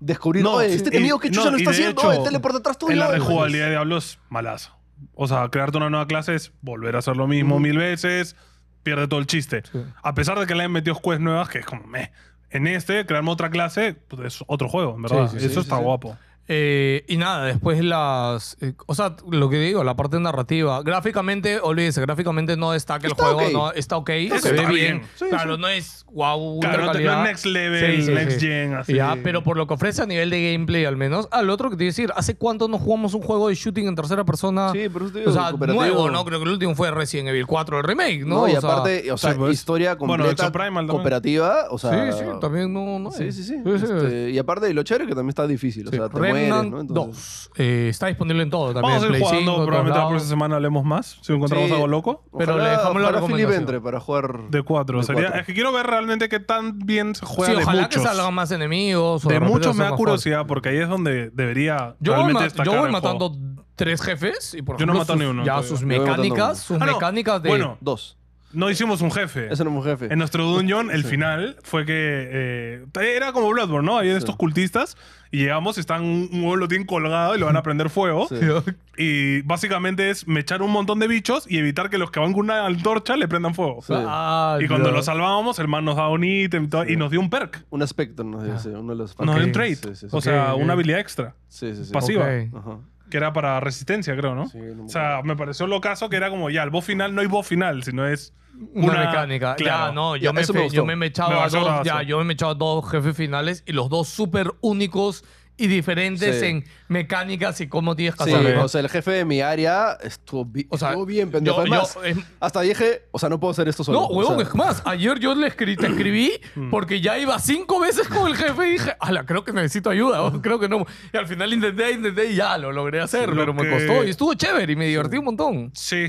Speaker 2: descubrir,
Speaker 1: No,
Speaker 2: no,
Speaker 1: sí.
Speaker 2: este enemigo
Speaker 1: Y-
Speaker 2: que
Speaker 1: no,
Speaker 2: chucha no,
Speaker 1: y
Speaker 2: está
Speaker 1: de
Speaker 2: haciendo, Este
Speaker 1: hecho,
Speaker 2: el teleport atrás tuyo.
Speaker 1: en la
Speaker 2: ¿no?
Speaker 1: rejugabilidad de Diablo es malazo. O sea, crearte una nueva clase es volver a hacer lo mismo
Speaker 2: Ujú.
Speaker 1: mil veces, pierde todo el chiste.
Speaker 3: Sí.
Speaker 1: A pesar de que le han metido quests nuevas, que es como meh. En este, crearme otra clase pues, es otro juego, en verdad.
Speaker 3: Sí, sí, sí,
Speaker 1: Eso
Speaker 2: sí,
Speaker 1: está
Speaker 2: sí.
Speaker 1: guapo.
Speaker 3: Eh, y nada, después las. eh, o sea, lo que digo, la parte narrativa. Gráficamente, olvídese, gráficamente no destaca el
Speaker 2: Está
Speaker 3: juego,
Speaker 2: ok.
Speaker 3: no, está ok, se
Speaker 1: ok.
Speaker 3: ve
Speaker 1: Está
Speaker 3: bien.
Speaker 1: bien.
Speaker 2: Sí,
Speaker 3: claro,
Speaker 2: sí.
Speaker 3: no es wow,
Speaker 1: Claro, no te- no es next level,
Speaker 3: Sí, sí,
Speaker 1: next
Speaker 3: sí.
Speaker 1: gen, así.
Speaker 3: Ya, pero por lo que ofrece a nivel de gameplay al menos. Al otro que te iba a decir, ¿hace cuánto no jugamos un juego de shooting en tercera persona?
Speaker 2: Sí, pero eso te digo,
Speaker 3: o sea,
Speaker 2: cooperativo.
Speaker 3: nuevo, ¿no? Creo que el último fue Resident Evil 4, el remake, ¿no?
Speaker 2: No, y
Speaker 3: O sea,
Speaker 2: aparte, o sea,
Speaker 1: sí, pues.
Speaker 2: historia
Speaker 1: Bueno,
Speaker 2: completa,
Speaker 1: Exoprimal también.
Speaker 2: cooperativa, o sea...
Speaker 3: sí, sí, también no. no
Speaker 2: Sí, sí, sí.
Speaker 3: sí,
Speaker 2: Este, y aparte, lo chévere es que también está difícil, o
Speaker 3: sí.
Speaker 2: sea, te mueres,
Speaker 3: Remnant
Speaker 2: ¿no? Entonces-
Speaker 3: 2. eh, está disponible en todo también.
Speaker 1: Vamos a ir
Speaker 3: Play
Speaker 1: jugando,
Speaker 3: 5,
Speaker 1: probablemente la
Speaker 3: todos
Speaker 1: próxima
Speaker 3: lados.
Speaker 1: semana hablemos más. Si encontramos
Speaker 2: Sí.
Speaker 1: algo loco.
Speaker 3: Pero
Speaker 2: Ojalá-
Speaker 3: le dejamos la
Speaker 2: ojalá Philip
Speaker 3: recomendación.
Speaker 2: entre para jugar
Speaker 1: De cuatro.
Speaker 2: De
Speaker 1: Sería,
Speaker 2: cuatro.
Speaker 1: Es que quiero ver realmente qué tan bien se juega
Speaker 3: Sí,
Speaker 1: de
Speaker 3: ojalá
Speaker 1: muchos.
Speaker 3: que salgan más enemigos. o
Speaker 1: de
Speaker 3: repente
Speaker 1: muchos me
Speaker 3: sea
Speaker 1: da
Speaker 3: más
Speaker 1: curiosidad porque ahí es donde debería
Speaker 3: Yo voy,
Speaker 1: realmente
Speaker 3: ma-
Speaker 1: destacar
Speaker 3: yo voy
Speaker 1: el juego.
Speaker 3: matando tres jefes y por
Speaker 1: Yo no
Speaker 3: ejemplo
Speaker 1: mato
Speaker 3: sus-
Speaker 1: ni uno
Speaker 3: ya
Speaker 1: todavía.
Speaker 3: sus
Speaker 1: Yo
Speaker 2: voy matando
Speaker 3: mecánicas,
Speaker 2: uno.
Speaker 3: sus
Speaker 1: Ah, no.
Speaker 3: mecánicas de
Speaker 1: Bueno,
Speaker 2: dos.
Speaker 1: No hicimos un jefe.
Speaker 2: Ese no es un jefe.
Speaker 1: En nuestro dungeon, el
Speaker 2: Sí.
Speaker 1: final fue que eh, era como Bloodborne, ¿no? Había estos cultistas y llegamos, están un un huevo lo tienen colgado y lo van a prender fuego.
Speaker 2: Sí.
Speaker 1: Y básicamente es mechar un montón de bichos y evitar que los que van con una antorcha le prendan fuego.
Speaker 2: Sí.
Speaker 3: Ah,
Speaker 1: Y cuando
Speaker 3: ya.
Speaker 1: lo salvábamos, el man nos da un ítem y, todo, y nos dio un perk.
Speaker 2: Un aspecto, no
Speaker 3: Ah.
Speaker 2: sé, sí, uno de los
Speaker 1: Nos dio un
Speaker 3: Ok.
Speaker 1: trait.
Speaker 2: Sí, sí, sí.
Speaker 1: O sea,
Speaker 3: Ok, ok.
Speaker 1: una habilidad extra.
Speaker 2: Sí, sí, sí.
Speaker 1: pasivo.
Speaker 3: Ok.
Speaker 1: arriba.
Speaker 2: Ajá.
Speaker 1: Que era para resistencia, creo, ¿no?
Speaker 2: Sí, no me
Speaker 1: o sea, me pareció lo caso que era como ya, el boss final no hay boss final, sino es
Speaker 3: una,
Speaker 1: una-
Speaker 3: mecánica.
Speaker 1: claro.
Speaker 3: Ya, no, yo
Speaker 2: Ya,
Speaker 3: me,
Speaker 2: eso me
Speaker 3: fe-
Speaker 2: gustó.
Speaker 3: yo me he echado
Speaker 1: Me
Speaker 3: a
Speaker 1: pareció
Speaker 3: dos,
Speaker 1: bravazo.
Speaker 3: ya, yo me he echado a dos jefes finales y los dos súper únicos y diferentes
Speaker 2: Sí.
Speaker 3: en mecánicas y cómo tienes que
Speaker 2: Sí,
Speaker 3: hacerlo.
Speaker 2: o sea, el jefe de mi área estuvo, bi-
Speaker 3: O sea,
Speaker 2: estuvo bien, pendejo.
Speaker 3: yo-
Speaker 2: Es más,
Speaker 3: yo- es-
Speaker 2: hasta dije, o sea, no puedo hacer esto solo.
Speaker 3: No,
Speaker 2: o
Speaker 3: huevón,
Speaker 2: sea,
Speaker 3: es más, ayer yo le escri- te escribí porque ya iba cinco veces con el jefe y dije, ala, creo que necesito ayuda, o creo que no. Y al final intenté, intenté y ya lo logré hacer,
Speaker 1: Lo
Speaker 3: pero me
Speaker 1: que-
Speaker 3: costó y estuvo chévere y me divertí un montón.
Speaker 1: Sí,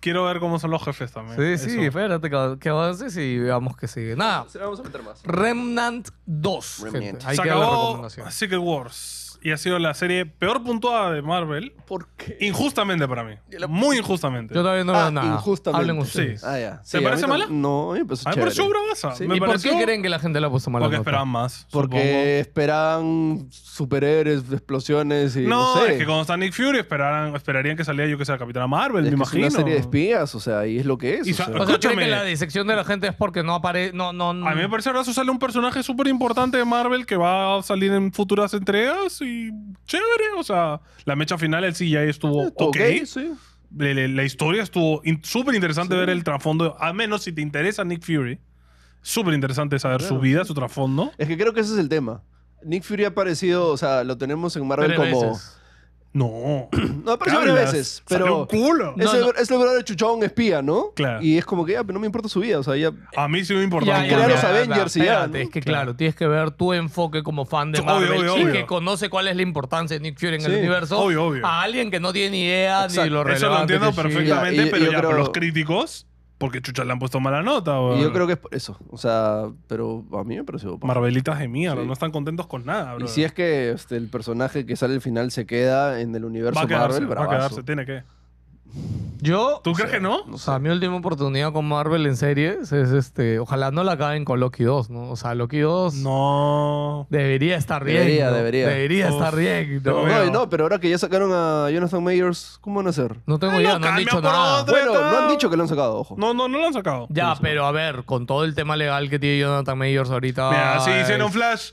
Speaker 1: quiero ver cómo son los jefes también.
Speaker 3: Sí, sí,
Speaker 1: Eso.
Speaker 3: espérate que, que avances y veamos que sigue. Nada,
Speaker 2: se la Vamos a meter más.
Speaker 3: Remnant 2.
Speaker 2: Remnant.
Speaker 3: gente. Ahí
Speaker 1: Se
Speaker 3: queda la
Speaker 1: acabó
Speaker 3: recomendación.
Speaker 1: Secret Wars y ha sido la serie peor puntuada de Marvel,
Speaker 2: ¿Por qué?
Speaker 1: injustamente para mí. Muy injustamente.
Speaker 3: Yo
Speaker 1: A
Speaker 3: todavía no veo
Speaker 2: Ah,
Speaker 3: nada.
Speaker 2: injustamente.
Speaker 3: Hablen ustedes.
Speaker 1: Sí.
Speaker 2: Ah, ya.
Speaker 1: ¿Te
Speaker 2: a mí
Speaker 1: parece
Speaker 2: tam-
Speaker 1: mala?
Speaker 2: No, a mí me pareció
Speaker 1: mí me pareció
Speaker 2: chévere.
Speaker 1: bravaza.
Speaker 2: Sí.
Speaker 1: Me
Speaker 3: ¿Y por
Speaker 1: pareció
Speaker 3: qué creen que la gente la ha puesto mal?
Speaker 1: Porque esperaban más.
Speaker 2: Porque esperaban superhéroes, explosiones y
Speaker 1: supongo.
Speaker 2: no,
Speaker 1: No,
Speaker 2: sé.
Speaker 1: es que cuando está Nick Fury esperaran, esperarían que saliera yo que sea Capitana Marvel,
Speaker 2: Es
Speaker 1: me
Speaker 2: que es
Speaker 1: imagino.
Speaker 2: una serie de espías, o sea, y es lo que es.
Speaker 1: Y
Speaker 2: o
Speaker 1: sa-
Speaker 2: sea.
Speaker 3: O sea, ¿creen
Speaker 1: Escúchame.
Speaker 3: que la disección de la gente es porque no aparece. No, no, no.
Speaker 1: A mí me parece ahora sale un personaje súper importante de Marvel que va a salir en futuras entregas y chévere. O sea, la mecha final, el CGI estuvo
Speaker 2: Estuvo
Speaker 1: ok.
Speaker 2: ok, sí.
Speaker 1: Le- le- La, historia estuvo in- súper interesante ver el trasfondo. Al menos si te interesa Nick Fury, súper interesante saber su vida, su trasfondo.
Speaker 2: Es que creo que ese es el tema. Nick Fury ha aparecido, o sea, lo tenemos en Marvel
Speaker 3: Tres
Speaker 2: como.
Speaker 3: veces.
Speaker 1: No.
Speaker 2: No, ha aparecido varias
Speaker 1: Hablas.
Speaker 2: veces,
Speaker 1: Salió
Speaker 2: pero.
Speaker 1: un culo.
Speaker 2: Es,
Speaker 3: No,
Speaker 2: el,
Speaker 3: no.
Speaker 2: es el verdadero chuchón espía, ¿no?
Speaker 1: Claro.
Speaker 2: Y es como que ya, pero no me importa su vida, o sea, ya.
Speaker 1: A mí sí me importa.
Speaker 3: Ya,
Speaker 1: un
Speaker 2: crear
Speaker 1: culo.
Speaker 2: los Avengers y ya,
Speaker 3: espérate,
Speaker 2: ¿no?
Speaker 3: Es que claro, tienes que ver tu enfoque como fan de
Speaker 1: Obvio,
Speaker 3: Marvel
Speaker 1: obvio,
Speaker 3: y
Speaker 1: obvio.
Speaker 3: que conoce cuál es la importancia de Nick Fury en el
Speaker 2: Sí,
Speaker 3: universo.
Speaker 1: obvio, obio.
Speaker 3: A alguien que no tiene ni idea ni
Speaker 2: Exacto.
Speaker 3: lo relevante.
Speaker 1: Eso lo entiendo
Speaker 3: que es.
Speaker 1: perfectamente,
Speaker 2: Ya, y-
Speaker 1: pero
Speaker 2: yo
Speaker 1: ya con
Speaker 2: creo-
Speaker 1: los críticos, porque chucha le han puesto mala nota.
Speaker 2: Y yo creo que es por eso. O sea, pero a mí me pareció. paja.
Speaker 1: Marvelitas de mierda,
Speaker 2: Sí.
Speaker 1: no están contentos con nada, bro.
Speaker 2: Y si es que este, el personaje que sale al final se queda en el universo
Speaker 1: va a quedarse,
Speaker 2: Marvel,
Speaker 1: va a
Speaker 2: bravazo.
Speaker 1: quedarse, tiene que.
Speaker 3: Yo.
Speaker 1: ¿Tú crees que no?
Speaker 3: O sea, mi última oportunidad con Marvel en series es este. Ojalá no la acaben con Loki 2, ¿no? O sea, Loki 2.
Speaker 1: No.
Speaker 3: Debería estar bien.
Speaker 2: Debería,
Speaker 3: ¿no?
Speaker 2: debería.
Speaker 3: Debería
Speaker 1: Uf,
Speaker 3: estar bien.
Speaker 1: yo
Speaker 3: No,
Speaker 1: veo.
Speaker 2: No, y no, pero ahora que ya sacaron a Jonathan Mayers, ¿cómo van a hacer?
Speaker 3: No tengo
Speaker 1: Ay,
Speaker 3: idea,
Speaker 1: lo
Speaker 3: no han
Speaker 1: cambia
Speaker 3: dicho
Speaker 1: por
Speaker 3: nada.
Speaker 1: otro.
Speaker 2: Bueno, no
Speaker 1: no.
Speaker 2: han dicho que lo han sacado, ojo.
Speaker 1: No, no, no lo han sacado.
Speaker 3: Ya, pero a ver, con todo el tema legal que tiene Jonathan Mayors ahorita.
Speaker 1: Mira, si
Speaker 3: es-
Speaker 1: hicieron Flash,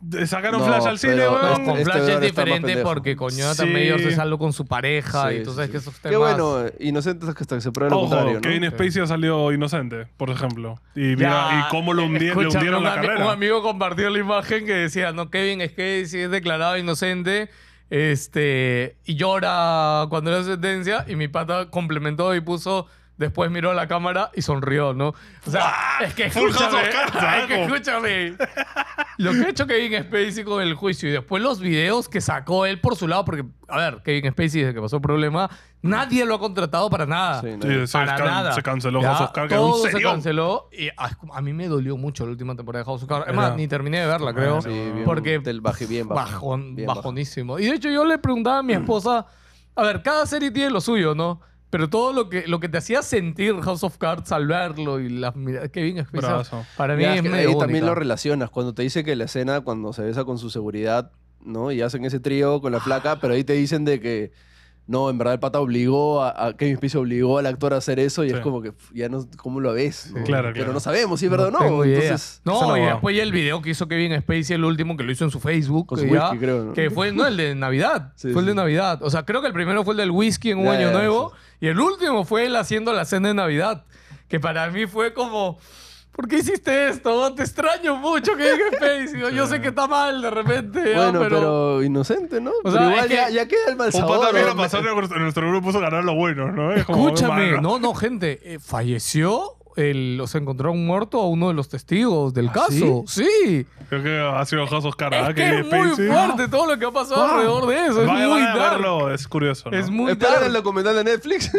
Speaker 1: de- sacaron
Speaker 2: No,
Speaker 1: Flash al
Speaker 2: pero-
Speaker 1: cine,
Speaker 2: no,
Speaker 3: No,
Speaker 1: weón.
Speaker 3: con
Speaker 2: Este
Speaker 3: Flash
Speaker 2: brother
Speaker 3: es
Speaker 2: está más
Speaker 3: diferente
Speaker 2: pendejo.
Speaker 3: porque con Jonathan
Speaker 1: Sí.
Speaker 3: Mayors es algo con su pareja
Speaker 2: Sí,
Speaker 3: y tú
Speaker 2: sí,
Speaker 3: sabes
Speaker 2: sí.
Speaker 3: que esos temas.
Speaker 2: Qué bueno, eh, inocentes hasta que se pruebe lo
Speaker 1: Ojo,
Speaker 2: contrario, ¿no?
Speaker 1: Kevin Spacey ha salido inocente, por ejemplo. Y mira,
Speaker 3: Ya,
Speaker 1: y cómo lo, hundi- le
Speaker 3: escúchame,
Speaker 1: hundieron la
Speaker 3: un ami-
Speaker 1: carrera.
Speaker 3: Un amigo compartió la imagen que decía, no, Kevin es que si es declarado inocente, este, y llora cuando era sentencia, y mi pata complementó y puso, Después miró a la cámara y sonrió, ¿no? O sea, es que
Speaker 1: Full House
Speaker 3: escúchame.
Speaker 1: Oscar,
Speaker 3: es que
Speaker 1: ¿sabes?
Speaker 3: escúchame. Lo que ha hecho Kevin Spacey con el juicio y después los videos que sacó él por su lado, porque, a ver, Kevin Spacey desde que pasó el problema, nadie lo ha contratado para nada.
Speaker 2: Sí, no.
Speaker 1: Sí, se,
Speaker 3: Para
Speaker 1: can-
Speaker 3: nada.
Speaker 1: se canceló
Speaker 3: Ya,
Speaker 1: House of Cards, que era un
Speaker 3: Todo se
Speaker 1: serión.
Speaker 3: canceló y a, a mí me dolió mucho la última temporada de House of Cards. Es
Speaker 1: Era-
Speaker 3: más, ni terminé de verla, creo.
Speaker 2: Sí, bien-
Speaker 3: porque
Speaker 2: del baje- bien bajo,
Speaker 3: bajón,
Speaker 2: bien bajo.
Speaker 3: bajonísimo. Y de hecho yo le preguntaba a mi esposa, a ver, cada serie tiene lo suyo, ¿no? Pero todo lo que, lo que te hacía sentir House of Cards al verlo y las miradas, qué bien
Speaker 1: Brazo.
Speaker 3: Para mí
Speaker 2: Ya,
Speaker 3: es
Speaker 2: que
Speaker 3: medio
Speaker 2: ahí también lo
Speaker 3: bonita.
Speaker 2: relacionas. Cuando te dice que la escena, cuando se besa con su seguridad, ¿no? Y hacen ese trío con la flaca, pero ahí te dicen de que. No, en verdad el pata obligó a, a Kevin Spacey obligó al actor a hacer eso y
Speaker 1: Sí.
Speaker 2: es como que pf, ya no cómo lo ves, ¿no?
Speaker 1: Claro,
Speaker 2: pero
Speaker 1: claro.
Speaker 2: no sabemos si es verdad o no.
Speaker 3: tengo idea.
Speaker 2: Entonces,
Speaker 1: esa es
Speaker 3: no,
Speaker 1: la
Speaker 3: y
Speaker 1: huevada.
Speaker 3: después ya el video que hizo Kevin Spacey, el último que lo hizo en su Facebook.
Speaker 2: con su
Speaker 3: que ya-
Speaker 2: whisky, creo, ¿no?
Speaker 3: Que fue, no, el de Navidad.
Speaker 2: Sí,
Speaker 3: fue el de
Speaker 2: sí.
Speaker 3: Navidad. O sea, creo que el primero fue el del whisky en un
Speaker 2: Ya,
Speaker 3: año
Speaker 2: ya,
Speaker 3: nuevo. Y el último fue él haciendo la cena de Navidad. Que para mí fue como, ¿por qué hiciste esto? Te extraño mucho que diga Spacey. Yo- Yo sé que está mal de repente. ya,
Speaker 2: Bueno, pero...
Speaker 3: pero...
Speaker 2: inocente, ¿no? pero
Speaker 3: sea, es
Speaker 2: igual
Speaker 3: que-
Speaker 2: ya, ya queda el mal
Speaker 1: Un
Speaker 2: sabor.
Speaker 1: pata que
Speaker 2: ¿no?
Speaker 1: era pasar en nuestro- en nuestro grupo puso ganar los buenos, ¿no? Es como,
Speaker 3: Escúchame,
Speaker 1: hermano.
Speaker 3: no, no, gente, eh, falleció, el, o sea, encontraron muerto a uno de los testigos del
Speaker 2: ¿Ah, sí?
Speaker 3: caso. Sí.
Speaker 1: Creo que ha sido House of Cards,
Speaker 3: Es
Speaker 1: ¿verdad?
Speaker 3: que es
Speaker 1: Kevin
Speaker 3: muy
Speaker 1: Spacey.
Speaker 3: fuerte todo lo que ha pasado
Speaker 2: Wow.
Speaker 3: alrededor de eso. Es
Speaker 1: Ah. Vaya,
Speaker 3: muy
Speaker 1: vayan a
Speaker 3: dark.
Speaker 1: verlo, es curioso. ¿no?
Speaker 3: Es muy
Speaker 2: Esperen
Speaker 3: dark.
Speaker 2: el documental de Netflix.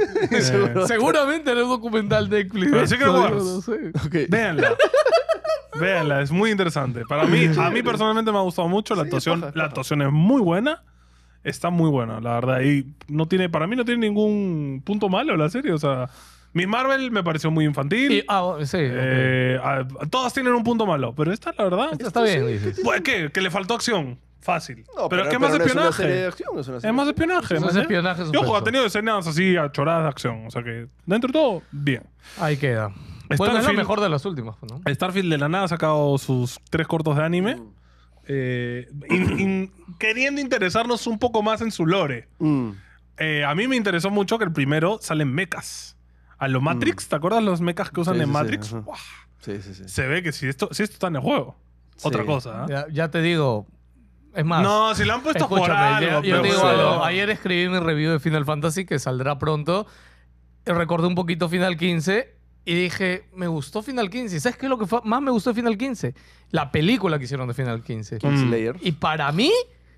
Speaker 2: Seguro.
Speaker 3: Seguramente era un documental de Netflix.
Speaker 1: Pero sí que
Speaker 3: Yo
Speaker 1: lo
Speaker 3: no sé.
Speaker 2: Ok.
Speaker 1: Véanla. Véanla, es muy interesante. Para mí, a mí personalmente me ha gustado mucho la
Speaker 2: Sí,
Speaker 1: actuación.
Speaker 2: es paja, es
Speaker 1: la
Speaker 2: paja.
Speaker 1: actuación es muy buena. Está muy buena, la verdad. Y no tiene, para mí no tiene ningún punto malo la serie. O sea, Miss Marvel me pareció muy infantil.
Speaker 3: Y- ah, sí. ok.
Speaker 1: Eh, a- todas tienen un punto malo, pero esta, la verdad.
Speaker 3: Esto está bien, dices.
Speaker 1: Pues, ¿Qué? Que le faltó acción. Fácil.
Speaker 2: No,
Speaker 1: pero, es que es más
Speaker 2: no Es una
Speaker 1: espionaje.
Speaker 2: serie de acción, es una serie
Speaker 1: Es más
Speaker 2: de acción.
Speaker 1: espionaje.
Speaker 3: Es
Speaker 1: ¿me
Speaker 3: más
Speaker 1: entiendes?
Speaker 3: espionaje, es un
Speaker 1: Y ojo, ha
Speaker 3: peso.
Speaker 1: tenido escenas así achoradas de acción. O sea que, dentro de todo, bien.
Speaker 3: Ahí queda. Bueno, es
Speaker 1: Starfield-
Speaker 3: la mejor de las últimas, ¿no?
Speaker 1: Starfield de la nada ha sacado sus tres cortos de anime. eh, in- in- queriendo interesarnos un poco más en su lore.
Speaker 2: Mm.
Speaker 1: Eh, a mí me interesó mucho que el primero salen mechas. A los Matrix, ¿te acuerdas los mechas que usan
Speaker 2: Mm. Sí,
Speaker 1: en
Speaker 2: sí, sí,
Speaker 1: Matrix?
Speaker 2: ajá.
Speaker 1: Buah,
Speaker 2: Sí, sí, sí.
Speaker 1: se ve que si esto, si esto está en el juego. Otra
Speaker 2: Sí.
Speaker 1: cosa. ¿eh?
Speaker 3: Ya, ya te digo. Es más.
Speaker 1: No, si lo han puesto por
Speaker 3: Escúchame,
Speaker 1: algo.
Speaker 3: yo- yo
Speaker 1: pero
Speaker 3: te digo
Speaker 1: bueno.
Speaker 3: algo. Ayer escribí mi review de Final Fantasy que saldrá pronto. Eh, Recordé un poquito Final 15 y dije, me gustó Final 15. ¿Sabes qué es lo que fue- más me gustó de Final 15? La película que hicieron de Final 15.
Speaker 1: Mm.
Speaker 2: Kingslayer.
Speaker 3: Y para mí,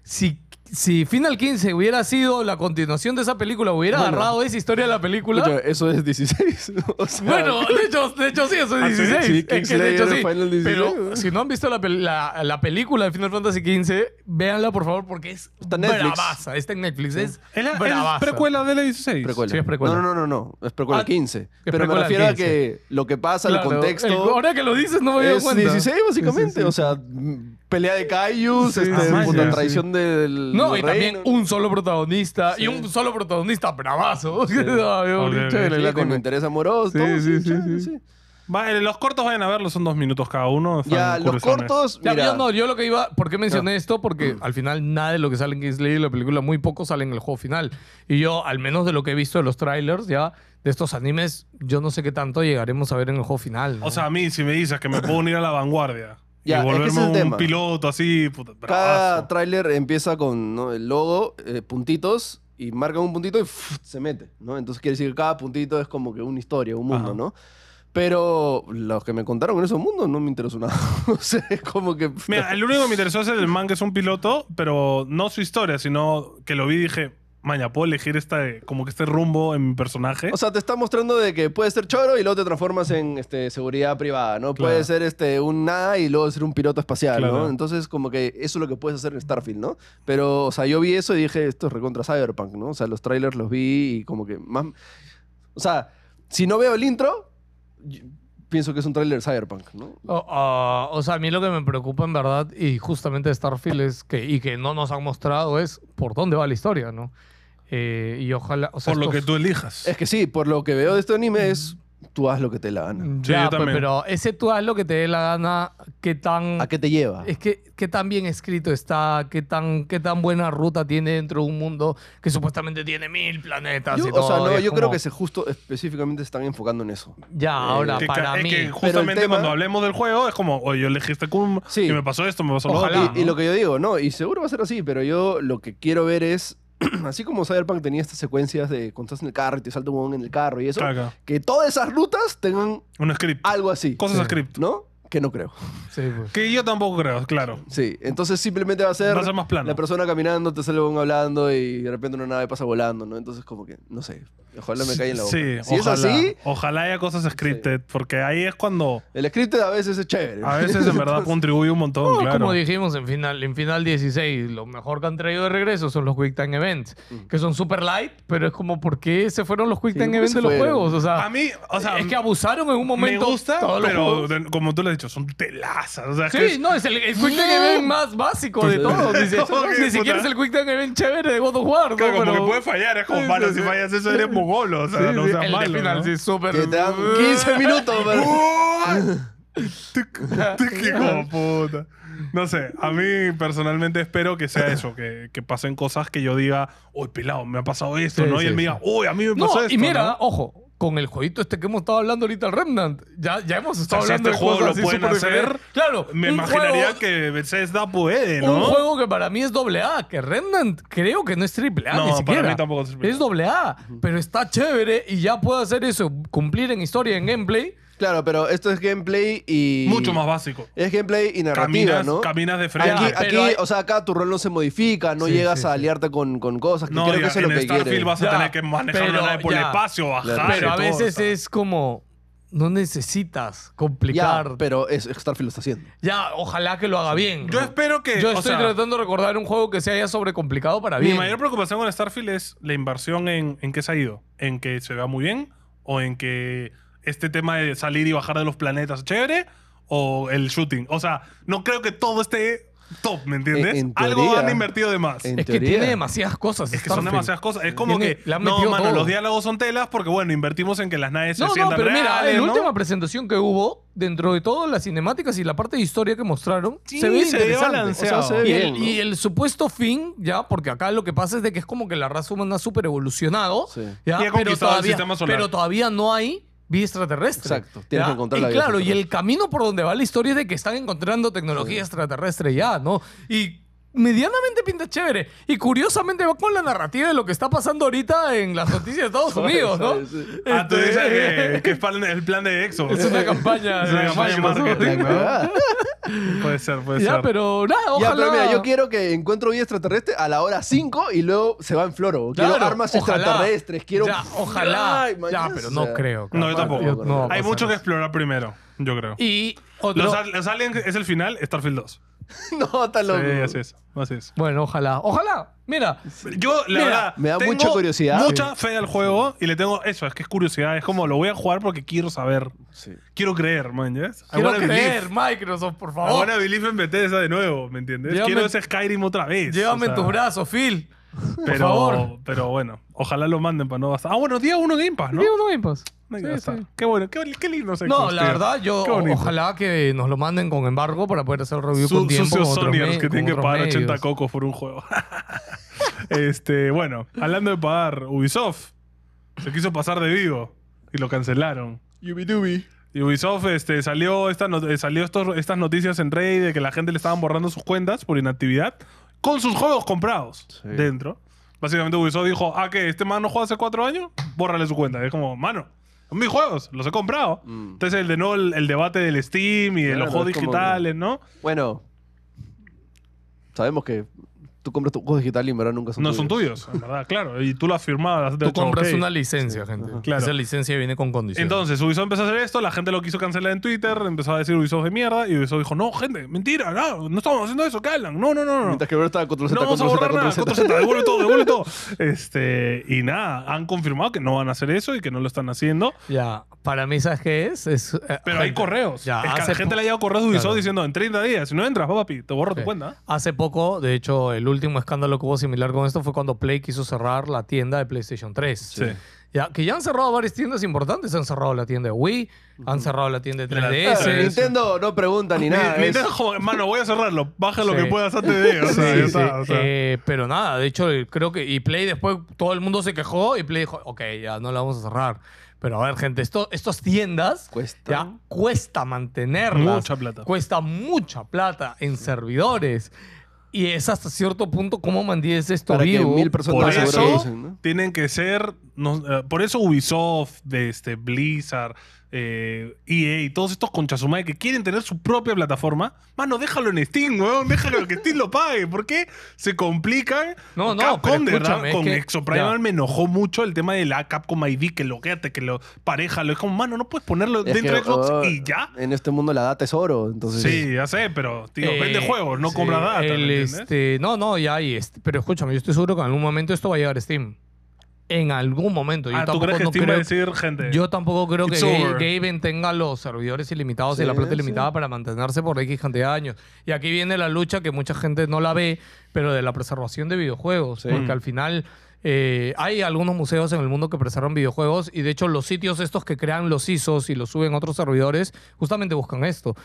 Speaker 3: si, si Final 15 hubiera sido la continuación de esa película, hubiera
Speaker 2: Bueno.
Speaker 3: agarrado esa historia de la película.
Speaker 2: Escucha, eso es 16. ¿no? O sea,
Speaker 3: Bueno, de hecho, de hecho sí, eso
Speaker 2: ¿Ah,
Speaker 3: es
Speaker 2: sí?
Speaker 3: 16.
Speaker 2: Sí,
Speaker 3: Es que de
Speaker 2: Kingslayer,
Speaker 3: hecho sí.
Speaker 2: Final 16,
Speaker 3: Pero
Speaker 2: ¿no?
Speaker 3: si no han visto la, pel- la, la película de Final Fantasy XV, véanla por favor porque es
Speaker 2: Está en Netflix.
Speaker 3: bravaza. Está en Netflix. Es
Speaker 1: Es la- es
Speaker 3: bravaza.
Speaker 1: precuela de la 16.
Speaker 2: precuela.
Speaker 3: Sí, es precuela.
Speaker 2: No, no, no, no, no. Es precuela
Speaker 3: Ah,
Speaker 2: 15. Pero
Speaker 3: precuela
Speaker 2: me refiero a
Speaker 3: 15.
Speaker 2: que lo que pasa,
Speaker 3: Claro,
Speaker 2: el contexto.
Speaker 3: el- ahora que lo dices, no me había dado
Speaker 2: es
Speaker 3: cuenta.
Speaker 2: 16, básicamente.
Speaker 3: Sí, sí, sí.
Speaker 2: O sea, mm, pelea de Caius,
Speaker 3: Sí,
Speaker 2: este,
Speaker 1: sí, sí,
Speaker 2: puta
Speaker 1: sí.
Speaker 2: traición del.
Speaker 3: No,
Speaker 2: del
Speaker 3: y también
Speaker 2: reino.
Speaker 3: un solo protagonista y
Speaker 2: Sí.
Speaker 3: un solo protagonista bravazo. No, yo,
Speaker 1: Ok,
Speaker 3: chévere,
Speaker 1: ok.
Speaker 2: Sí,
Speaker 3: el anime.
Speaker 2: con interés amoroso.
Speaker 3: Sí,
Speaker 2: todo,
Speaker 3: sí, sí,
Speaker 2: chévere,
Speaker 3: sí.
Speaker 1: Va, eh, los cortos vayan a verlos, son dos minutos cada uno. están
Speaker 2: Ya, los
Speaker 1: curiosones.
Speaker 2: cortos.
Speaker 3: Ya,
Speaker 2: mira,
Speaker 3: yo no, yo lo que iba, ¿por qué mencioné esto? Porque al final nada de lo que sale en Kingsley y la película, muy poco sale en el juego final. Y yo, al menos de lo que he visto de los trailers, ya, de estos animes, yo no sé qué tanto llegaremos a ver en el juego final. ¿no?
Speaker 1: O sea, a mí, si me dices que me puedo unir a la vanguardia
Speaker 2: Ya,
Speaker 1: y
Speaker 2: es que
Speaker 1: volverme
Speaker 2: ese es el
Speaker 1: un
Speaker 2: tema.
Speaker 1: piloto así, puta,
Speaker 2: Cada
Speaker 1: bravazo.
Speaker 2: tráiler empieza con ¿no? el logo, eh, puntitos, y marca un puntito y ¡fuf! se mete, ¿no? Entonces quiere decir que cada puntito es como que una historia, un mundo,
Speaker 1: Ajá.
Speaker 2: ¿no? Pero los que me contaron en esos mundos no me interesó nada. o sea, es como que... pff,
Speaker 1: Mira, el único que me interesó es el man que es un piloto, pero no su historia, sino que lo vi y dije, maña, puedo elegir esta, eh, como que este rumbo en mi personaje.
Speaker 2: O sea, te está mostrando de que puedes ser choro y luego te transformas en este, seguridad privada, ¿no?
Speaker 1: Claro.
Speaker 2: Puedes ser este, un nada y luego ser un piloto espacial,
Speaker 1: Claro.
Speaker 2: ¿no? Entonces, como que eso es lo que puedes hacer en Starfield, ¿no? Pero, o sea, yo vi eso y dije, esto es recontra Cyberpunk, ¿no? O sea, los trailers los vi y como que más... O sea, si no veo el intro, yo pienso que es un trailer Cyberpunk, ¿no?
Speaker 3: O- o- o sea, a mí lo que me preocupa en verdad, y justamente de Starfield es que, y que no nos han mostrado, es por dónde va la historia, ¿no? Eh, y ojalá. O sea,
Speaker 1: por lo
Speaker 3: estos-
Speaker 1: que tú elijas.
Speaker 2: Es que sí, por lo que veo de este anime es, tú haz lo que te dé la gana.
Speaker 1: Sí,
Speaker 3: Ya,
Speaker 1: yo
Speaker 3: pe-
Speaker 1: también.
Speaker 3: pero ese tú haz lo que te dé la gana, qué tan.
Speaker 2: ¿A qué te
Speaker 1: Ah.
Speaker 2: lleva?
Speaker 3: Es que qué tan bien escrito está, qué tan, qué tan buena ruta tiene dentro de un mundo que supuestamente tiene mil planetas.
Speaker 2: Yo-
Speaker 3: y
Speaker 2: o sea,
Speaker 3: todo,
Speaker 2: no,
Speaker 3: y es
Speaker 2: yo creo
Speaker 3: como,
Speaker 2: que se justo específicamente se están enfocando en eso.
Speaker 3: Ya, ahora,
Speaker 1: Eh, Que ca-
Speaker 3: para
Speaker 1: es
Speaker 3: mí.
Speaker 1: que justamente
Speaker 2: tema-
Speaker 1: cuando hablemos del juego es como, oye, yo elegí este cum
Speaker 2: Sí.
Speaker 1: y me pasó esto, me pasó lo
Speaker 3: Ojalá.
Speaker 1: otro.
Speaker 2: Y, y lo que yo digo, no, y seguro va a ser así, pero yo lo que quiero ver es así como Cyberpunk tenía estas secuencias de cuando estás en el carro y te salta un huevón en el carro y eso,
Speaker 1: Caca.
Speaker 2: que todas esas rutas tengan
Speaker 1: Un
Speaker 3: Ah,
Speaker 1: script.
Speaker 2: algo así.
Speaker 1: Cosas
Speaker 3: Sí.
Speaker 1: script.
Speaker 2: ¿No? Que no creo.
Speaker 3: Sí, pues.
Speaker 1: Que yo tampoco creo, claro.
Speaker 2: Sí, entonces simplemente va a ser,
Speaker 1: Va a ser más plano.
Speaker 2: la persona caminando, te sale un hablando y de repente una nave pasa volando, ¿no? Entonces como que, no sé, ojalá me caiga en la boca.
Speaker 1: Sí,
Speaker 2: si
Speaker 1: ojalá,
Speaker 2: es así,
Speaker 1: ojalá haya cosas scripted, porque ahí es cuando
Speaker 2: el script a veces es chévere.
Speaker 1: a veces en verdad contribuye un montón,
Speaker 3: No,
Speaker 1: Oh, claro.
Speaker 3: Como dijimos en final, en final 16, lo mejor que han traído de regreso son los Quick Time Events,
Speaker 1: Mm.
Speaker 3: que son super light, pero es como, ¿por qué se fueron los Quick
Speaker 2: Sí, ¿por
Speaker 3: Time
Speaker 2: qué
Speaker 3: Events
Speaker 2: se
Speaker 3: de los
Speaker 2: fueron?
Speaker 3: juegos? O sea,
Speaker 1: a mí, o sea,
Speaker 3: es que abusaron en un momento.
Speaker 1: me gusta,
Speaker 3: todos los
Speaker 1: pero
Speaker 3: juegos.
Speaker 1: de- como tú lo has dicho, son telazas. O sea, es que
Speaker 3: Sí,
Speaker 1: es-
Speaker 3: no, es el, el Quick Time Event más básico de
Speaker 2: Sí.
Speaker 3: todos. Dice,
Speaker 1: Como que,
Speaker 3: ni siquiera es
Speaker 1: puta.
Speaker 3: el Quick Time Event chévere de God of War, ¿no?
Speaker 1: claro, como
Speaker 3: Pero-
Speaker 1: que puede fallar, es como,
Speaker 3: Sí,
Speaker 1: mano,
Speaker 3: sí,
Speaker 1: si
Speaker 3: sí.
Speaker 1: fallas eso eres mogolo, o sea,
Speaker 3: Sí,
Speaker 1: no
Speaker 3: sí,
Speaker 1: seas
Speaker 3: el de
Speaker 1: malo.
Speaker 3: final
Speaker 1: ¿no?
Speaker 3: sí es súper.
Speaker 2: Que te dan 15 minutos para...
Speaker 1: Qué como puta. No sé, a mí personalmente espero que sea eso, que, que pasen cosas que yo diga, uy, pelado, me ha pasado esto,
Speaker 3: Sí,
Speaker 1: ¿no?
Speaker 3: sí,
Speaker 1: y él me
Speaker 3: sí.
Speaker 1: diga, uy, a mí me
Speaker 3: No,
Speaker 1: pasó esto.
Speaker 3: y mira,
Speaker 1: ¿no?
Speaker 3: ojo, con el jueguito este que hemos estado hablando ahorita, el Remnant, ya, ya hemos
Speaker 1: sea,
Speaker 3: estado
Speaker 1: si
Speaker 3: hablando
Speaker 1: este
Speaker 3: de
Speaker 1: juego
Speaker 3: cosas
Speaker 1: lo
Speaker 3: así
Speaker 1: pueden
Speaker 3: súper
Speaker 1: hacer,
Speaker 3: diferentes. Claro,
Speaker 1: me
Speaker 3: un
Speaker 1: imaginaría
Speaker 3: juego-
Speaker 1: que Bethesda puede,
Speaker 3: Un
Speaker 1: ¿no?
Speaker 3: juego que para mí es doble A, que Remnant creo que no es triple A
Speaker 1: No,
Speaker 3: ni
Speaker 1: para
Speaker 3: siquiera.
Speaker 1: mí tampoco es triple A.
Speaker 3: Es doble A, pero está chévere y ya puede hacer eso, cumplir en historia, en gameplay.
Speaker 2: Claro, pero esto es gameplay y...
Speaker 1: Mucho más básico.
Speaker 2: Es gameplay y narrativa,
Speaker 1: Caminas,
Speaker 2: ¿no?
Speaker 1: caminas de frente.
Speaker 2: Aquí,
Speaker 3: Ya,
Speaker 2: aquí
Speaker 3: Ah, pero hay-
Speaker 2: o sea, acá tu rol no se modifica, no
Speaker 3: Sí,
Speaker 2: llegas
Speaker 3: sí,
Speaker 2: a
Speaker 3: sí.
Speaker 2: aliarte con, con cosas, que
Speaker 1: no,
Speaker 2: creo
Speaker 1: ya,
Speaker 2: que eso
Speaker 1: en
Speaker 2: es lo que
Speaker 1: Starfield
Speaker 2: quiere.
Speaker 1: vas a
Speaker 3: Ya,
Speaker 1: tener que manejar una
Speaker 3: pero
Speaker 1: nave por el
Speaker 3: ya.
Speaker 1: espacio, bajar.
Speaker 2: Claro,
Speaker 1: y
Speaker 3: pero a
Speaker 1: Ah, todo,
Speaker 3: veces
Speaker 1: o sea.
Speaker 3: es como, no necesitas
Speaker 2: Ya,
Speaker 3: complicar. Ya,
Speaker 2: pero es, Starfield lo está haciendo.
Speaker 3: ojalá que lo haga bien.
Speaker 1: Yo espero que.
Speaker 3: Yo
Speaker 1: o
Speaker 3: estoy
Speaker 1: sea,
Speaker 3: tratando de recordar un juego que se haya sobrecomplicado para bien.
Speaker 1: Mi mayor preocupación con Starfield es la inversión en, en qué se ha ido. En que se vea muy bien, o en que este tema de salir y bajar de los planetas es chévere, o el shooting. O sea, no creo que todo esté top, ¿me entiendes?
Speaker 2: En- en
Speaker 1: Algo
Speaker 2: teoría,
Speaker 1: han invertido de más.
Speaker 2: en-
Speaker 3: es que
Speaker 2: teoría.
Speaker 3: tiene demasiadas cosas.
Speaker 1: es que son
Speaker 3: Starfield.
Speaker 1: demasiadas cosas. Es como
Speaker 3: Tiene-
Speaker 1: que.
Speaker 3: le han
Speaker 1: No,
Speaker 3: metido
Speaker 1: mano,
Speaker 3: todo.
Speaker 1: los diálogos son telas porque, bueno, invertimos en que las naves se
Speaker 3: No, no,
Speaker 1: sientan
Speaker 3: pero
Speaker 1: reales.
Speaker 3: mira, en la
Speaker 1: ¿no?
Speaker 3: última presentación que hubo, dentro de todo, las cinemáticas y la parte de historia que mostraron,
Speaker 1: Sí,
Speaker 3: se ve
Speaker 1: se ve
Speaker 3: interesante.
Speaker 1: balanceado.
Speaker 2: O sea, se ve
Speaker 3: y, el,
Speaker 2: bien, ¿no?
Speaker 3: y el supuesto fin, ya, porque acá lo que pasa es de que es como que la raza humana ha súper evolucionado,
Speaker 2: Sí.
Speaker 1: Y ha
Speaker 3: pero,
Speaker 1: conquistado el
Speaker 3: todavía,
Speaker 1: sistema solar.
Speaker 3: pero todavía no hay vida extraterrestre.
Speaker 2: Exacto, tienes
Speaker 3: ¿ya?
Speaker 2: que encontrar
Speaker 3: y
Speaker 2: la vida
Speaker 3: claro, y el
Speaker 2: extraterrestre.
Speaker 3: camino por donde va la historia es de que están encontrando tecnología extraterrestre ya, ¿no? Y medianamente pinta chévere. Y curiosamente va con la narrativa de lo que está pasando ahorita en las noticias de Estados
Speaker 2: Suave,
Speaker 3: Unidos, ¿no?
Speaker 2: suave, sí.
Speaker 1: Ah, tú
Speaker 3: Este-
Speaker 1: dices que, que es plan- el plan de EXO.
Speaker 3: es una campaña,
Speaker 1: Es
Speaker 3: de
Speaker 1: una campaña de
Speaker 3: Microsoft.
Speaker 1: marketing,
Speaker 2: La
Speaker 1: ¿no?
Speaker 2: cagada.
Speaker 1: Puede ser, puede
Speaker 3: Ya,
Speaker 1: ser.
Speaker 3: pero nada, ojalá.
Speaker 2: Ya, pero mira, yo quiero que encuentro vida extraterrestre a la hora 5 y luego se va en floro. Quiero
Speaker 3: Claro,
Speaker 2: armas
Speaker 3: ojalá.
Speaker 2: extraterrestres, quiero...
Speaker 3: Ya, ojalá.
Speaker 2: Ay, man,
Speaker 3: ya,
Speaker 2: o
Speaker 3: pero
Speaker 2: sea,
Speaker 3: no creo.
Speaker 1: No, yo tampoco.
Speaker 3: no,
Speaker 1: Hay
Speaker 3: pasa
Speaker 1: mucho que
Speaker 3: nada.
Speaker 1: explorar primero, yo creo.
Speaker 3: Y otro.
Speaker 1: Los, al- los aliens es el final, Starfield 2.
Speaker 2: No, está loco.
Speaker 1: Sí, así es. Así es.
Speaker 3: Bueno, ojalá. Ojalá. Mira,
Speaker 1: Yo, la
Speaker 3: Mira,
Speaker 1: verdad.
Speaker 2: me da
Speaker 1: tengo
Speaker 2: mucha curiosidad.
Speaker 1: Mucha fe al juego y le tengo eso, es que es curiosidad. Es como lo voy a jugar porque quiero saber.
Speaker 2: Sí.
Speaker 1: Quiero creer, man. ¿yes? I
Speaker 3: quiero
Speaker 1: wanna believe.
Speaker 3: creer, Microsoft, por
Speaker 1: I
Speaker 3: favor.
Speaker 1: wanna believe en Bethesda de nuevo, ¿me entiendes?
Speaker 3: Llévame-
Speaker 1: quiero ese Skyrim otra vez.
Speaker 3: Llévame
Speaker 1: o sea,
Speaker 3: en tus brazos, Phil.
Speaker 1: Pero,
Speaker 3: favor.
Speaker 1: pero bueno, ojalá lo manden para no gastar. Ah, bueno, día uno Game Pass, ¿no?
Speaker 3: Digo, no, Game Pass.
Speaker 1: Venga,
Speaker 3: Sí,
Speaker 1: ya está.
Speaker 3: sí.
Speaker 1: Qué bueno, qué, qué lindo se
Speaker 3: No, la verdad, yo
Speaker 1: Qué bonito.
Speaker 3: ojalá que nos lo manden con embargo para poder hacer review
Speaker 1: Su-
Speaker 3: con tiempo.
Speaker 1: sucios
Speaker 3: con otros
Speaker 1: Sonyers
Speaker 3: me-
Speaker 1: que
Speaker 3: con
Speaker 1: tienen que
Speaker 3: otros
Speaker 1: pagar
Speaker 3: medios.
Speaker 1: 80 cocos por un juego. este, bueno, hablando de pagar, Ubisoft se quiso pasar de vivo y lo cancelaron.
Speaker 2: Yubidubi.
Speaker 1: Y Ubisoft este, salió, esta no- eh, salió estos, estas noticias en Reddit de que la gente le estaban borrando sus cuentas por inactividad con sus juegos comprados
Speaker 2: Sí.
Speaker 1: dentro. Básicamente Ubisoft dijo, ah, que este man no juega hace cuatro años, bórrale su cuenta. Y es como, mano, son mis juegos, los he comprado.
Speaker 2: Mm.
Speaker 1: Entonces, el de nuevo el, el debate del Steam y de
Speaker 2: Claro,
Speaker 1: los juegos
Speaker 2: es como que-
Speaker 1: digitales, ¿no?
Speaker 2: Bueno, sabemos que tú compras tus juegos digitales y en verdad nunca son
Speaker 1: no
Speaker 2: tuyos.
Speaker 1: son tuyos, en verdad, claro. Y tú lo has firmado. has
Speaker 3: Tú
Speaker 1: dicho,
Speaker 3: compras
Speaker 1: ok.
Speaker 3: una licencia, gente.
Speaker 1: Claro.
Speaker 3: Esa licencia viene con condiciones.
Speaker 1: Entonces, Ubisoft empezó a hacer esto, la gente lo quiso cancelar en Twitter, empezó a decir Ubisoft de mierda, y Ubisoft dijo, no, gente, mentira, no, no estamos haciendo eso, ¿qué hablan? No, no, no, no.
Speaker 2: Mientras que ahora está control Z,
Speaker 1: No vamos a
Speaker 2: control Z,
Speaker 1: borrar nada,
Speaker 2: control
Speaker 1: control Z, devuelve todo, devuelve todo. Este, y nada, han confirmado que no van a hacer eso y que no lo están haciendo,
Speaker 3: Ya, para mí, ¿sabes qué es? Es, eh,
Speaker 1: pero hay
Speaker 3: gente,
Speaker 1: correos. es
Speaker 3: ya,
Speaker 1: que a
Speaker 3: hace
Speaker 1: la gente
Speaker 3: po-
Speaker 1: le ha llegado correos de Ubisoft
Speaker 3: Claro.
Speaker 1: diciendo, en 30 días, si no entras, va, papi, te borro tu
Speaker 3: Sí.
Speaker 1: cuenta.
Speaker 3: Hace poco, de hecho, el último escándalo que hubo similar con esto fue cuando Play quiso cerrar la tienda de PlayStation 3.
Speaker 1: Sí.
Speaker 3: Ya, que ya han cerrado varias tiendas importantes. Han cerrado la tienda de Wii, han cerrado la tienda de
Speaker 1: La-
Speaker 3: 3DS.
Speaker 1: Claro,
Speaker 2: Z. Nintendo no pregunta ni nada.
Speaker 1: Ni- ni
Speaker 2: es-
Speaker 1: te- joder, mano, voy a cerrarlo, baja lo
Speaker 3: Sí.
Speaker 1: que puedas antes de, o
Speaker 3: Sí,
Speaker 1: sea, ya
Speaker 3: sí.
Speaker 1: está, o sea.
Speaker 3: Eh, pero nada, de hecho, eh, creo que. Y Play después todo el mundo se quejó y Play dijo, ok, ya no la vamos a cerrar. Pero a ver, gente, esto, estas tiendas
Speaker 2: Cuesta.
Speaker 3: ya cuesta mantenerlas.
Speaker 1: Mucha plata.
Speaker 3: Cuesta mucha plata en servidores. y es hasta cierto punto cómo mantienes esto
Speaker 2: Para que
Speaker 3: vivo.
Speaker 2: mil
Speaker 1: Por
Speaker 2: personas seguro
Speaker 1: eso-
Speaker 2: lo usen, Pues ¿no?
Speaker 1: Tienen que ser. no, eh, por eso Ubisoft, de este, Blizzard, eh, EA y todos estos conchasumae que quieren tener su propia plataforma. Mano, déjalo en Steam, weón. Déjalo que Steam lo pague. ¿Por qué se complican?
Speaker 3: No, no,
Speaker 1: Capcom,
Speaker 3: pero
Speaker 1: de verdad,
Speaker 3: escúchame, es
Speaker 1: con
Speaker 3: que-
Speaker 1: Exoprimal
Speaker 3: ya.
Speaker 1: me enojó mucho el tema de la Capcom ID, que lo quédate, que lo pareja. Lo es como, mano, no puedes ponerlo
Speaker 2: Es
Speaker 1: dentro
Speaker 2: que,
Speaker 1: de Xbox
Speaker 2: oh,
Speaker 1: y ya.
Speaker 2: En este mundo la data es oro, entonces.
Speaker 1: Sí, ya sé, pero, tío,
Speaker 3: Eh,
Speaker 1: vende juegos, no
Speaker 3: sí,
Speaker 1: compra data. ¿me
Speaker 3: el,
Speaker 1: entiendes?
Speaker 3: este, no, no, ya hay. Este, pero escúchame, yo estoy seguro que en algún momento esto va a llegar a Steam. En algún momento. Yo
Speaker 1: ah, ¿tú
Speaker 3: tampoco
Speaker 1: crees que
Speaker 3: no
Speaker 1: Steam va a
Speaker 3: creo-
Speaker 1: decir, gente?
Speaker 3: Yo tampoco creo que
Speaker 1: It's
Speaker 3: Ga-
Speaker 1: over.
Speaker 3: Gaben tenga los servidores ilimitados y
Speaker 2: Sí,
Speaker 3: la plata
Speaker 2: sí.
Speaker 3: ilimitada para mantenerse por X cantidad de años. Y aquí viene la lucha que mucha gente no la ve, pero de la preservación de videojuegos.
Speaker 2: Sí. Mm.
Speaker 3: Porque al final eh, hay algunos museos en el mundo que preservan videojuegos y de hecho los sitios estos que crean los ISOs y los suben a otros servidores justamente buscan esto.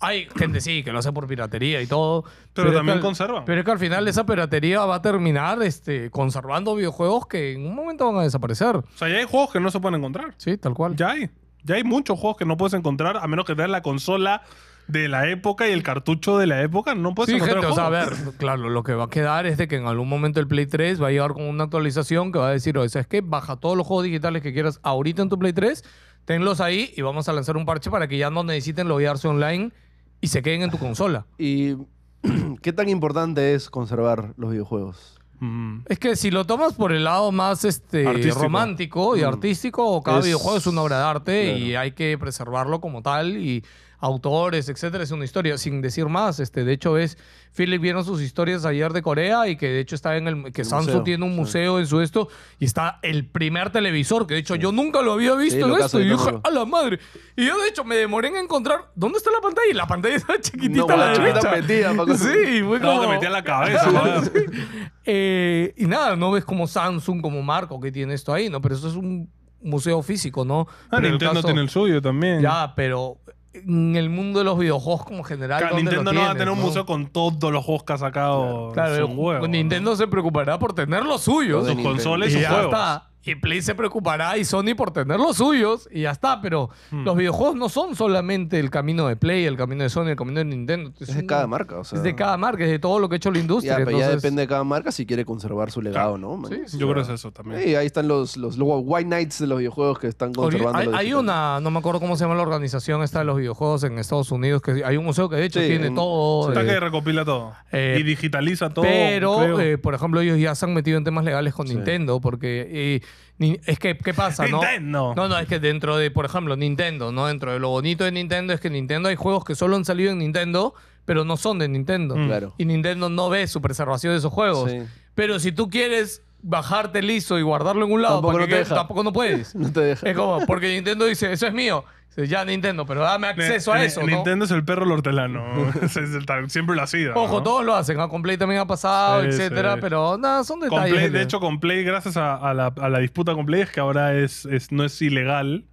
Speaker 3: Hay gente, sí, que lo hace por piratería y todo.
Speaker 1: pero
Speaker 3: es
Speaker 1: también
Speaker 3: que-
Speaker 1: conservan.
Speaker 3: pero es que al final esa piratería va a terminar este, conservando videojuegos que en un momento van a desaparecer.
Speaker 1: O sea, ya hay juegos que no se pueden encontrar.
Speaker 3: Sí, tal cual.
Speaker 1: Ya hay. Ya hay muchos juegos que no puedes encontrar a menos que tengas la consola de la época y el cartucho de la época. No puedes
Speaker 3: Sí,
Speaker 1: encontrar
Speaker 3: gente, o sea, a
Speaker 1: juegos.
Speaker 3: ver, claro, lo que va a quedar es de que en algún momento el Play 3 va a llegar con una actualización que va a decir, oye, ¿sabes qué? Baja todos los juegos digitales que quieras ahorita en tu Play 3, tenlos ahí y vamos a lanzar un parche para que ya no necesiten loguearse online y se queden en tu consola.
Speaker 2: ¿Y qué tan importante es conservar los videojuegos?
Speaker 1: Mm.
Speaker 3: Es que si lo tomas por el lado más este,
Speaker 1: Artístico.
Speaker 3: romántico y
Speaker 2: Mm.
Speaker 3: artístico, cada
Speaker 2: Es-
Speaker 3: videojuego es una obra de arte y
Speaker 2: Claro.
Speaker 3: hay que preservarlo como tal y autores, etcétera, es una historia. Sin decir más, este, de hecho es, Philip vieron sus historias ayer de Corea y que de hecho está en el, que
Speaker 2: El
Speaker 3: Samsung
Speaker 2: museo,
Speaker 3: tiene un
Speaker 2: sí.
Speaker 3: museo en su esto y está el primer televisor, que de hecho yo nunca lo había visto
Speaker 2: Sí, lo
Speaker 3: en
Speaker 2: caso,
Speaker 3: esto y
Speaker 2: yo
Speaker 3: dije,
Speaker 2: tampoco.
Speaker 3: a la madre. Y yo de hecho me demoré en encontrar, ¿dónde está la pantalla? Y la pantalla está chiquitita a
Speaker 2: No,
Speaker 3: la
Speaker 2: la chiquita
Speaker 3: derecha.
Speaker 2: metida, Paco.
Speaker 3: Sí, y fue
Speaker 1: No,
Speaker 3: como...
Speaker 1: te metí a la cabeza. joder.
Speaker 3: Eh, y nada, no ves como Samsung, como Marco que tiene esto ahí, ¿no? Pero eso es un museo físico, ¿no?
Speaker 1: Ah,
Speaker 3: Pero el
Speaker 1: Nintendo
Speaker 3: caso-
Speaker 1: tiene el suyo también.
Speaker 3: Ya, pero en el mundo de los videojuegos como general.
Speaker 1: Claro,
Speaker 3: ¿dónde lo
Speaker 1: Nintendo no va a
Speaker 3: tienes,
Speaker 1: tener un museo con todos los juegos que ha sacado.
Speaker 3: Claro, pues,
Speaker 1: su huevo, ¿no?
Speaker 3: Nintendo se preocupará por tener los suyos.
Speaker 2: Lo de
Speaker 1: Sus
Speaker 2: Nintendo.
Speaker 1: consolas
Speaker 3: Y
Speaker 1: y sus
Speaker 3: ya
Speaker 1: juegos.
Speaker 3: está. Y Play se preocupará y Sony por tener los suyos y ya está. Pero
Speaker 1: Hmm.
Speaker 3: los videojuegos no son solamente el camino de Play, el camino de Sony, el camino de Nintendo.
Speaker 2: Es de
Speaker 3: un-
Speaker 2: cada marca, o sea.
Speaker 3: Es de cada marca, es de todo lo que ha hecho la
Speaker 2: Ya,
Speaker 3: industria.
Speaker 2: pero ya
Speaker 3: entonces-
Speaker 2: depende de cada marca si quiere conservar su legado, ¿no? man?
Speaker 3: Sí, sí.
Speaker 1: Yo creo que es eso también.
Speaker 2: Sí, ahí están los, los, los White Knights de los videojuegos que están
Speaker 3: Ori-
Speaker 2: conservando.
Speaker 3: Hay,
Speaker 2: lo
Speaker 3: hay
Speaker 2: digital.
Speaker 3: una, no me acuerdo cómo se llama la organización esta de los videojuegos en Estados Unidos, que hay un museo que de hecho
Speaker 2: Sí,
Speaker 3: tiene
Speaker 2: un-
Speaker 3: todo.
Speaker 1: Está
Speaker 3: eh,
Speaker 1: que recopila todo.
Speaker 3: eh,
Speaker 1: y digitaliza todo. creo.
Speaker 3: pero, eh, por ejemplo, ellos ya se han metido en temas legales con Nintendo, porque eh, ni- es que, ¿qué pasa? no?
Speaker 1: Nintendo.
Speaker 3: No, no, es que dentro de, por ejemplo, Nintendo, ¿no? Dentro de lo bonito de Nintendo es que Nintendo hay juegos que solo han salido en Nintendo, pero no son de Nintendo.
Speaker 1: Mm.
Speaker 2: Claro.
Speaker 3: Y Nintendo no ve su preservación de esos juegos.
Speaker 2: Sí.
Speaker 3: Pero si tú quieres bajarte liso y guardarlo en un lado,
Speaker 2: Tampoco
Speaker 3: para
Speaker 2: no
Speaker 3: que
Speaker 2: te
Speaker 3: quede-
Speaker 2: deja.
Speaker 3: tampoco no puedes.
Speaker 2: No te deja.
Speaker 3: Es como, porque Nintendo dice, eso es mío. Dice, ya Nintendo, pero dame acceso
Speaker 1: Ni-
Speaker 3: a
Speaker 1: ni-
Speaker 3: eso. ¿no?
Speaker 1: Nintendo es el perro el hortelano. Es el tal- Siempre lo ha sido.
Speaker 3: Ojo,
Speaker 1: ¿no?
Speaker 3: todos lo hacen. A Complay también ha pasado,
Speaker 1: Sí,
Speaker 3: etcétera.
Speaker 1: sí.
Speaker 3: Pero nada, son
Speaker 1: Con
Speaker 3: detalles.
Speaker 1: Play, de hecho, con Play, gracias a, a la, a la disputa con Play, es que ahora es, es- no es ilegal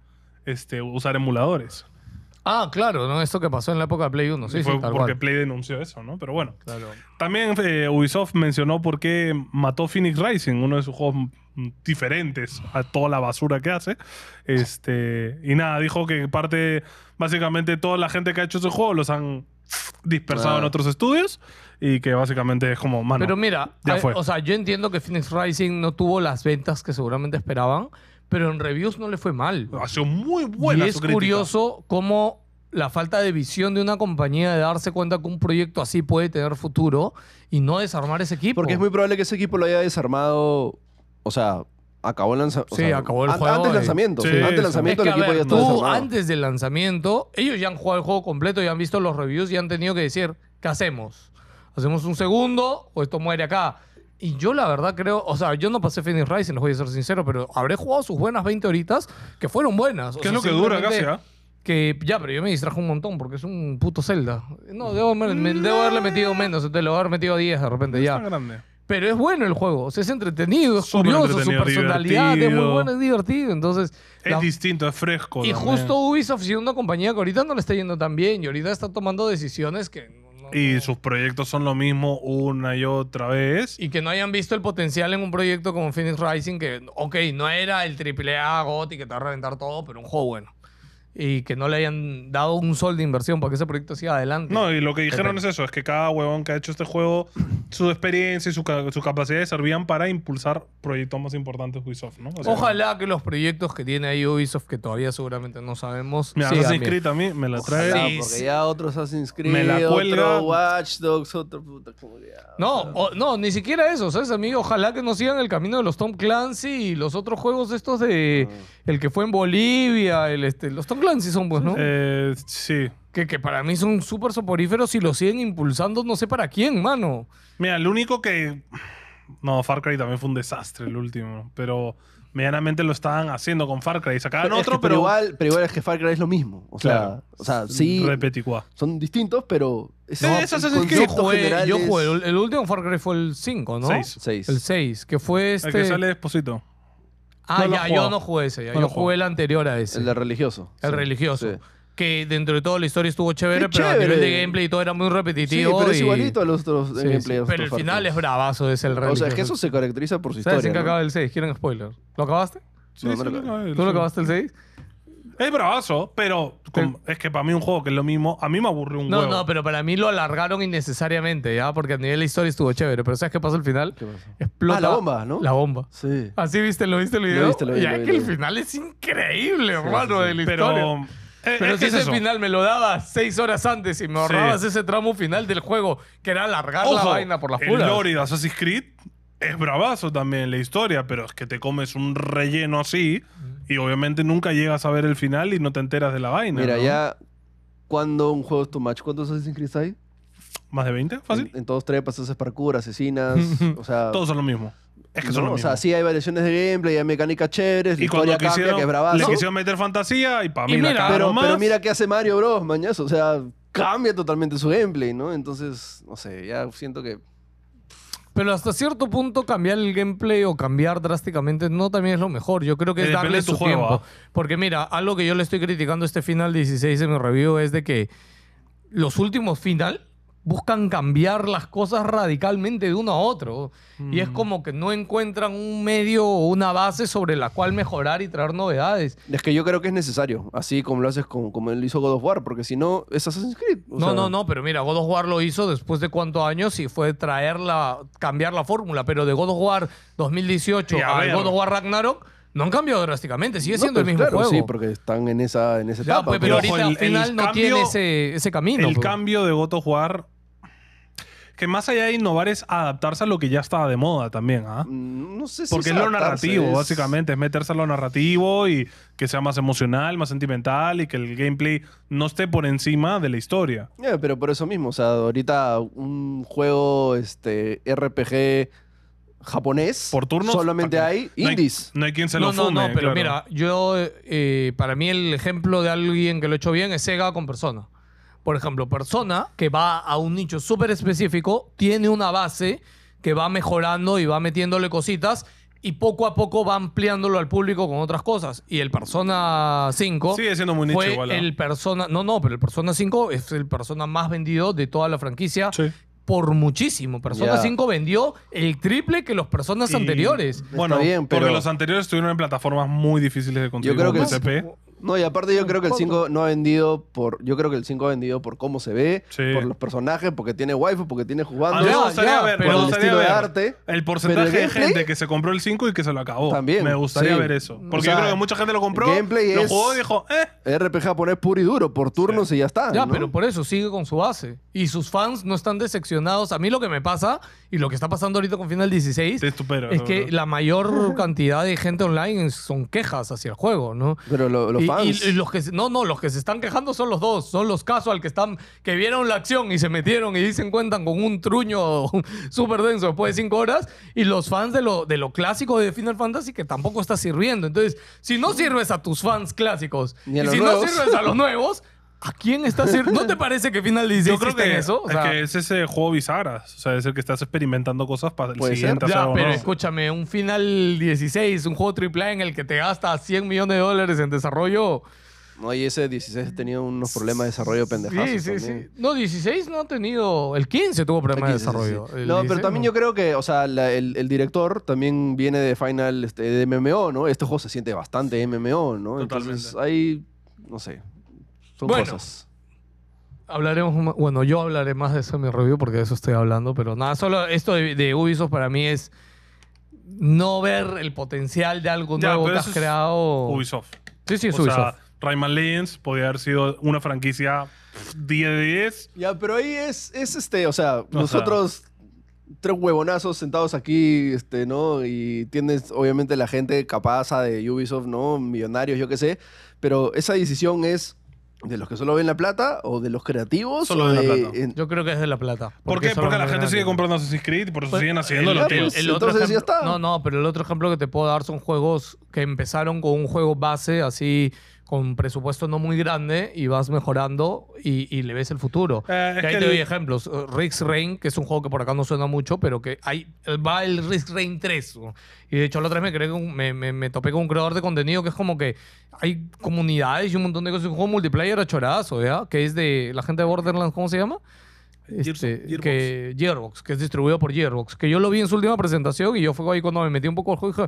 Speaker 1: este, usar emuladores.
Speaker 3: Ah, claro, ¿no? Esto que pasó en la época de Play 1. Sí,
Speaker 1: Y fue
Speaker 3: sí, tal
Speaker 1: porque
Speaker 3: cual.
Speaker 1: Play denunció eso, ¿no? Pero bueno.
Speaker 3: Claro.
Speaker 1: También eh, Ubisoft mencionó por qué mató Phoenix Rising, uno de sus juegos mm, diferentes a toda la basura que hace. Este, y nada, dijo que parte, básicamente, toda la gente que ha hecho ese juego los han dispersado
Speaker 2: Ah.
Speaker 1: en otros estudios y que básicamente es como, mano.
Speaker 3: Pero mira,
Speaker 1: Ah, Ya
Speaker 3: hay-
Speaker 1: fue.
Speaker 3: o sea, yo entiendo que Phoenix Rising no tuvo las ventas que seguramente esperaban, pero en reviews no le fue mal.
Speaker 1: ha sido muy Ah, buena
Speaker 3: y es
Speaker 1: su crítica.
Speaker 3: curioso cómo la falta de visión de una compañía de darse cuenta que un proyecto así puede tener futuro y no desarmar ese equipo.
Speaker 2: Porque es muy probable que ese equipo lo haya desarmado. O sea, acabó el lanzamiento.
Speaker 3: Sí, acabó el juego
Speaker 2: Antes
Speaker 3: y-
Speaker 2: del lanzamiento.
Speaker 1: Sí,
Speaker 2: antes
Speaker 1: sí.
Speaker 2: del lanzamiento
Speaker 3: Es que,
Speaker 2: el
Speaker 3: a
Speaker 2: equipo
Speaker 3: ver,
Speaker 2: ya está
Speaker 3: tú,
Speaker 2: desarmado.
Speaker 3: antes del lanzamiento, ellos ya han jugado el juego completo, ya han visto los reviews y han tenido que decir, ¿qué hacemos? ¿Hacemos un segundo o esto muere acá? Y yo la verdad creo, o sea, yo no pasé Phoenix Rising, les voy a ser sincero, pero habré jugado sus buenas 20 horitas, que fueron buenas. O
Speaker 1: ¿Qué
Speaker 3: sea,
Speaker 1: es lo que dura casi?
Speaker 3: simplemente
Speaker 1: ah?
Speaker 3: Que ya, pero yo me distrajo un montón porque es un puto Zelda. No, debo, haber- me- debo haberle metido menos, entonces le voy a haber metido 10 de repente
Speaker 1: Está
Speaker 3: ya.
Speaker 1: grande.
Speaker 3: Pero es bueno el juego, o sea, es entretenido, es
Speaker 1: Súper
Speaker 3: curioso, su
Speaker 1: entretenido,
Speaker 3: personalidad es muy
Speaker 1: divertido.
Speaker 3: bueno, es divertido. Entonces,
Speaker 1: Es
Speaker 3: la-
Speaker 1: distinto, es fresco.
Speaker 3: y
Speaker 1: también.
Speaker 3: justo Ubisoft siendo una compañía que ahorita no le está yendo tan bien y ahorita está tomando decisiones que no, no-
Speaker 1: Y
Speaker 3: no-
Speaker 1: sus proyectos son lo mismo una y otra vez.
Speaker 3: y que no hayan visto el potencial en un proyecto como Phoenix Rising que, ok, no era el AAA GOTY que te va a reventar todo, pero un juego bueno. y que no le hayan dado un sol de inversión para que ese proyecto siga adelante.
Speaker 1: No, y lo que dijeron
Speaker 3: Depende.
Speaker 1: es eso, es que cada huevón que ha hecho este juego, su experiencia y su, ca- su capacidad servían para impulsar proyectos más importantes de Ubisoft, ¿no? O sea,
Speaker 3: Ojalá que los proyectos que tiene ahí Ubisoft, que todavía seguramente no sabemos,
Speaker 1: Mira,
Speaker 3: sigan
Speaker 1: Assassin's
Speaker 3: bien.
Speaker 1: Creed a mí me la trae.
Speaker 2: Ojalá,
Speaker 3: Sí,
Speaker 2: porque
Speaker 3: sí.
Speaker 2: ya otro Assassin's Creed,
Speaker 1: Me la cuelga.
Speaker 2: otro Watch Dogs, otro puta como ya,
Speaker 3: No,
Speaker 2: o sea.
Speaker 3: o- no, ni siquiera eso, ¿sabes, amigo? Ojalá que no sigan el camino de los Tom Clancy y los otros juegos estos de...
Speaker 2: Ah.
Speaker 3: El que fue en Bolivia, el este... Los Tom Clancy son, pues, ¿no?
Speaker 1: Eh, sí.
Speaker 3: Que, que para mí son súper soporíferos y los siguen impulsando no sé para quién, mano.
Speaker 1: Mira, lo único que... No, Far Cry también fue un desastre el último, pero medianamente lo estaban haciendo con Far Cry.
Speaker 3: Ah,
Speaker 1: Sacaban
Speaker 2: Es que-
Speaker 1: otro,
Speaker 2: pero,
Speaker 1: pero...
Speaker 2: igual, pero igual es que Far Cry es lo mismo. O sea,
Speaker 1: Claro.
Speaker 2: o sea sí,
Speaker 1: Repeticuá.
Speaker 2: son distintos, pero es,
Speaker 1: Sí, es Assassin's
Speaker 2: el
Speaker 1: Creed.
Speaker 3: Yo
Speaker 2: concepto
Speaker 3: jugué,
Speaker 2: general
Speaker 3: yo
Speaker 2: es-
Speaker 3: jugué. El, el último Far Cry fue el 5, ¿no?
Speaker 1: Seis.
Speaker 2: Seis.
Speaker 3: El 6, que fue este...
Speaker 1: El que sale Esposito.
Speaker 3: Ah,
Speaker 1: no lo
Speaker 3: ya,
Speaker 1: he jugado.
Speaker 3: yo no jugué ese. ya.
Speaker 1: No lo
Speaker 3: yo
Speaker 1: he
Speaker 3: jugué el anterior a ese.
Speaker 2: El de religioso.
Speaker 3: El
Speaker 2: Sí.
Speaker 3: religioso.
Speaker 2: Sí.
Speaker 3: Que dentro de todo la historia estuvo chévere,
Speaker 2: Qué
Speaker 3: pero a nivel de
Speaker 2: chévere.
Speaker 3: gameplay y todo era muy
Speaker 2: Sí,
Speaker 3: repetitivo.
Speaker 2: pero es
Speaker 3: y-
Speaker 2: igualito a los otros
Speaker 3: Sí, sí.
Speaker 2: gameplay de los
Speaker 3: Pero el
Speaker 2: otros Far
Speaker 3: final
Speaker 2: Cry.
Speaker 3: es bravazo, es el religioso.
Speaker 2: O sea, es que eso se caracteriza por su
Speaker 3: ¿Sabes
Speaker 2: historia.
Speaker 3: en qué
Speaker 2: ¿no?
Speaker 3: acaba el 6? ¿Quieren spoiler? ¿Lo acabaste?
Speaker 1: Sí,
Speaker 2: No, no
Speaker 1: sí,
Speaker 2: lo
Speaker 1: lo
Speaker 2: acabé.
Speaker 1: acabé,
Speaker 3: ¿Tú lo
Speaker 1: sí.
Speaker 3: acabaste el 6?
Speaker 1: Es bravazo, pero con- es que para mí un juego que es lo mismo, a mí me aburrió un
Speaker 3: No,
Speaker 1: huevo.
Speaker 3: no, pero para mí lo alargaron innecesariamente, ¿ya? Porque a nivel de historia estuvo chévere. Pero ¿sabes qué pasó al final?
Speaker 2: ¿Qué pasa?
Speaker 3: Explota.
Speaker 2: Ah, la bomba, ¿no?
Speaker 3: La bomba.
Speaker 2: Sí.
Speaker 3: ¿Así viste? ¿Lo viste el video?
Speaker 2: viste, lo vi,
Speaker 3: ya
Speaker 2: lo vi,
Speaker 3: que
Speaker 2: lo
Speaker 3: el
Speaker 2: vi.
Speaker 3: final es increíble, hermano, de la historia.
Speaker 1: Pero, eh,
Speaker 3: Pero
Speaker 1: es
Speaker 3: si
Speaker 1: que es
Speaker 3: ese
Speaker 1: eso.
Speaker 3: final me lo dabas seis horas antes y me ahorrabas ese tramo final del juego, que era alargar la
Speaker 1: Ojo,
Speaker 3: vaina por las
Speaker 1: el
Speaker 3: puras.
Speaker 1: lore de Assassin's Creed es bravazo también la historia, pero es que te comes un relleno así y obviamente nunca llegas a ver el final y no te enteras de la vaina.
Speaker 2: Mira,
Speaker 1: ¿no?
Speaker 2: ya. cuando un juego es tu match? ¿Cuántos Assassin's Creed hay?
Speaker 1: ¿Más de 20? Fácil.
Speaker 2: En, en todos trepas, haces parkour, asesinas. o sea.
Speaker 1: Todos son lo mismo. Es que
Speaker 2: ¿no?
Speaker 1: son lo
Speaker 2: O
Speaker 1: mismo.
Speaker 2: sea, sí hay variaciones de gameplay, hay mecánicas chéveres, la
Speaker 1: y cuando
Speaker 2: historia cambia,
Speaker 1: quisieron,
Speaker 2: que es bravazo.
Speaker 1: le quisieron meter fantasía y para mí
Speaker 3: Y
Speaker 1: la
Speaker 3: mira,
Speaker 1: cagaron
Speaker 2: pero,
Speaker 1: más.
Speaker 2: pero mira qué hace Mario Bros, mañazo. O sea, cambia totalmente su gameplay, ¿no? Entonces, no sé, ya siento que.
Speaker 3: Pero hasta cierto punto cambiar el gameplay o cambiar drásticamente no también es lo mejor. Yo creo que es
Speaker 1: Depende
Speaker 3: darle
Speaker 1: de tu
Speaker 3: su
Speaker 1: juego,
Speaker 3: tiempo.
Speaker 1: ¿ah?
Speaker 3: Porque mira, algo que yo le estoy criticando a este final 16 en mi review es de que los últimos final buscan cambiar las cosas radicalmente de uno a otro. Y
Speaker 1: Mm.
Speaker 3: es como que no encuentran un medio o una base sobre la cual mejorar y traer novedades.
Speaker 2: Es que yo creo que es necesario, así como lo haces con- como él hizo God of War, porque si no, es Assassin's Creed. o
Speaker 3: no,
Speaker 2: sea,
Speaker 3: no, no, pero mira, God of War lo hizo después de cuántos años y fue traer la, cambiar la fórmula, pero de God of War 2018
Speaker 1: Y a
Speaker 3: a
Speaker 1: ver.
Speaker 3: God of War Ragnarok no han cambiado drásticamente, sigue
Speaker 2: No,
Speaker 3: siendo el
Speaker 2: pues
Speaker 3: mismo
Speaker 2: claro,
Speaker 3: juego.
Speaker 2: Sí, porque están en esa, en esa
Speaker 3: Ya,
Speaker 2: etapa.
Speaker 3: pues, pero
Speaker 1: pero
Speaker 3: ahorita
Speaker 1: ojo, el-
Speaker 3: al
Speaker 1: el
Speaker 3: final no
Speaker 1: cambio-
Speaker 3: tiene ese, ese camino.
Speaker 1: el
Speaker 3: pues.
Speaker 1: cambio de God of War, que más allá de innovar es adaptarse a lo que ya estaba de moda también, ¿ah?
Speaker 2: Mm, No sé si
Speaker 1: Porque es lo
Speaker 2: adaptarse,
Speaker 1: narrativo,
Speaker 2: es-
Speaker 1: básicamente, es meterse a lo narrativo y que sea más emocional, más sentimental y que el gameplay no esté por encima de la historia.
Speaker 2: Ya, Eh, pero por eso mismo, o sea, ahorita un juego este RPG japonés
Speaker 1: Por turnos,
Speaker 2: solamente
Speaker 1: pa-
Speaker 2: hay
Speaker 1: No hay-
Speaker 2: indies.
Speaker 1: No hay, quien se
Speaker 3: no,
Speaker 1: lo
Speaker 3: no,
Speaker 1: fume.
Speaker 3: no, pero
Speaker 1: claro.
Speaker 3: mira, yo, eh, para mí el ejemplo de alguien que lo ha hecho bien es Sega con Persona. Por ejemplo, Persona, que va a un nicho súper específico, tiene una base que va mejorando y va metiéndole cositas y poco a poco va ampliándolo al público con otras cosas. Y el Persona 5
Speaker 1: Sigue siendo muy nicho
Speaker 3: fue
Speaker 1: igual. ¿ah?
Speaker 3: el Persona... No, no, pero el Persona 5 es el Persona más vendido de toda la franquicia
Speaker 1: Sí.
Speaker 3: por muchísimo. Persona
Speaker 2: Ya.
Speaker 3: 5 vendió el triple que los Personas
Speaker 1: Y-
Speaker 3: anteriores.
Speaker 1: Bueno,
Speaker 2: bien, pero-
Speaker 1: porque los anteriores estuvieron en plataformas muy difíciles de conseguir.
Speaker 2: creo
Speaker 1: como
Speaker 2: que-
Speaker 1: PSP.
Speaker 2: No, y aparte yo creo que el 5 no ha vendido por... Yo creo que el 5 ha vendido por cómo se ve,
Speaker 1: Sí.
Speaker 2: por los personajes, porque tiene waifu, porque tiene
Speaker 1: A
Speaker 2: jugando,
Speaker 1: mí me
Speaker 3: Ya,
Speaker 1: gustaría
Speaker 3: ya,
Speaker 1: ver,
Speaker 3: pero-
Speaker 1: me
Speaker 2: por el
Speaker 1: gustaría
Speaker 2: estilo de
Speaker 1: ver
Speaker 2: arte.
Speaker 1: el porcentaje
Speaker 2: pero el
Speaker 1: de gente
Speaker 2: gameplay-
Speaker 1: que se compró el 5 y que se lo acabó.
Speaker 2: También,
Speaker 1: Me gustaría
Speaker 2: sí.
Speaker 1: ver eso. Porque
Speaker 2: O sea,
Speaker 1: yo creo que mucha gente lo compró,
Speaker 2: el gameplay
Speaker 1: lo
Speaker 2: es-
Speaker 1: jugó y dijo, eh,
Speaker 2: RPG japonés puro y duro, por turnos y ya está.
Speaker 3: Ya,
Speaker 2: ¿no?
Speaker 3: pero por eso sigue con su base. Y sus fans no están decepcionados. A mí lo que me pasa y lo que está pasando ahorita con Final 16
Speaker 1: te estupero.
Speaker 3: es que la mayor cantidad de gente online son quejas hacia el juego, ¿no?
Speaker 2: Pero lo- los
Speaker 3: Y- y-
Speaker 2: fans...
Speaker 3: y los que se- no, no, los que se están quejando son los dos, son los casual que están que vieron la acción y se metieron y se encuentran con un truño súper denso después de cinco horas y los fans de lo, de lo clásico de Final Fantasy que tampoco está sirviendo. Entonces, si no sirves a tus fans clásicos
Speaker 2: Ni
Speaker 3: y
Speaker 2: a los
Speaker 3: si no
Speaker 2: nuevos.
Speaker 3: sirves a los nuevos, ¿a quién estás sirviendo? ¿No te parece que Final 16
Speaker 1: Yo creo
Speaker 3: está
Speaker 1: que,
Speaker 3: en eso? O
Speaker 1: es
Speaker 3: sea,
Speaker 1: que es ese juego bizarras. O sea, es el que estás experimentando cosas para el
Speaker 2: Puede
Speaker 1: siguiente
Speaker 2: ser.
Speaker 1: hacer
Speaker 3: Ya,
Speaker 1: algo
Speaker 3: pero
Speaker 1: nuevo.
Speaker 3: escúchame, un Final 16, un juego AAA en el que te gastas 100 millones de dólares en desarrollo.
Speaker 2: No, y ese 16 tenía unos problemas de desarrollo pendejazos
Speaker 3: Sí, sí,
Speaker 2: también.
Speaker 3: sí. No, 16 no ha tenido. El 15 tuvo problemas
Speaker 2: Aquí, sí,
Speaker 3: de
Speaker 2: sí, sí.
Speaker 3: desarrollo. El
Speaker 2: No,
Speaker 3: 16
Speaker 2: pero también yo creo que, o sea, la- el, el director también viene de Final, este, de MMO, ¿no? Este juego se siente bastante MMO, ¿no?
Speaker 1: Totalmente.
Speaker 2: Entonces hay No sé. Son
Speaker 3: Bueno.
Speaker 2: cosas.
Speaker 3: Hablaremos, ma- bueno, yo hablaré más de eso en mi review porque de eso estoy hablando, pero nada, solo esto de, de Ubisoft para mí es no ver el potencial de algo
Speaker 1: Ya,
Speaker 3: nuevo
Speaker 1: pero
Speaker 3: que
Speaker 1: eso
Speaker 3: has
Speaker 1: es
Speaker 3: creado.
Speaker 1: Ubisoft.
Speaker 3: Sí, sí, es
Speaker 1: o
Speaker 3: Ubisoft.
Speaker 1: sea, Rayman Legends podría haber sido una franquicia pff, 10 de 10.
Speaker 2: Ya, pero ahí es, es este, o sea, nosotros tres huevonazos sentados aquí, este, ¿no? Y tienes, obviamente, la gente capaz de Ubisoft, ¿no? Millonarios, yo qué sé. Pero esa decisión es de los que solo ven la plata o de los creativos.
Speaker 1: Solo
Speaker 2: o
Speaker 1: ven la
Speaker 2: de-
Speaker 1: plata.
Speaker 2: en-
Speaker 3: yo creo que es de La Plata.
Speaker 1: ¿Por qué?
Speaker 3: eso
Speaker 1: Porque
Speaker 3: lo
Speaker 1: la
Speaker 3: han
Speaker 1: gente sigue
Speaker 3: ganado.
Speaker 1: comprando Assassin's Creed y por eso
Speaker 3: Pues,
Speaker 1: siguen haciendo
Speaker 3: el
Speaker 1: los
Speaker 3: otro-
Speaker 1: tíos.
Speaker 2: pues,
Speaker 3: el otro
Speaker 2: entonces ya
Speaker 3: ejemplo-
Speaker 2: está.
Speaker 3: No, no, pero el otro ejemplo que te puedo dar son juegos que empezaron con un juego base así, con presupuesto no muy grande, y vas mejorando y, y le ves el futuro.
Speaker 1: Eh, es
Speaker 3: Que ahí
Speaker 1: que
Speaker 3: te
Speaker 1: el-
Speaker 3: doy ejemplos. Eh, Risk Rain, que es un juego que por acá no suena mucho, pero que hay, va el Risk Rain 3. ¿no? Y de hecho, la otra vez me, creé con- me, me- me topé con un creador de contenido que es como que hay comunidades y un montón de cosas. Es un juego multiplayer a chorazo, ¿ya? Que es de la gente de Borderlands, ¿cómo se llama?
Speaker 1: Gears-
Speaker 3: Este,
Speaker 1: Gearbox.
Speaker 3: Que, Gearbox, que es distribuido por Gearbox. Que yo lo vi en su última presentación y yo fue ahí cuando me metí un poco al juego y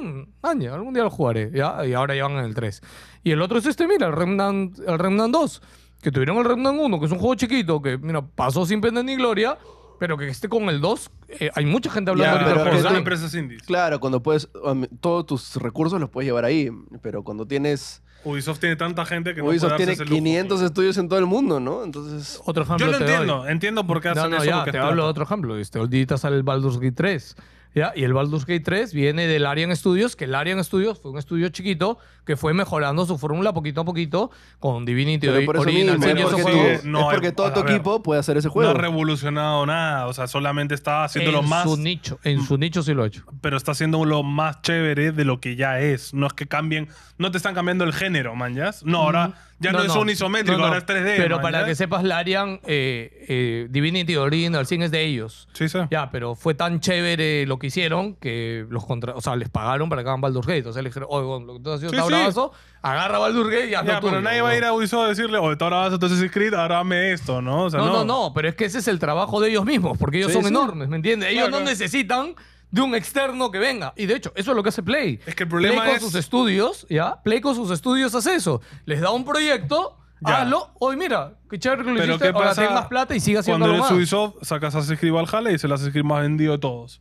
Speaker 3: dije, mmm, aña, algún día lo jugaré. ¿ya? Y ahora llevan en el 3. Y el otro es este, mira, el Remnant, el Remnant 2. Que tuvieron el Remnant 1, que es un juego chiquito, que mira, pasó sin pena ni gloria, pero que esté con el 2, eh, hay mucha gente
Speaker 1: Ya,
Speaker 3: hablando
Speaker 2: pero
Speaker 1: pero que
Speaker 3: ahorita del juego.
Speaker 2: tú-
Speaker 1: son
Speaker 2: también-
Speaker 1: empresas indies.
Speaker 2: Claro, cuando puedes, um, todos tus recursos los puedes llevar ahí, pero cuando tienes,
Speaker 1: Ubisoft tiene tanta gente que no puede
Speaker 2: Ubisoft
Speaker 1: darse
Speaker 2: tiene
Speaker 1: ese lujo.
Speaker 2: 500 estudios en todo el mundo, ¿no? Entonces,
Speaker 3: Otro
Speaker 1: Yo
Speaker 3: ejemplo
Speaker 1: lo
Speaker 3: te doy.
Speaker 1: entiendo, entiendo por qué hacen
Speaker 3: No, no,
Speaker 1: eso.
Speaker 3: ya,
Speaker 1: porque
Speaker 3: te
Speaker 1: es plata.
Speaker 3: hablo de otro ejemplo. Este, ahorita sale el Baldur's Gate 3. ¿ya? Y el Baldur's Gate 3 viene del Arian Studios, que el Arian Studios fue un estudio chiquito que fue mejorando su fórmula poquito a poquito con Divinity
Speaker 2: pero por eso
Speaker 3: Original Sin
Speaker 2: mismo,
Speaker 1: sí,
Speaker 2: es
Speaker 3: y esos
Speaker 2: porque,
Speaker 1: eso
Speaker 2: tú-
Speaker 1: fue-
Speaker 2: es
Speaker 1: no, eh,
Speaker 2: porque todo
Speaker 1: a
Speaker 2: tu
Speaker 1: ver.
Speaker 2: equipo puede hacer ese
Speaker 1: No ha
Speaker 2: juego.
Speaker 1: revolucionado nada, o sea, solamente está haciendo lo
Speaker 3: en
Speaker 1: más,
Speaker 3: su nicho, en su nicho sí lo ha hecho.
Speaker 1: pero está haciendo lo más chévere de lo que ya es. No es que cambien, no te están cambiando el género, man, ¿ya? No, ahora ya no, es un isométrico,
Speaker 3: no, no.
Speaker 1: ahora es 3D.
Speaker 3: Pero
Speaker 1: man,
Speaker 3: para
Speaker 1: ¿ya?
Speaker 3: que sepas, Larian, eh, eh, Divinity Original Sin es de ellos.
Speaker 1: Sí, sí.
Speaker 3: Ya, pero fue tan chévere lo que hicieron que los contra... o sea, les pagaron para que hagan Baldur's Gate. O sea, les dijeron, oye, lo que tú has hecho
Speaker 1: Sí,
Speaker 3: está
Speaker 1: sí.
Speaker 3: bravazo, agarra Baldur's Gate y hazlo
Speaker 1: Ya, pero
Speaker 3: tuyo,
Speaker 1: nadie va a
Speaker 3: ¿no?
Speaker 1: ir a Ubisoft a decirle, oye, tú ahora vas a Assassin's Creed, ahora hazme esto, ¿no? O sea,
Speaker 3: No,
Speaker 1: no,
Speaker 3: no, no, pero es que ese es el trabajo de ellos mismos, porque ellos
Speaker 2: Sí,
Speaker 3: son
Speaker 2: sí.
Speaker 3: enormes, ¿me entiendes? Ellos
Speaker 1: Claro.
Speaker 3: no necesitan de un externo que venga. Y de hecho, eso es lo que hace Play.
Speaker 1: Es que el problema
Speaker 3: Play
Speaker 1: es-
Speaker 3: con sus estudios, ¿ya? Play con sus estudios hace eso. Les da un proyecto,
Speaker 1: Ya.
Speaker 3: hazlo, hoy mira, qué chévere que lo
Speaker 1: Pero
Speaker 3: hiciste,
Speaker 1: ¿qué
Speaker 3: ahora
Speaker 1: pasa
Speaker 3: ten más plata y sigue haciendo
Speaker 1: Cuando
Speaker 3: lo
Speaker 1: eres
Speaker 3: más.
Speaker 1: Ubisoft, sacas Assassin's Creed Valhalla y es el Assassin's Creed más vendido de todos.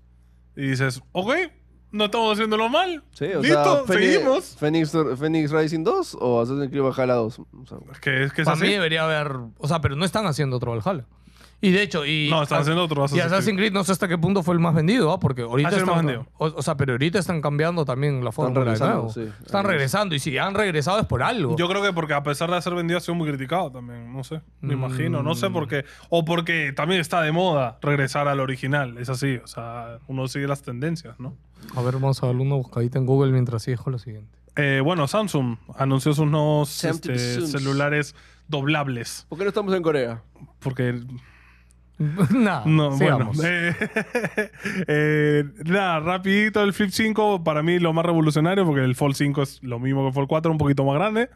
Speaker 1: Y dices, ok, no estamos haciéndolo mal.
Speaker 2: Sí, o
Speaker 1: Listo,
Speaker 2: sea, Phoenix-
Speaker 1: seguimos.
Speaker 2: Phoenix, Phoenix Rising 2 o Assassin's Creed Valhalla 2. O sea,
Speaker 1: Es que es, que es
Speaker 3: Para mí
Speaker 1: así.
Speaker 3: debería haber, o sea, pero no están haciendo otro Valhalla. Y de hecho, y
Speaker 1: No, están
Speaker 3: a-
Speaker 1: haciendo otro
Speaker 3: Y
Speaker 1: Assassin's
Speaker 3: Assassin's Creed no sé hasta qué punto fue el más vendido, ¿ah? porque ahorita
Speaker 1: Ha sido el
Speaker 3: están,
Speaker 1: más vendido.
Speaker 3: o, o sea, pero ahorita están cambiando también la fórmula de
Speaker 2: regresando,
Speaker 3: nuevo.
Speaker 2: sí.
Speaker 3: Están regresando y si han regresado es por algo.
Speaker 1: Yo creo que porque a pesar de ser vendido ha sido muy criticado también, no sé, me imagino, no sé por qué. O porque también está de moda regresar al original, es así, o sea, uno sigue las tendencias, ¿no?
Speaker 3: A ver, vamos a darle una buscadita en Google mientras dijo lo siguiente.
Speaker 1: Eh, bueno, Samsung anunció sus nuevos
Speaker 2: Samsung
Speaker 1: este,
Speaker 2: Zooms.
Speaker 1: celulares doblables,
Speaker 2: ¿Por qué no estamos en Corea?
Speaker 1: porque
Speaker 3: Nada,
Speaker 1: No,
Speaker 3: sigamos.
Speaker 1: bueno. eh, eh, nada, rapidito el Flip 5 para mí lo más revolucionario porque el Fold 5 es lo mismo que el Fold 4, un poquito más grande.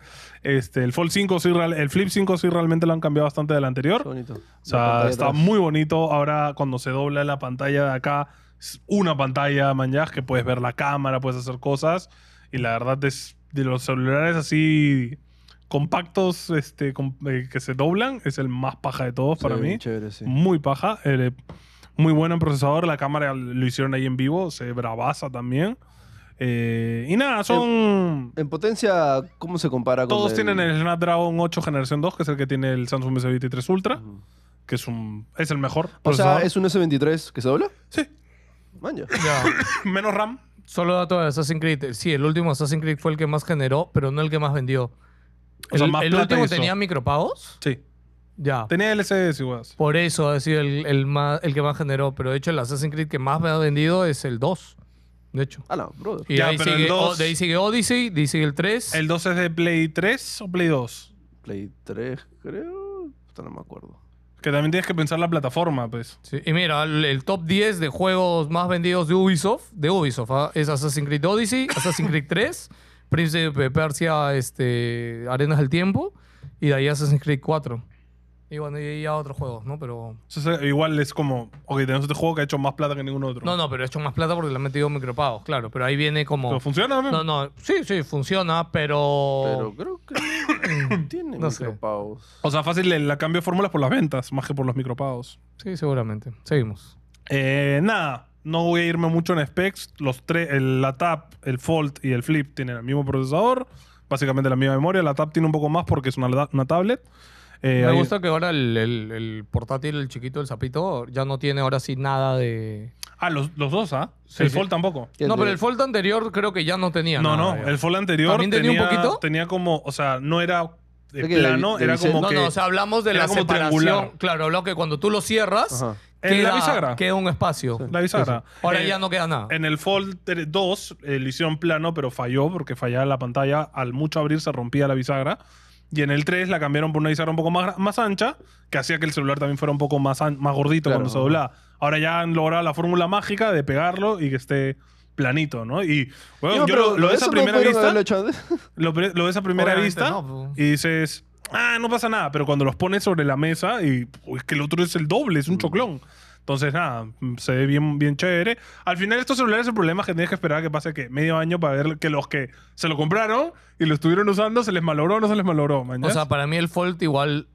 Speaker 1: Este, el Fold 5 sí, real- el Flip 5 sí realmente lo han cambiado bastante del anterior.
Speaker 2: Qué bonito.
Speaker 1: O sea, está muy bonito. Ahora cuando se dobla la pantalla de acá, es una pantalla, man, ya, que puedes ver la cámara, puedes hacer cosas. Y la verdad es de los celulares así compactos este, com- eh, que se doblan, es el más paja de todos para mí.
Speaker 2: Chévere, sí.
Speaker 1: Muy paja. el, eh, muy bueno en procesador. La cámara lo hicieron ahí en vivo. Se bravaza también. Eh, y nada, son.
Speaker 2: En potencia, ¿cómo se compara con
Speaker 1: todos tienen el Snapdragon 8 Generación 2, que es el que tiene el Samsung S23 Ultra,
Speaker 2: Ujú.
Speaker 1: que es un es el mejor.
Speaker 2: O sea,
Speaker 1: procesador.
Speaker 2: ¿es un S23 que se dobla?
Speaker 1: Sí.
Speaker 2: Manja.
Speaker 3: Ya,
Speaker 1: menos RAM.
Speaker 3: Solo dato de Assassin's Creed. eh, Sí, el último Assassin's Creed fue el que más generó, pero no el que más vendió.
Speaker 1: O sea,
Speaker 3: el
Speaker 1: más
Speaker 3: el
Speaker 1: plata
Speaker 3: último
Speaker 1: hizo.
Speaker 3: tenía micropagos.
Speaker 1: Sí.
Speaker 3: Ya.
Speaker 1: Tenía LCS, igual.
Speaker 3: Por eso ha sido el, el más, el que más generó. Pero de hecho, el Assassin's Creed que más me ha vendido es el 2. De hecho.
Speaker 2: Ah, no, brother.
Speaker 3: Y
Speaker 1: Ya,
Speaker 3: ahí
Speaker 1: pero el
Speaker 3: sigue, o-
Speaker 1: 2.
Speaker 3: de ahí sigue Odyssey, de ahí sigue el 3.
Speaker 1: ¿El 2 es de Play 3 o Play 2?
Speaker 2: Play 3, creo. Puta, no me acuerdo.
Speaker 1: Que también tienes que pensar la plataforma, pues.
Speaker 3: Sí, y mira, el, el top 10 de juegos más vendidos de Ubisoft, de Ubisoft, ¿ah? es Assassin's Creed Odyssey, Assassin's Creed 3, Príncipe de Persia, este, Arenas del Tiempo, y de ahí Assassin's Creed 4. Y bueno, y ahí ya otros juegos, ¿no? Pero.
Speaker 1: Entonces, igual es como, ok, tenemos este juego que ha hecho más plata que ningún otro.
Speaker 3: No, no, pero he hecho más plata porque le han metido micropagos, claro. Pero ahí viene como.
Speaker 1: Pero funciona, ¿no?
Speaker 3: No,
Speaker 2: Oh.
Speaker 3: no, sí, sí, funciona, pero.
Speaker 2: Pero creo que. Tiene
Speaker 3: No sé.
Speaker 2: micropagos.
Speaker 1: O sea, fácil el- la cambio de fórmulas por las ventas, más que por los micropagos.
Speaker 3: Sí, seguramente. Seguimos.
Speaker 1: Eh, nada, no voy a irme mucho en specs. Los tres, el- la TAP, el Fold y el Flip tienen el mismo procesador, básicamente la misma memoria. La TAP tiene un poco más porque es una, la- una tablet. Eh,
Speaker 3: Me
Speaker 1: ahí-
Speaker 3: gusta que ahora el, el- el portátil, el chiquito, el sapito, ya no tiene ahora sí nada de...
Speaker 1: Ah, los, los dos, ¿ah?
Speaker 3: Sí,
Speaker 1: el
Speaker 3: sí.
Speaker 1: Fold tampoco.
Speaker 2: Y el
Speaker 3: No, pero
Speaker 2: de-
Speaker 3: el Fold anterior creo que ya no tenía
Speaker 1: No,
Speaker 3: nada,
Speaker 1: no,
Speaker 3: ya.
Speaker 1: el Fold anterior
Speaker 3: ¿También tenía un poquito?
Speaker 1: tenía como, o sea, no era de
Speaker 2: Es que de-
Speaker 1: plano,
Speaker 2: de
Speaker 1: era
Speaker 2: bisel-
Speaker 1: como
Speaker 3: No,
Speaker 1: que
Speaker 3: no, o sea, hablamos de
Speaker 1: era
Speaker 3: la
Speaker 1: como
Speaker 3: separación.
Speaker 1: triangular.
Speaker 3: Claro, hablamos que cuando tú lo cierras,
Speaker 2: Ajá.
Speaker 1: en la
Speaker 3: queda,
Speaker 1: bisagra.
Speaker 3: queda un espacio.
Speaker 1: La bisagra.
Speaker 3: Ahora
Speaker 1: Eh,
Speaker 3: ya no queda nada.
Speaker 1: En el Fold 3 2 eh, lo hicieron plano, pero falló porque fallaba la pantalla. Al mucho abrir se rompía la bisagra. Y en el 3 la cambiaron por una bisagra un poco más, gra- más ancha, que hacía que el celular también fuera un poco más, an- más gordito
Speaker 2: Claro,
Speaker 1: cuando se
Speaker 2: ajá.
Speaker 1: doblaba. Ahora ya han logrado la fórmula mágica de pegarlo y que esté planito, ¿no? Y, bueno,
Speaker 2: No,
Speaker 1: yo
Speaker 2: pero
Speaker 1: lo, lo ves
Speaker 2: eso
Speaker 1: a
Speaker 2: no
Speaker 1: primera
Speaker 2: pudieron
Speaker 1: vista,
Speaker 2: haberlo hecho antes.
Speaker 1: lo, pre- lo ves a primera
Speaker 3: Obviamente
Speaker 1: vista
Speaker 3: no, pues.
Speaker 1: y dices, ah, no pasa nada, pero cuando los pones sobre la mesa y uy, es que el otro es el doble, es
Speaker 3: Mm.
Speaker 1: un choclón. Entonces, nada, mm, se ve bien, bien chévere. Al final, estos celulares, el problema es que tienes que esperar a que pase ¿qué? medio año para ver que los que se lo compraron y lo estuvieron usando, se les malogró o no se les malogró. ¿me
Speaker 3: O sea,
Speaker 1: entiendes?
Speaker 3: para mí el Fold igual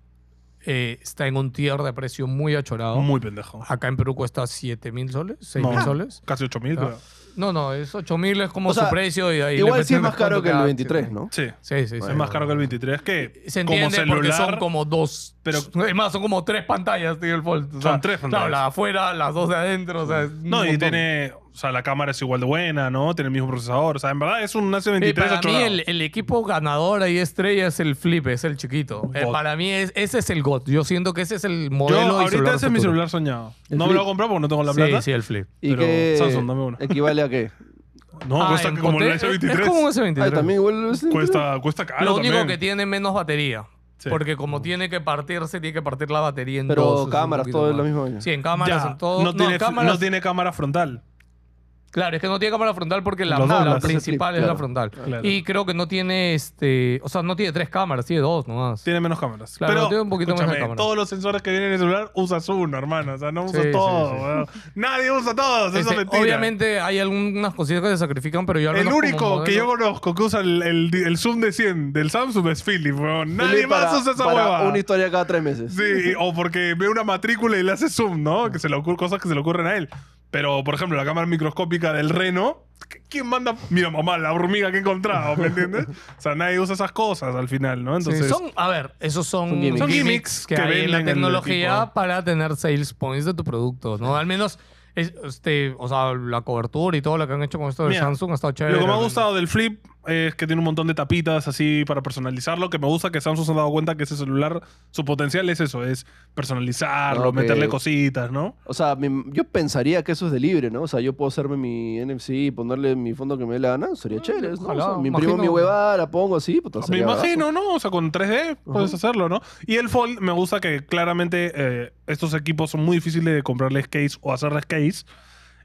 Speaker 3: eh, está en un tier de precio muy achorado.
Speaker 1: muy pendejo.
Speaker 3: Acá en Perú cuesta 7 mil soles, 6
Speaker 1: No,
Speaker 3: mil soles.
Speaker 1: Casi 8000,
Speaker 3: Ah.
Speaker 1: creo.
Speaker 3: No, no, es 8 mil es como
Speaker 2: O sea,
Speaker 3: su precio y ahí le
Speaker 2: Igual
Speaker 3: meten
Speaker 2: sí es más caro
Speaker 3: descuento
Speaker 2: que el
Speaker 3: cada-
Speaker 2: 23, ¿no?
Speaker 1: Sí,
Speaker 3: Sí, sí, sí.
Speaker 1: es más caro que el 23, que
Speaker 3: Se entiende
Speaker 1: como celular.
Speaker 3: porque son como dos.
Speaker 1: Pero-
Speaker 3: es más, son como tres pantallas, tiene el Fold. O sea,
Speaker 1: Son tres pantallas.
Speaker 3: Claro, la de afuera, las dos de adentro. O sea, es un
Speaker 1: No, y
Speaker 3: montón. Eh,
Speaker 1: tiene. O sea, la cámara es igual de buena, ¿no? Tiene el mismo procesador. O sea, en verdad es un
Speaker 3: Sí,
Speaker 1: AC23
Speaker 3: para mí
Speaker 1: achorado.
Speaker 3: el, el equipo ganador ahí estrella es el Flip, es el chiquito. Eh,
Speaker 1: God.
Speaker 3: para mí es- ese es el GOT. Yo siento que ese es el
Speaker 1: Yo
Speaker 3: modelo y
Speaker 1: ahorita
Speaker 3: celular
Speaker 1: ese es mi
Speaker 3: futuro.
Speaker 1: celular soñado.
Speaker 2: El
Speaker 1: No me lo
Speaker 2: flip.
Speaker 1: voy a comprar porque no tengo la
Speaker 3: Sí,
Speaker 1: plata.
Speaker 3: sí, el Flip.
Speaker 2: Y
Speaker 1: Pero,
Speaker 2: que
Speaker 1: Samsung, dame uno.
Speaker 2: equivale a qué?
Speaker 1: Eh, No,
Speaker 3: Ah,
Speaker 1: cuesta
Speaker 3: en
Speaker 1: como el
Speaker 3: poten-
Speaker 1: S23.
Speaker 3: Es como un S23.
Speaker 2: Ah, también igual es
Speaker 1: Cuesta, cuesta caro
Speaker 3: Lo único
Speaker 1: también.
Speaker 3: que tiene menos batería.
Speaker 1: Sí.
Speaker 3: Porque como tiene que partirse, tiene que partir la batería en dos. es
Speaker 2: Pero
Speaker 3: un
Speaker 2: cámaras,
Speaker 3: poquito
Speaker 2: todo es
Speaker 3: más.
Speaker 2: lo mismo. año.
Speaker 3: Sí, en cámaras,
Speaker 1: Ya,
Speaker 3: en todo.
Speaker 1: no, tiene,
Speaker 3: en cámaras-
Speaker 1: no tiene cámara frontal.
Speaker 3: Claro, es que no tiene cámara frontal porque la,
Speaker 1: Los dos,
Speaker 3: la
Speaker 1: las-
Speaker 3: principal
Speaker 2: sí,
Speaker 3: es la
Speaker 2: claro.
Speaker 3: frontal.
Speaker 1: Claro.
Speaker 3: Y creo que no tiene este. O sea, no tiene tres cámaras, tiene dos nomás.
Speaker 1: Tiene menos cámaras.
Speaker 3: Claro,
Speaker 1: Pero,
Speaker 3: tiene un poquito más de
Speaker 1: escúchame,
Speaker 3: cámara.
Speaker 1: todos los sensores que vienen en el celular usas uno, hermano. O sea, no usas
Speaker 3: sí,
Speaker 1: todo.
Speaker 3: sí.
Speaker 1: weón. Nadie usa todos. Eso
Speaker 3: Este,
Speaker 1: es mentira.
Speaker 3: obviamente hay algunas cosillas que se sacrifican, pero yo al
Speaker 1: El
Speaker 3: menos como
Speaker 1: único que yo
Speaker 3: modelo-
Speaker 1: conozco que usa el, el- el zoom de 100 del Samsung es Philip, weón. Nadie
Speaker 2: Feliz para-
Speaker 1: más usa esa
Speaker 2: para
Speaker 1: hueva.
Speaker 2: Una historia cada tres meses.
Speaker 1: Sí, y- o porque ve una matrícula y le hace zoom, ¿no? Que se le ocurren cosas que se le ocurren a él. Pero, por ejemplo, la cámara microscópica del reno, ¿qu- ¿quién manda? Mira, mamá, la hormiga que he encontrado, ¿me entiendes? O sea, nadie usa esas cosas al final, ¿no?
Speaker 3: Sí,
Speaker 1: Entonces,
Speaker 3: son, a ver, esos son,
Speaker 2: Son gimmicks.
Speaker 1: Son gimmicks
Speaker 3: que,
Speaker 1: que
Speaker 3: hay en
Speaker 1: venden en
Speaker 3: la
Speaker 1: el
Speaker 3: tecnología
Speaker 1: equipo.
Speaker 3: para tener sales points de tu producto, ¿no? Al menos, es- este, o sea, la cobertura y todo lo que han hecho con esto de
Speaker 1: Mira,
Speaker 3: Samsung ha estado chévere.
Speaker 1: lo que me ha gustado del Flip es que tiene un montón de tapitas así para personalizarlo, que me gusta que Samsung se ha dado cuenta que ese celular, su potencial es eso, es personalizarlo,
Speaker 2: Ok.
Speaker 1: meterle cositas, ¿no?
Speaker 2: O sea, mi- yo pensaría que eso es de libre, ¿no? O sea, yo puedo hacerme mi NFC y ponerle mi fondo que me dé la gana. Sería chévere, ¿no? O sea,
Speaker 3: ojalá,
Speaker 2: me imprimo
Speaker 3: imagino-
Speaker 2: mi huevada, la pongo así. Puta,
Speaker 1: Mm, Me
Speaker 2: sería barato.
Speaker 1: imagino, ¿no? O sea, con 3D puedes hacerlo, ¿no? Y el Fold, me gusta que claramente eh, estos equipos son muy difíciles de comprarles case o hacerles case.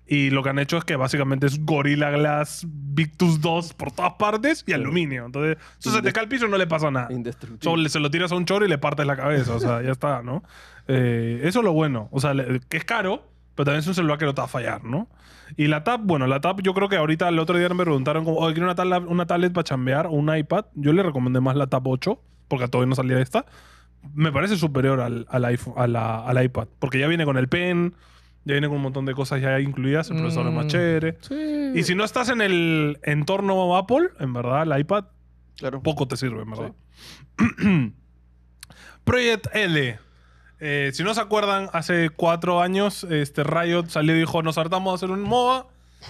Speaker 1: Y lo que han hecho es que básicamente es Gorilla Glass, Victus 2 por todas partes y aluminio. Entonces, eso se te
Speaker 2: Indes-
Speaker 1: cae al piso y no le pasa nada.
Speaker 2: Indestructible.
Speaker 1: Solo le- se lo tiras a un choro y le partes la cabeza. O sea, ya está, ¿no? Eh, eso es lo bueno. O sea, le- que es caro, pero también es un celular que no te va a fallar, ¿no? Y la tab, bueno, la tab yo creo que ahorita el otro día me preguntaron como, oye, ¿quiero una, tabla- una tablet para chambear o un iPad? Yo le recomendé más la tab 8, porque todavía no salía esta. Me parece superior al, al, iPhone- a la- al iPad, porque ya viene con el pen, ya viene con un montón de cosas ya incluidas, el procesador es más
Speaker 3: Mm.
Speaker 1: chévere.
Speaker 3: Sí.
Speaker 1: Y si no estás en el entorno Apple, en verdad, el iPad
Speaker 2: Claro.
Speaker 1: poco te sirve, en verdad. Project L. Eh, si no se acuerdan, hace cuatro años este Riot salió y dijo, nos hartamos de hacer un MOBA,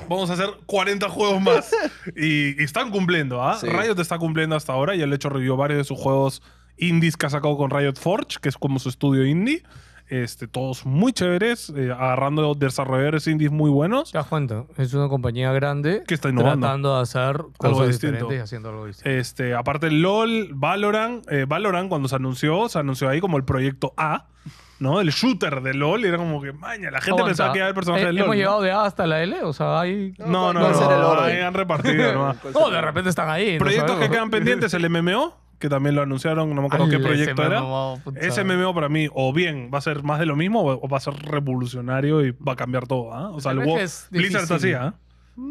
Speaker 1: vamos a hacer 40 juegos más. y, y están cumpliendo, ¿ah?
Speaker 2: Sí.
Speaker 1: Riot está cumpliendo hasta ahora, ya le he hecho review varios de sus juegos indies que ha sacado con Riot Forge, que es como su estudio indie. Este, todos muy chéveres, eh, agarrando desarrolladores indies muy buenos.
Speaker 3: ¿Te das cuenta? Es una compañía grande
Speaker 1: Que está innovando.
Speaker 3: tratando de hacer cosas
Speaker 1: distinto.
Speaker 3: diferentes y haciendo algo distinto.
Speaker 1: Este, aparte el LOL, Valorant, eh, Valorant cuando se anunció, se anunció ahí como el proyecto A, ¿no? El shooter de LOL, y era como que, maña, la gente
Speaker 3: Aguanta.
Speaker 1: pensaba que era el personaje
Speaker 3: Eh,
Speaker 1: de LOL.
Speaker 3: Hemos
Speaker 1: ¿no?
Speaker 3: llegado de A hasta la L, o sea, hay...
Speaker 1: No, no,
Speaker 2: ¿Cuál será el
Speaker 1: no,
Speaker 2: orden?
Speaker 1: ahí han repartido nomás.
Speaker 2: Pues
Speaker 3: No, de repente están ahí. no
Speaker 1: Proyectos que
Speaker 3: sabemos.
Speaker 1: quedan pendientes, el MMO, que también lo anunciaron, no me acuerdo
Speaker 3: Al
Speaker 1: qué proyecto era.
Speaker 3: SMMO, puta.
Speaker 1: Ese MMO para mí, o bien va a ser más de lo mismo, o o va a ser revolucionario y va a cambiar todo, ¿ah? O sea, el
Speaker 3: Sabes que
Speaker 1: WoW-
Speaker 3: es
Speaker 1: Blizzard
Speaker 3: difícil.
Speaker 1: hacía, ¿ah?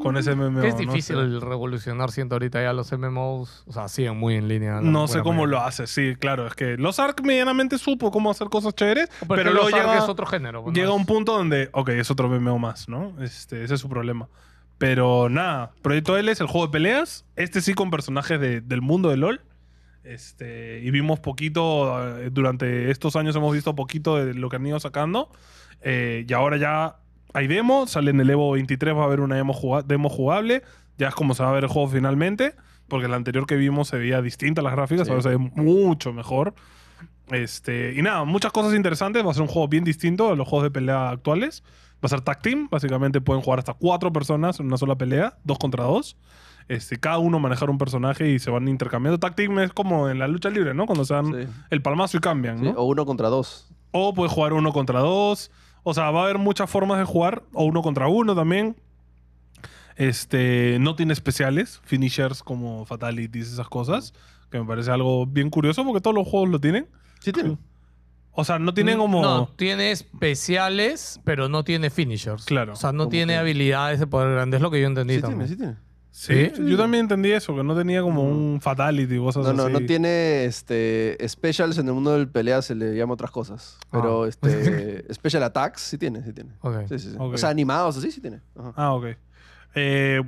Speaker 1: con ese MMO.
Speaker 3: es
Speaker 1: no
Speaker 3: difícil
Speaker 1: sé.
Speaker 3: revolucionar, siento ahorita ya los MMOs, o sea, siguen muy en línea.
Speaker 1: No sé cómo lo hace, sí, claro. Es que los Ark medianamente supo cómo hacer cosas chéveres, pero luego llega,
Speaker 3: es otro género. pues,
Speaker 1: llega
Speaker 3: no
Speaker 1: un
Speaker 3: es-
Speaker 1: punto donde, ok, es otro MMO más, ¿no? Este, ese es su problema. Pero nada, Proyecto L es el juego de peleas. Este sí con personajes de- del mundo de LOL. Este, y vimos poquito, eh, durante estos años hemos visto poquito de lo que han ido sacando. Eh, y ahora ya hay demo, sale en el Evo 23, va a haber una demo, juga- demo jugable. Ya es como se va a ver el juego finalmente, porque la anterior que vimos se veía distinta a las gráficas,
Speaker 2: Sí.
Speaker 1: ahora se ve mucho mejor. Este, y nada, muchas cosas interesantes. Va a ser un juego bien distinto a los juegos de pelea actuales. Va a ser tag team, básicamente pueden jugar hasta cuatro personas en una sola pelea, dos contra dos. Este, cada uno manejar un personaje y se van intercambiando. Tag team es como en la lucha libre, ¿no? Cuando se dan
Speaker 2: Sí.
Speaker 1: el palmazo y cambian,
Speaker 2: Sí,
Speaker 1: ¿no?
Speaker 2: O uno contra dos.
Speaker 1: O puedes jugar uno contra dos. O sea, va a haber muchas formas de jugar. O uno contra uno también. Este, no tiene especiales, finishers como fatalities, esas cosas. Que me parece algo bien curioso porque todos los juegos lo tienen.
Speaker 2: Sí, tiene.
Speaker 1: O sea, no
Speaker 2: Mm,
Speaker 1: tienen como.
Speaker 3: No, tiene especiales, pero no tiene finishers.
Speaker 1: Claro.
Speaker 3: O sea, no
Speaker 2: Como
Speaker 3: tiene
Speaker 2: que-
Speaker 3: habilidades de poder grande, es lo que yo entendí
Speaker 2: Sí,
Speaker 3: también.
Speaker 2: tiene, sí tiene.
Speaker 1: sí,
Speaker 3: ¿Sí?
Speaker 1: yo también entendí eso, que no tenía como un fatality o cosas
Speaker 2: No, no,
Speaker 1: así.
Speaker 2: no tiene este, specials en el mundo del pelea, se le llama otras cosas. Pero
Speaker 3: Ah.
Speaker 2: este, special attacks sí tiene, sí tiene.
Speaker 3: Ok.
Speaker 2: Sí, sí, sí.
Speaker 1: Ok.
Speaker 2: O sea, animados así sí tiene. Ajá.
Speaker 1: Ah, ok. Eh,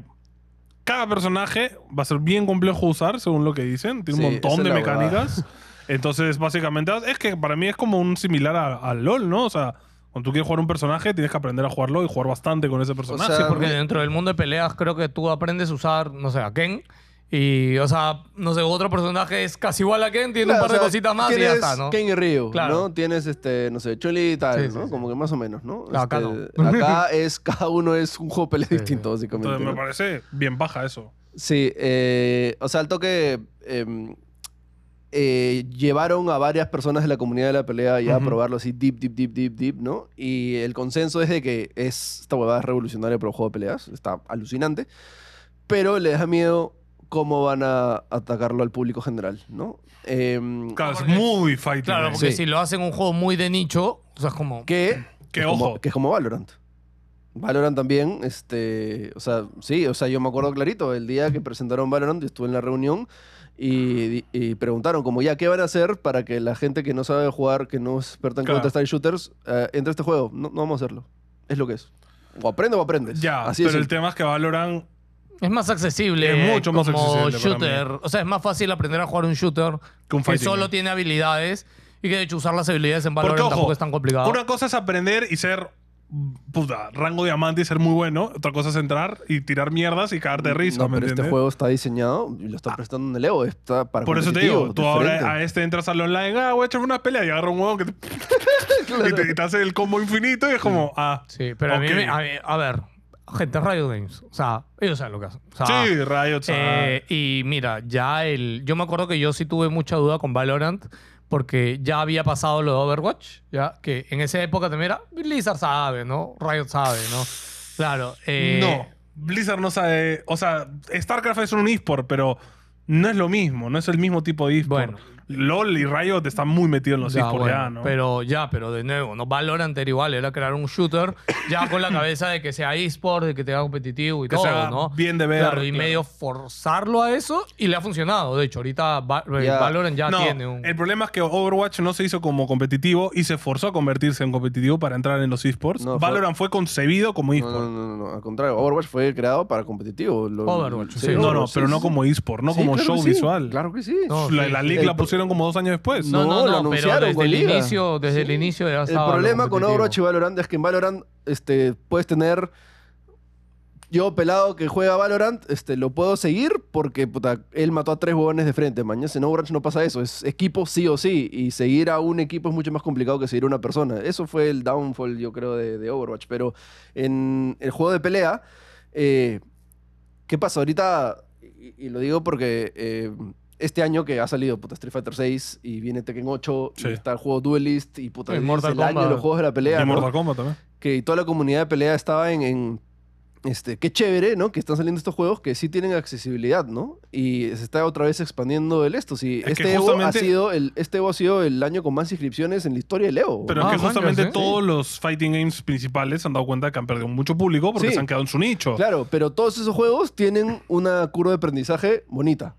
Speaker 1: cada personaje va a ser bien complejo de usar, según lo que dicen. Tiene un
Speaker 2: Sí,
Speaker 1: montón
Speaker 2: esa
Speaker 1: de
Speaker 2: es la huevada.
Speaker 1: mecánicas. Entonces, básicamente, es que para mí es como un similar a- al LOL, ¿no? O sea, cuando tú quieres jugar un personaje, tienes que aprender a jugarlo y jugar bastante con ese personaje. Sí,
Speaker 2: sea,
Speaker 3: Porque dentro del mundo de peleas creo que tú aprendes a usar, no sé, a Ken. Y, o sea, no sé, otro personaje es casi igual a Ken, tiene
Speaker 2: Claro,
Speaker 3: Ah, un par
Speaker 2: o sea,
Speaker 3: de cositas más y ya
Speaker 2: tienes
Speaker 3: está, ¿no?
Speaker 2: Ken y Ryu,
Speaker 3: Claro.
Speaker 2: ¿no? Tienes, este, no sé, Chuli y tal,
Speaker 3: Sí, sí,
Speaker 2: ¿no?
Speaker 3: sí.
Speaker 2: Como que más o menos, ¿no?
Speaker 3: Claro, acá
Speaker 2: Este,
Speaker 3: no.
Speaker 2: acá es, cada uno es un juego de pelea
Speaker 3: Sí,
Speaker 2: distinto, básicamente.
Speaker 1: Entonces, me
Speaker 2: ¿no?
Speaker 1: parece bien baja eso.
Speaker 2: Sí, eh, o sea, al toque eh, eh, llevaron a varias personas de la comunidad de la pelea ya
Speaker 1: Ujú.
Speaker 2: a probarlo así, deep, deep, deep, deep, deep, ¿no? Y el consenso es de que es, esta huevada es revolucionaria para el juego de peleas, está alucinante, pero le da miedo cómo van a atacarlo al público general, ¿no? Em,
Speaker 1: Claro, es
Speaker 3: porque-
Speaker 1: muy fighting.
Speaker 3: Claro,
Speaker 1: eh.
Speaker 3: porque
Speaker 2: Sí.
Speaker 3: si lo hacen un juego muy de nicho, o sea, es como...
Speaker 2: que
Speaker 1: Que
Speaker 2: es como-
Speaker 1: ojo.
Speaker 2: que es como Valorant. Valorant también, este, o sea, sí, o sea, yo me acuerdo clarito, el día que presentaron Valorant, yo estuve en la reunión y, y preguntaron como ya, ¿qué van a hacer para que la gente que no sabe jugar, que no es experta en
Speaker 1: Claro.
Speaker 2: Counter-Strike Shooters, eh, entre a este juego? No, no vamos a hacerlo. Es lo que es. O aprende o aprendes.
Speaker 1: Ya,
Speaker 2: Así
Speaker 1: pero
Speaker 2: es.
Speaker 1: el tema es que Valorant
Speaker 3: Es más accesible.
Speaker 1: Es mucho más
Speaker 3: como
Speaker 1: accesible para
Speaker 3: shooter. O sea, es más fácil aprender a jugar un shooter
Speaker 1: que un
Speaker 3: que
Speaker 1: fighting.
Speaker 3: solo
Speaker 1: game.
Speaker 3: tiene habilidades y que de hecho usar las habilidades en
Speaker 1: Porque,
Speaker 3: Valorant
Speaker 1: ojo,
Speaker 3: tampoco es tan complicado.
Speaker 1: Una cosa es aprender y ser puta, rango diamante y ser muy bueno. Otra cosa es entrar y tirar mierdas y cagarte de risa,
Speaker 2: No,
Speaker 1: ¿me
Speaker 2: pero este
Speaker 1: entiendes? Ah.
Speaker 2: juego está diseñado y lo está prestando en el Evo, está para
Speaker 1: Por eso te
Speaker 2: competitivo,
Speaker 1: digo, tú ahora a
Speaker 2: diferente.
Speaker 1: este entras al online, ah, voy a echarme una pelea y agarra un huevo que te, y te, y te hace el combo infinito y es como, ah, sí,
Speaker 3: Sí, pero a mí
Speaker 1: Ok.
Speaker 3: me- a, mí- a ver, gente Riot Games, o sea, ellos saben lo que hacen. O sea,
Speaker 1: Riot. o sea,
Speaker 3: eh, y mira, ya el. Yo me acuerdo que yo sí tuve mucha duda con Valorant porque ya había pasado lo de Overwatch, ya que en esa época también era Blizzard sabe, ¿no? Riot sabe, ¿no? Claro. eh,
Speaker 1: no, Blizzard no sabe, o sea, StarCraft es un esport, pero no es lo mismo, no es el mismo tipo de esport.
Speaker 3: Bueno.
Speaker 1: LOL y Riot están muy metidos en los
Speaker 3: Ya,
Speaker 1: esports
Speaker 3: bueno,
Speaker 1: ya, ¿no?
Speaker 3: Pero ya, pero de nuevo, no Valorant era igual, era crear un shooter ya con la cabeza de que sea eSport, de que tenga competitivo y
Speaker 1: Que
Speaker 3: todo,
Speaker 1: sea
Speaker 3: ¿no?
Speaker 1: bien de ver,
Speaker 3: Claro, y
Speaker 1: claro.
Speaker 3: medio forzarlo a eso y le ha funcionado. De hecho, ahorita Va- eh,
Speaker 2: Ya.
Speaker 3: Valorant ya
Speaker 1: no,
Speaker 3: tiene un.
Speaker 1: el problema es que Overwatch no se hizo como competitivo y se forzó a convertirse en competitivo para entrar en los esports.
Speaker 2: No, fue-
Speaker 1: Valorant fue concebido como
Speaker 2: No,
Speaker 1: esport.
Speaker 2: no, no, no, no, al contrario, Overwatch fue creado para competitivo. lo-
Speaker 3: Overwatch, sí.
Speaker 1: No, no,
Speaker 2: Overwatch,
Speaker 1: pero
Speaker 2: sí,
Speaker 1: no
Speaker 2: sí.
Speaker 1: como eSport, no
Speaker 2: Sí,
Speaker 1: como
Speaker 2: claro
Speaker 1: show
Speaker 2: que sí,
Speaker 1: visual.
Speaker 2: Claro que sí.
Speaker 3: No,
Speaker 1: la,
Speaker 3: sí.
Speaker 1: la League
Speaker 2: El
Speaker 1: la
Speaker 2: pro-
Speaker 1: pusieron como dos años después.
Speaker 2: No, lo
Speaker 3: pero
Speaker 2: anunciaron
Speaker 3: desde
Speaker 2: con
Speaker 3: el
Speaker 2: Liga.
Speaker 3: inicio, desde el
Speaker 2: Sí.
Speaker 3: inicio ya
Speaker 2: El
Speaker 3: estaba lo
Speaker 2: problema con
Speaker 3: competitivo.
Speaker 2: Overwatch y Valorant es que en Valorant este, puedes tener. Yo, pelado que juega Valorant, este, lo puedo seguir porque puta, él mató a tres huevones de frente. Mañana en Overwatch no pasa eso. Es equipo sí o sí. Y seguir a un equipo es mucho más complicado que seguir a una persona. Eso fue el downfall, yo creo, de, de Overwatch. Pero en el juego de pelea, eh, ¿qué pasa? Ahorita, y, y lo digo porque eh, este año que ha salido puta, Street Fighter 6 y viene Tekken 8,
Speaker 1: Sí.
Speaker 2: y está el juego Duelist y puta,
Speaker 3: Y
Speaker 2: es
Speaker 3: Mortal
Speaker 2: el año de
Speaker 3: Kombat.
Speaker 2: los juegos de la pelea.
Speaker 1: Y
Speaker 2: ¿no?
Speaker 1: Mortal Kombat también.
Speaker 2: que toda la comunidad de pelea estaba en, en, Este, qué chévere, ¿no? Que están saliendo estos juegos que sí tienen accesibilidad, ¿no? Y se está otra vez expandiendo el esto. Sí,
Speaker 1: Es que
Speaker 2: este, Evo
Speaker 1: justamente-
Speaker 2: ha sido el, este Evo ha sido el año con más inscripciones en la historia del Evo.
Speaker 1: Pero es
Speaker 3: Ah,
Speaker 1: que
Speaker 3: mangas,
Speaker 1: justamente
Speaker 3: ¿eh?
Speaker 1: todos los fighting games principales se han dado cuenta que han perdido mucho público porque
Speaker 2: Sí.
Speaker 1: se han quedado en su nicho. Claro.
Speaker 2: Claro, pero todos esos juegos tienen una curva de aprendizaje bonita.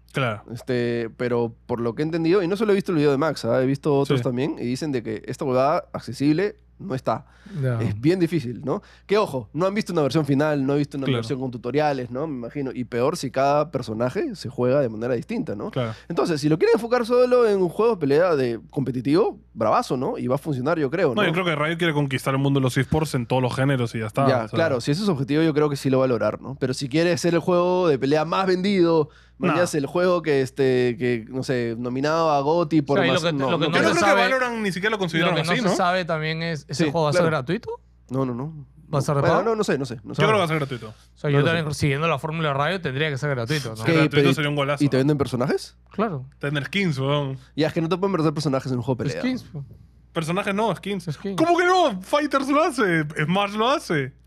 Speaker 2: Este, pero por lo que he entendido, y no solo he visto el video de Max, ¿ah? he visto otros
Speaker 1: Sí.
Speaker 2: también, y dicen de que esta jugada accesible no está.
Speaker 3: Ya.
Speaker 2: Es bien difícil, ¿no? Que ojo, no han visto una versión final, no han visto una
Speaker 1: Claro.
Speaker 2: versión con tutoriales, ¿no? Me imagino. Y peor si cada personaje se juega de manera distinta, ¿no?
Speaker 1: claro.
Speaker 2: Entonces, si lo quieren enfocar solo en un juego de pelea de competitivo, bravazo, ¿no? Y va a funcionar, yo creo, ¿no?
Speaker 1: No, yo creo que Riot quiere conquistar el mundo de los esports en todos los géneros y ya está.
Speaker 2: Ya,
Speaker 1: o sea,
Speaker 2: claro, si ese es su objetivo, yo creo que sí lo va a lograr, ¿no? Pero si quiere ser el juego de pelea más vendido, mañana el juego que, este, que, no sé, nominado a GOTY por
Speaker 3: sea, y lo
Speaker 2: más-
Speaker 3: que-
Speaker 2: no,
Speaker 3: lo que
Speaker 2: no
Speaker 1: Yo no,
Speaker 2: creo.
Speaker 1: creo
Speaker 3: sabe-
Speaker 1: que Valorant ni siquiera lo
Speaker 3: Lo
Speaker 1: consideraron
Speaker 3: que no
Speaker 1: así,
Speaker 3: se
Speaker 1: ¿no?
Speaker 3: sabe también es, ¿ese
Speaker 2: Sí,
Speaker 3: juego va a ser
Speaker 2: claro.
Speaker 3: gratuito?
Speaker 2: No, no, no.
Speaker 3: ¿Va a ser
Speaker 2: Bueno,
Speaker 3: pago?
Speaker 2: no, no sé, no sé. no sé.
Speaker 1: Yo creo que va a ser gratuito.
Speaker 3: O sea, yo
Speaker 2: No lo sé.
Speaker 3: también, siguiendo la fórmula de radio, tendría que ser gratuito, ¿no?
Speaker 1: Que
Speaker 2: ¿Qué?
Speaker 1: gratuito
Speaker 2: pero-
Speaker 1: sería un golazo.
Speaker 2: ¿Y te venden personajes?
Speaker 3: Claro.
Speaker 1: Tener skins, weón.
Speaker 2: Ya, es que no te pueden vender personajes en un juego de pelea.
Speaker 3: Skins, pues. po.
Speaker 1: Personajes no, skins.
Speaker 3: Skins.
Speaker 1: ¿Cómo que no? Fighters lo hace. Smash lo hace.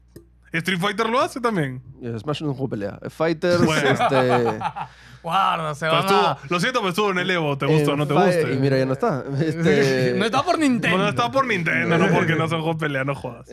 Speaker 1: Street Fighter lo hace también.
Speaker 2: Eh, Smash no es un juego de pelea. Eh, Fighters,
Speaker 1: Bueno.
Speaker 2: este...
Speaker 3: Guarda, se
Speaker 1: Pero
Speaker 3: van
Speaker 1: estuvo-
Speaker 3: a...
Speaker 1: lo siento, pero estuvo en el Evo. ¿Te gusta o no te
Speaker 2: eh, Fi-
Speaker 1: gusta?
Speaker 2: Y mira, ya no está. Este...
Speaker 3: No está por Nintendo.
Speaker 1: Bueno, estaba por Nintendo, no porque no son juegos de pelea, no jodas.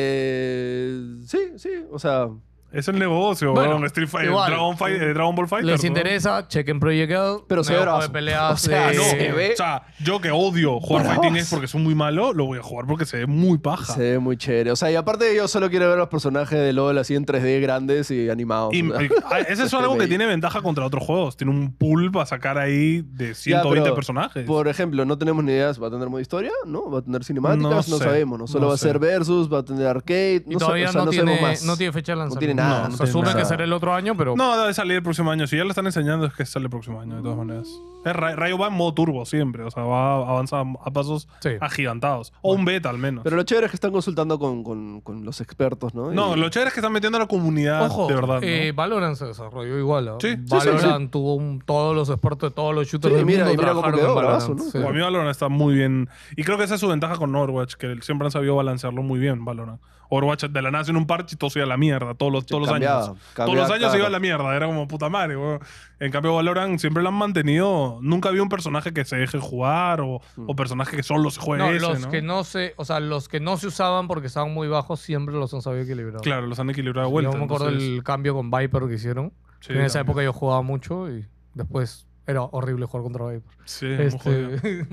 Speaker 2: Este... Sí, sí, o sea...
Speaker 1: Es el negocio,
Speaker 3: Bueno,
Speaker 1: weón. Street Fighter,
Speaker 3: igual.
Speaker 1: Dragon, Fight- eh, Dragon Ball Fighter.
Speaker 3: Les
Speaker 1: ¿no?
Speaker 3: interesa, chequen Project L.
Speaker 2: Pero se ve
Speaker 3: nuevo juego
Speaker 2: bravazo.
Speaker 3: de peleas eh,
Speaker 2: O sea,
Speaker 1: Ah,
Speaker 3: de-
Speaker 1: no.
Speaker 2: Se ve-
Speaker 1: O sea, yo que odio jugar
Speaker 2: Bravas.
Speaker 1: fighting games porque son muy malo, lo voy a jugar porque se ve muy paja.
Speaker 2: Se ve muy chévere. O sea, y aparte yo solo quiero ver los personajes de LOL así en 3D grandes y animados.
Speaker 1: Y,
Speaker 2: o sea. este,
Speaker 1: y- ah, ese es
Speaker 2: Se
Speaker 1: algo
Speaker 2: ve
Speaker 1: que
Speaker 2: ahí.
Speaker 1: tiene ventaja contra otros juegos. Tiene un pool para sacar ahí de 120
Speaker 2: pero
Speaker 1: personajes.
Speaker 2: Por ejemplo, no tenemos ni ideas. ¿Va a tener modo historia? ¿No? ¿Va a tener cinemáticas?
Speaker 1: No
Speaker 2: No,
Speaker 1: sé.
Speaker 2: sabemos. ¿no? Solo
Speaker 1: No
Speaker 2: va a
Speaker 1: sé.
Speaker 2: ser versus, va a tener arcade.
Speaker 3: Y
Speaker 2: No, sé,
Speaker 3: todavía
Speaker 2: o sea,
Speaker 3: no,
Speaker 2: no
Speaker 3: tiene,
Speaker 2: sabemos más.
Speaker 3: no tiene fecha de
Speaker 2: No
Speaker 3: lanzamiento.
Speaker 2: tiene nada.
Speaker 1: No,
Speaker 2: no
Speaker 1: no
Speaker 3: Se
Speaker 2: tiene
Speaker 3: asume
Speaker 2: nada.
Speaker 3: que será el otro año, pero...
Speaker 1: No, debe salir el próximo año. Si ya lo están enseñando, es que sale el próximo año, de todas maneras. Es Ra- Rayo va en modo turbo siempre. O sea, va avanza a pasos
Speaker 3: Sí.
Speaker 1: agigantados. O un beta al menos.
Speaker 2: Pero lo chévere es que están consultando con, con- con los expertos, ¿no?
Speaker 1: no,
Speaker 2: Y-
Speaker 1: lo chévere es que están metiendo a la comunidad
Speaker 3: Ojo,
Speaker 1: de verdad. ¿no?
Speaker 3: eh, Valorant se desarrolló igual. ¿ah?
Speaker 1: Sí, sí, sí,
Speaker 3: Valorant tuvo un- todos los expertos de todos los shooters
Speaker 2: Sí,
Speaker 3: del
Speaker 2: mira,
Speaker 3: mundo
Speaker 2: y mira cómo
Speaker 3: trabajaron en
Speaker 2: quedó,
Speaker 3: Valorant,
Speaker 2: bravazo, ¿no?
Speaker 3: sí.
Speaker 1: Para mí Valorant está muy bien. Y creo que esa es su ventaja con Overwatch, que siempre han sabido balancearlo muy bien, Valorant. Overwatch de la nace en un parche y todo se iba a la mierda, todos los, todos los
Speaker 2: cambiaba,
Speaker 1: años. todos
Speaker 2: cambiaba,
Speaker 1: los años se iba a
Speaker 2: claro.
Speaker 1: la mierda, era como puta madre. weón. En cambio Valorant siempre lo han mantenido, nunca había un personaje que se deje jugar o, o personaje que solo se juegue
Speaker 3: No,
Speaker 1: ese,
Speaker 3: los
Speaker 1: ¿no?
Speaker 3: que no se, o sea, los que no se usaban porque estaban muy bajos siempre los han sabido equilibrar.
Speaker 1: Claro, los han equilibrado de vuelta.
Speaker 3: yo me acuerdo
Speaker 1: entonces-
Speaker 3: del cambio con Viper que hicieron.
Speaker 1: Sí,
Speaker 3: en esa
Speaker 1: también.
Speaker 3: época yo jugaba mucho y después era horrible jugar contra Viper.
Speaker 1: Sí, muy
Speaker 3: Este,
Speaker 1: jodido.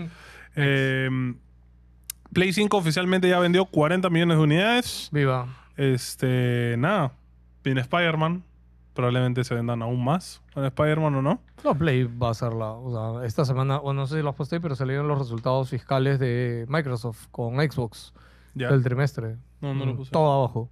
Speaker 1: Eh, Play 5 oficialmente ya vendió 40 millones de unidades.
Speaker 3: Viva.
Speaker 1: Este, nada. Viene Spider-Man. Probablemente se vendan aún más con Spider-Man o no.
Speaker 3: No, Play va a ser la. O sea, esta semana, o no sé si los posté, pero salieron los resultados fiscales de Microsoft con Xbox
Speaker 1: Ya.
Speaker 3: del trimestre. Mm,
Speaker 1: No, no lo puse.
Speaker 3: Todo abajo.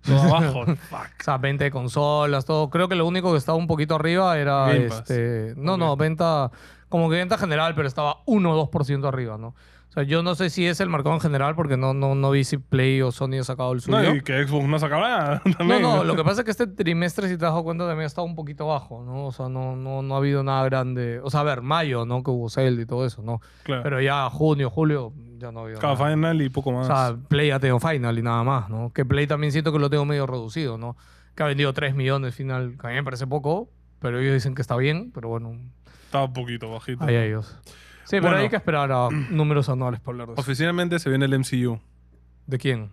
Speaker 1: Todo abajo.
Speaker 3: O
Speaker 1: Fuck.
Speaker 3: sea, venta de consolas, todo. Creo que lo único que estaba un poquito arriba era
Speaker 1: Game Pass.
Speaker 3: este. No,
Speaker 1: Ok.
Speaker 3: no, venta. Como que venta general, pero estaba 1 o 2% arriba, ¿no? O sea, yo no sé si es el mercado en general, porque no, no, no vi si Play o Sony ha sacado el suyo.
Speaker 1: No, y que Xbox no sacaba nada.
Speaker 3: No,
Speaker 1: También.
Speaker 3: no, lo que pasa es que este trimestre, si te has dado cuenta, también ha estado un poquito bajo, ¿no? O sea, no, no, no ha habido nada grande. O sea, a ver, mayo, ¿no? Que hubo sale y todo eso, ¿no?
Speaker 1: Claro.
Speaker 3: Pero ya junio, julio, ya no ha habido
Speaker 1: Cada
Speaker 3: nada.
Speaker 1: final y poco
Speaker 3: O
Speaker 1: más.
Speaker 3: sea, Play ha tenido final y nada más, ¿no? Que Play también siento que lo tengo medio reducido, ¿no? Que ha vendido 3 millones final, que a mí me parece poco, pero ellos dicen que está bien, pero bueno,
Speaker 1: Estaba un poquito bajito.
Speaker 3: ahí a ellos. Sí, pero
Speaker 1: Bueno.
Speaker 3: hay que esperar a números anuales para hablar de eso.
Speaker 1: Oficialmente se viene el MCU.
Speaker 3: ¿De quién?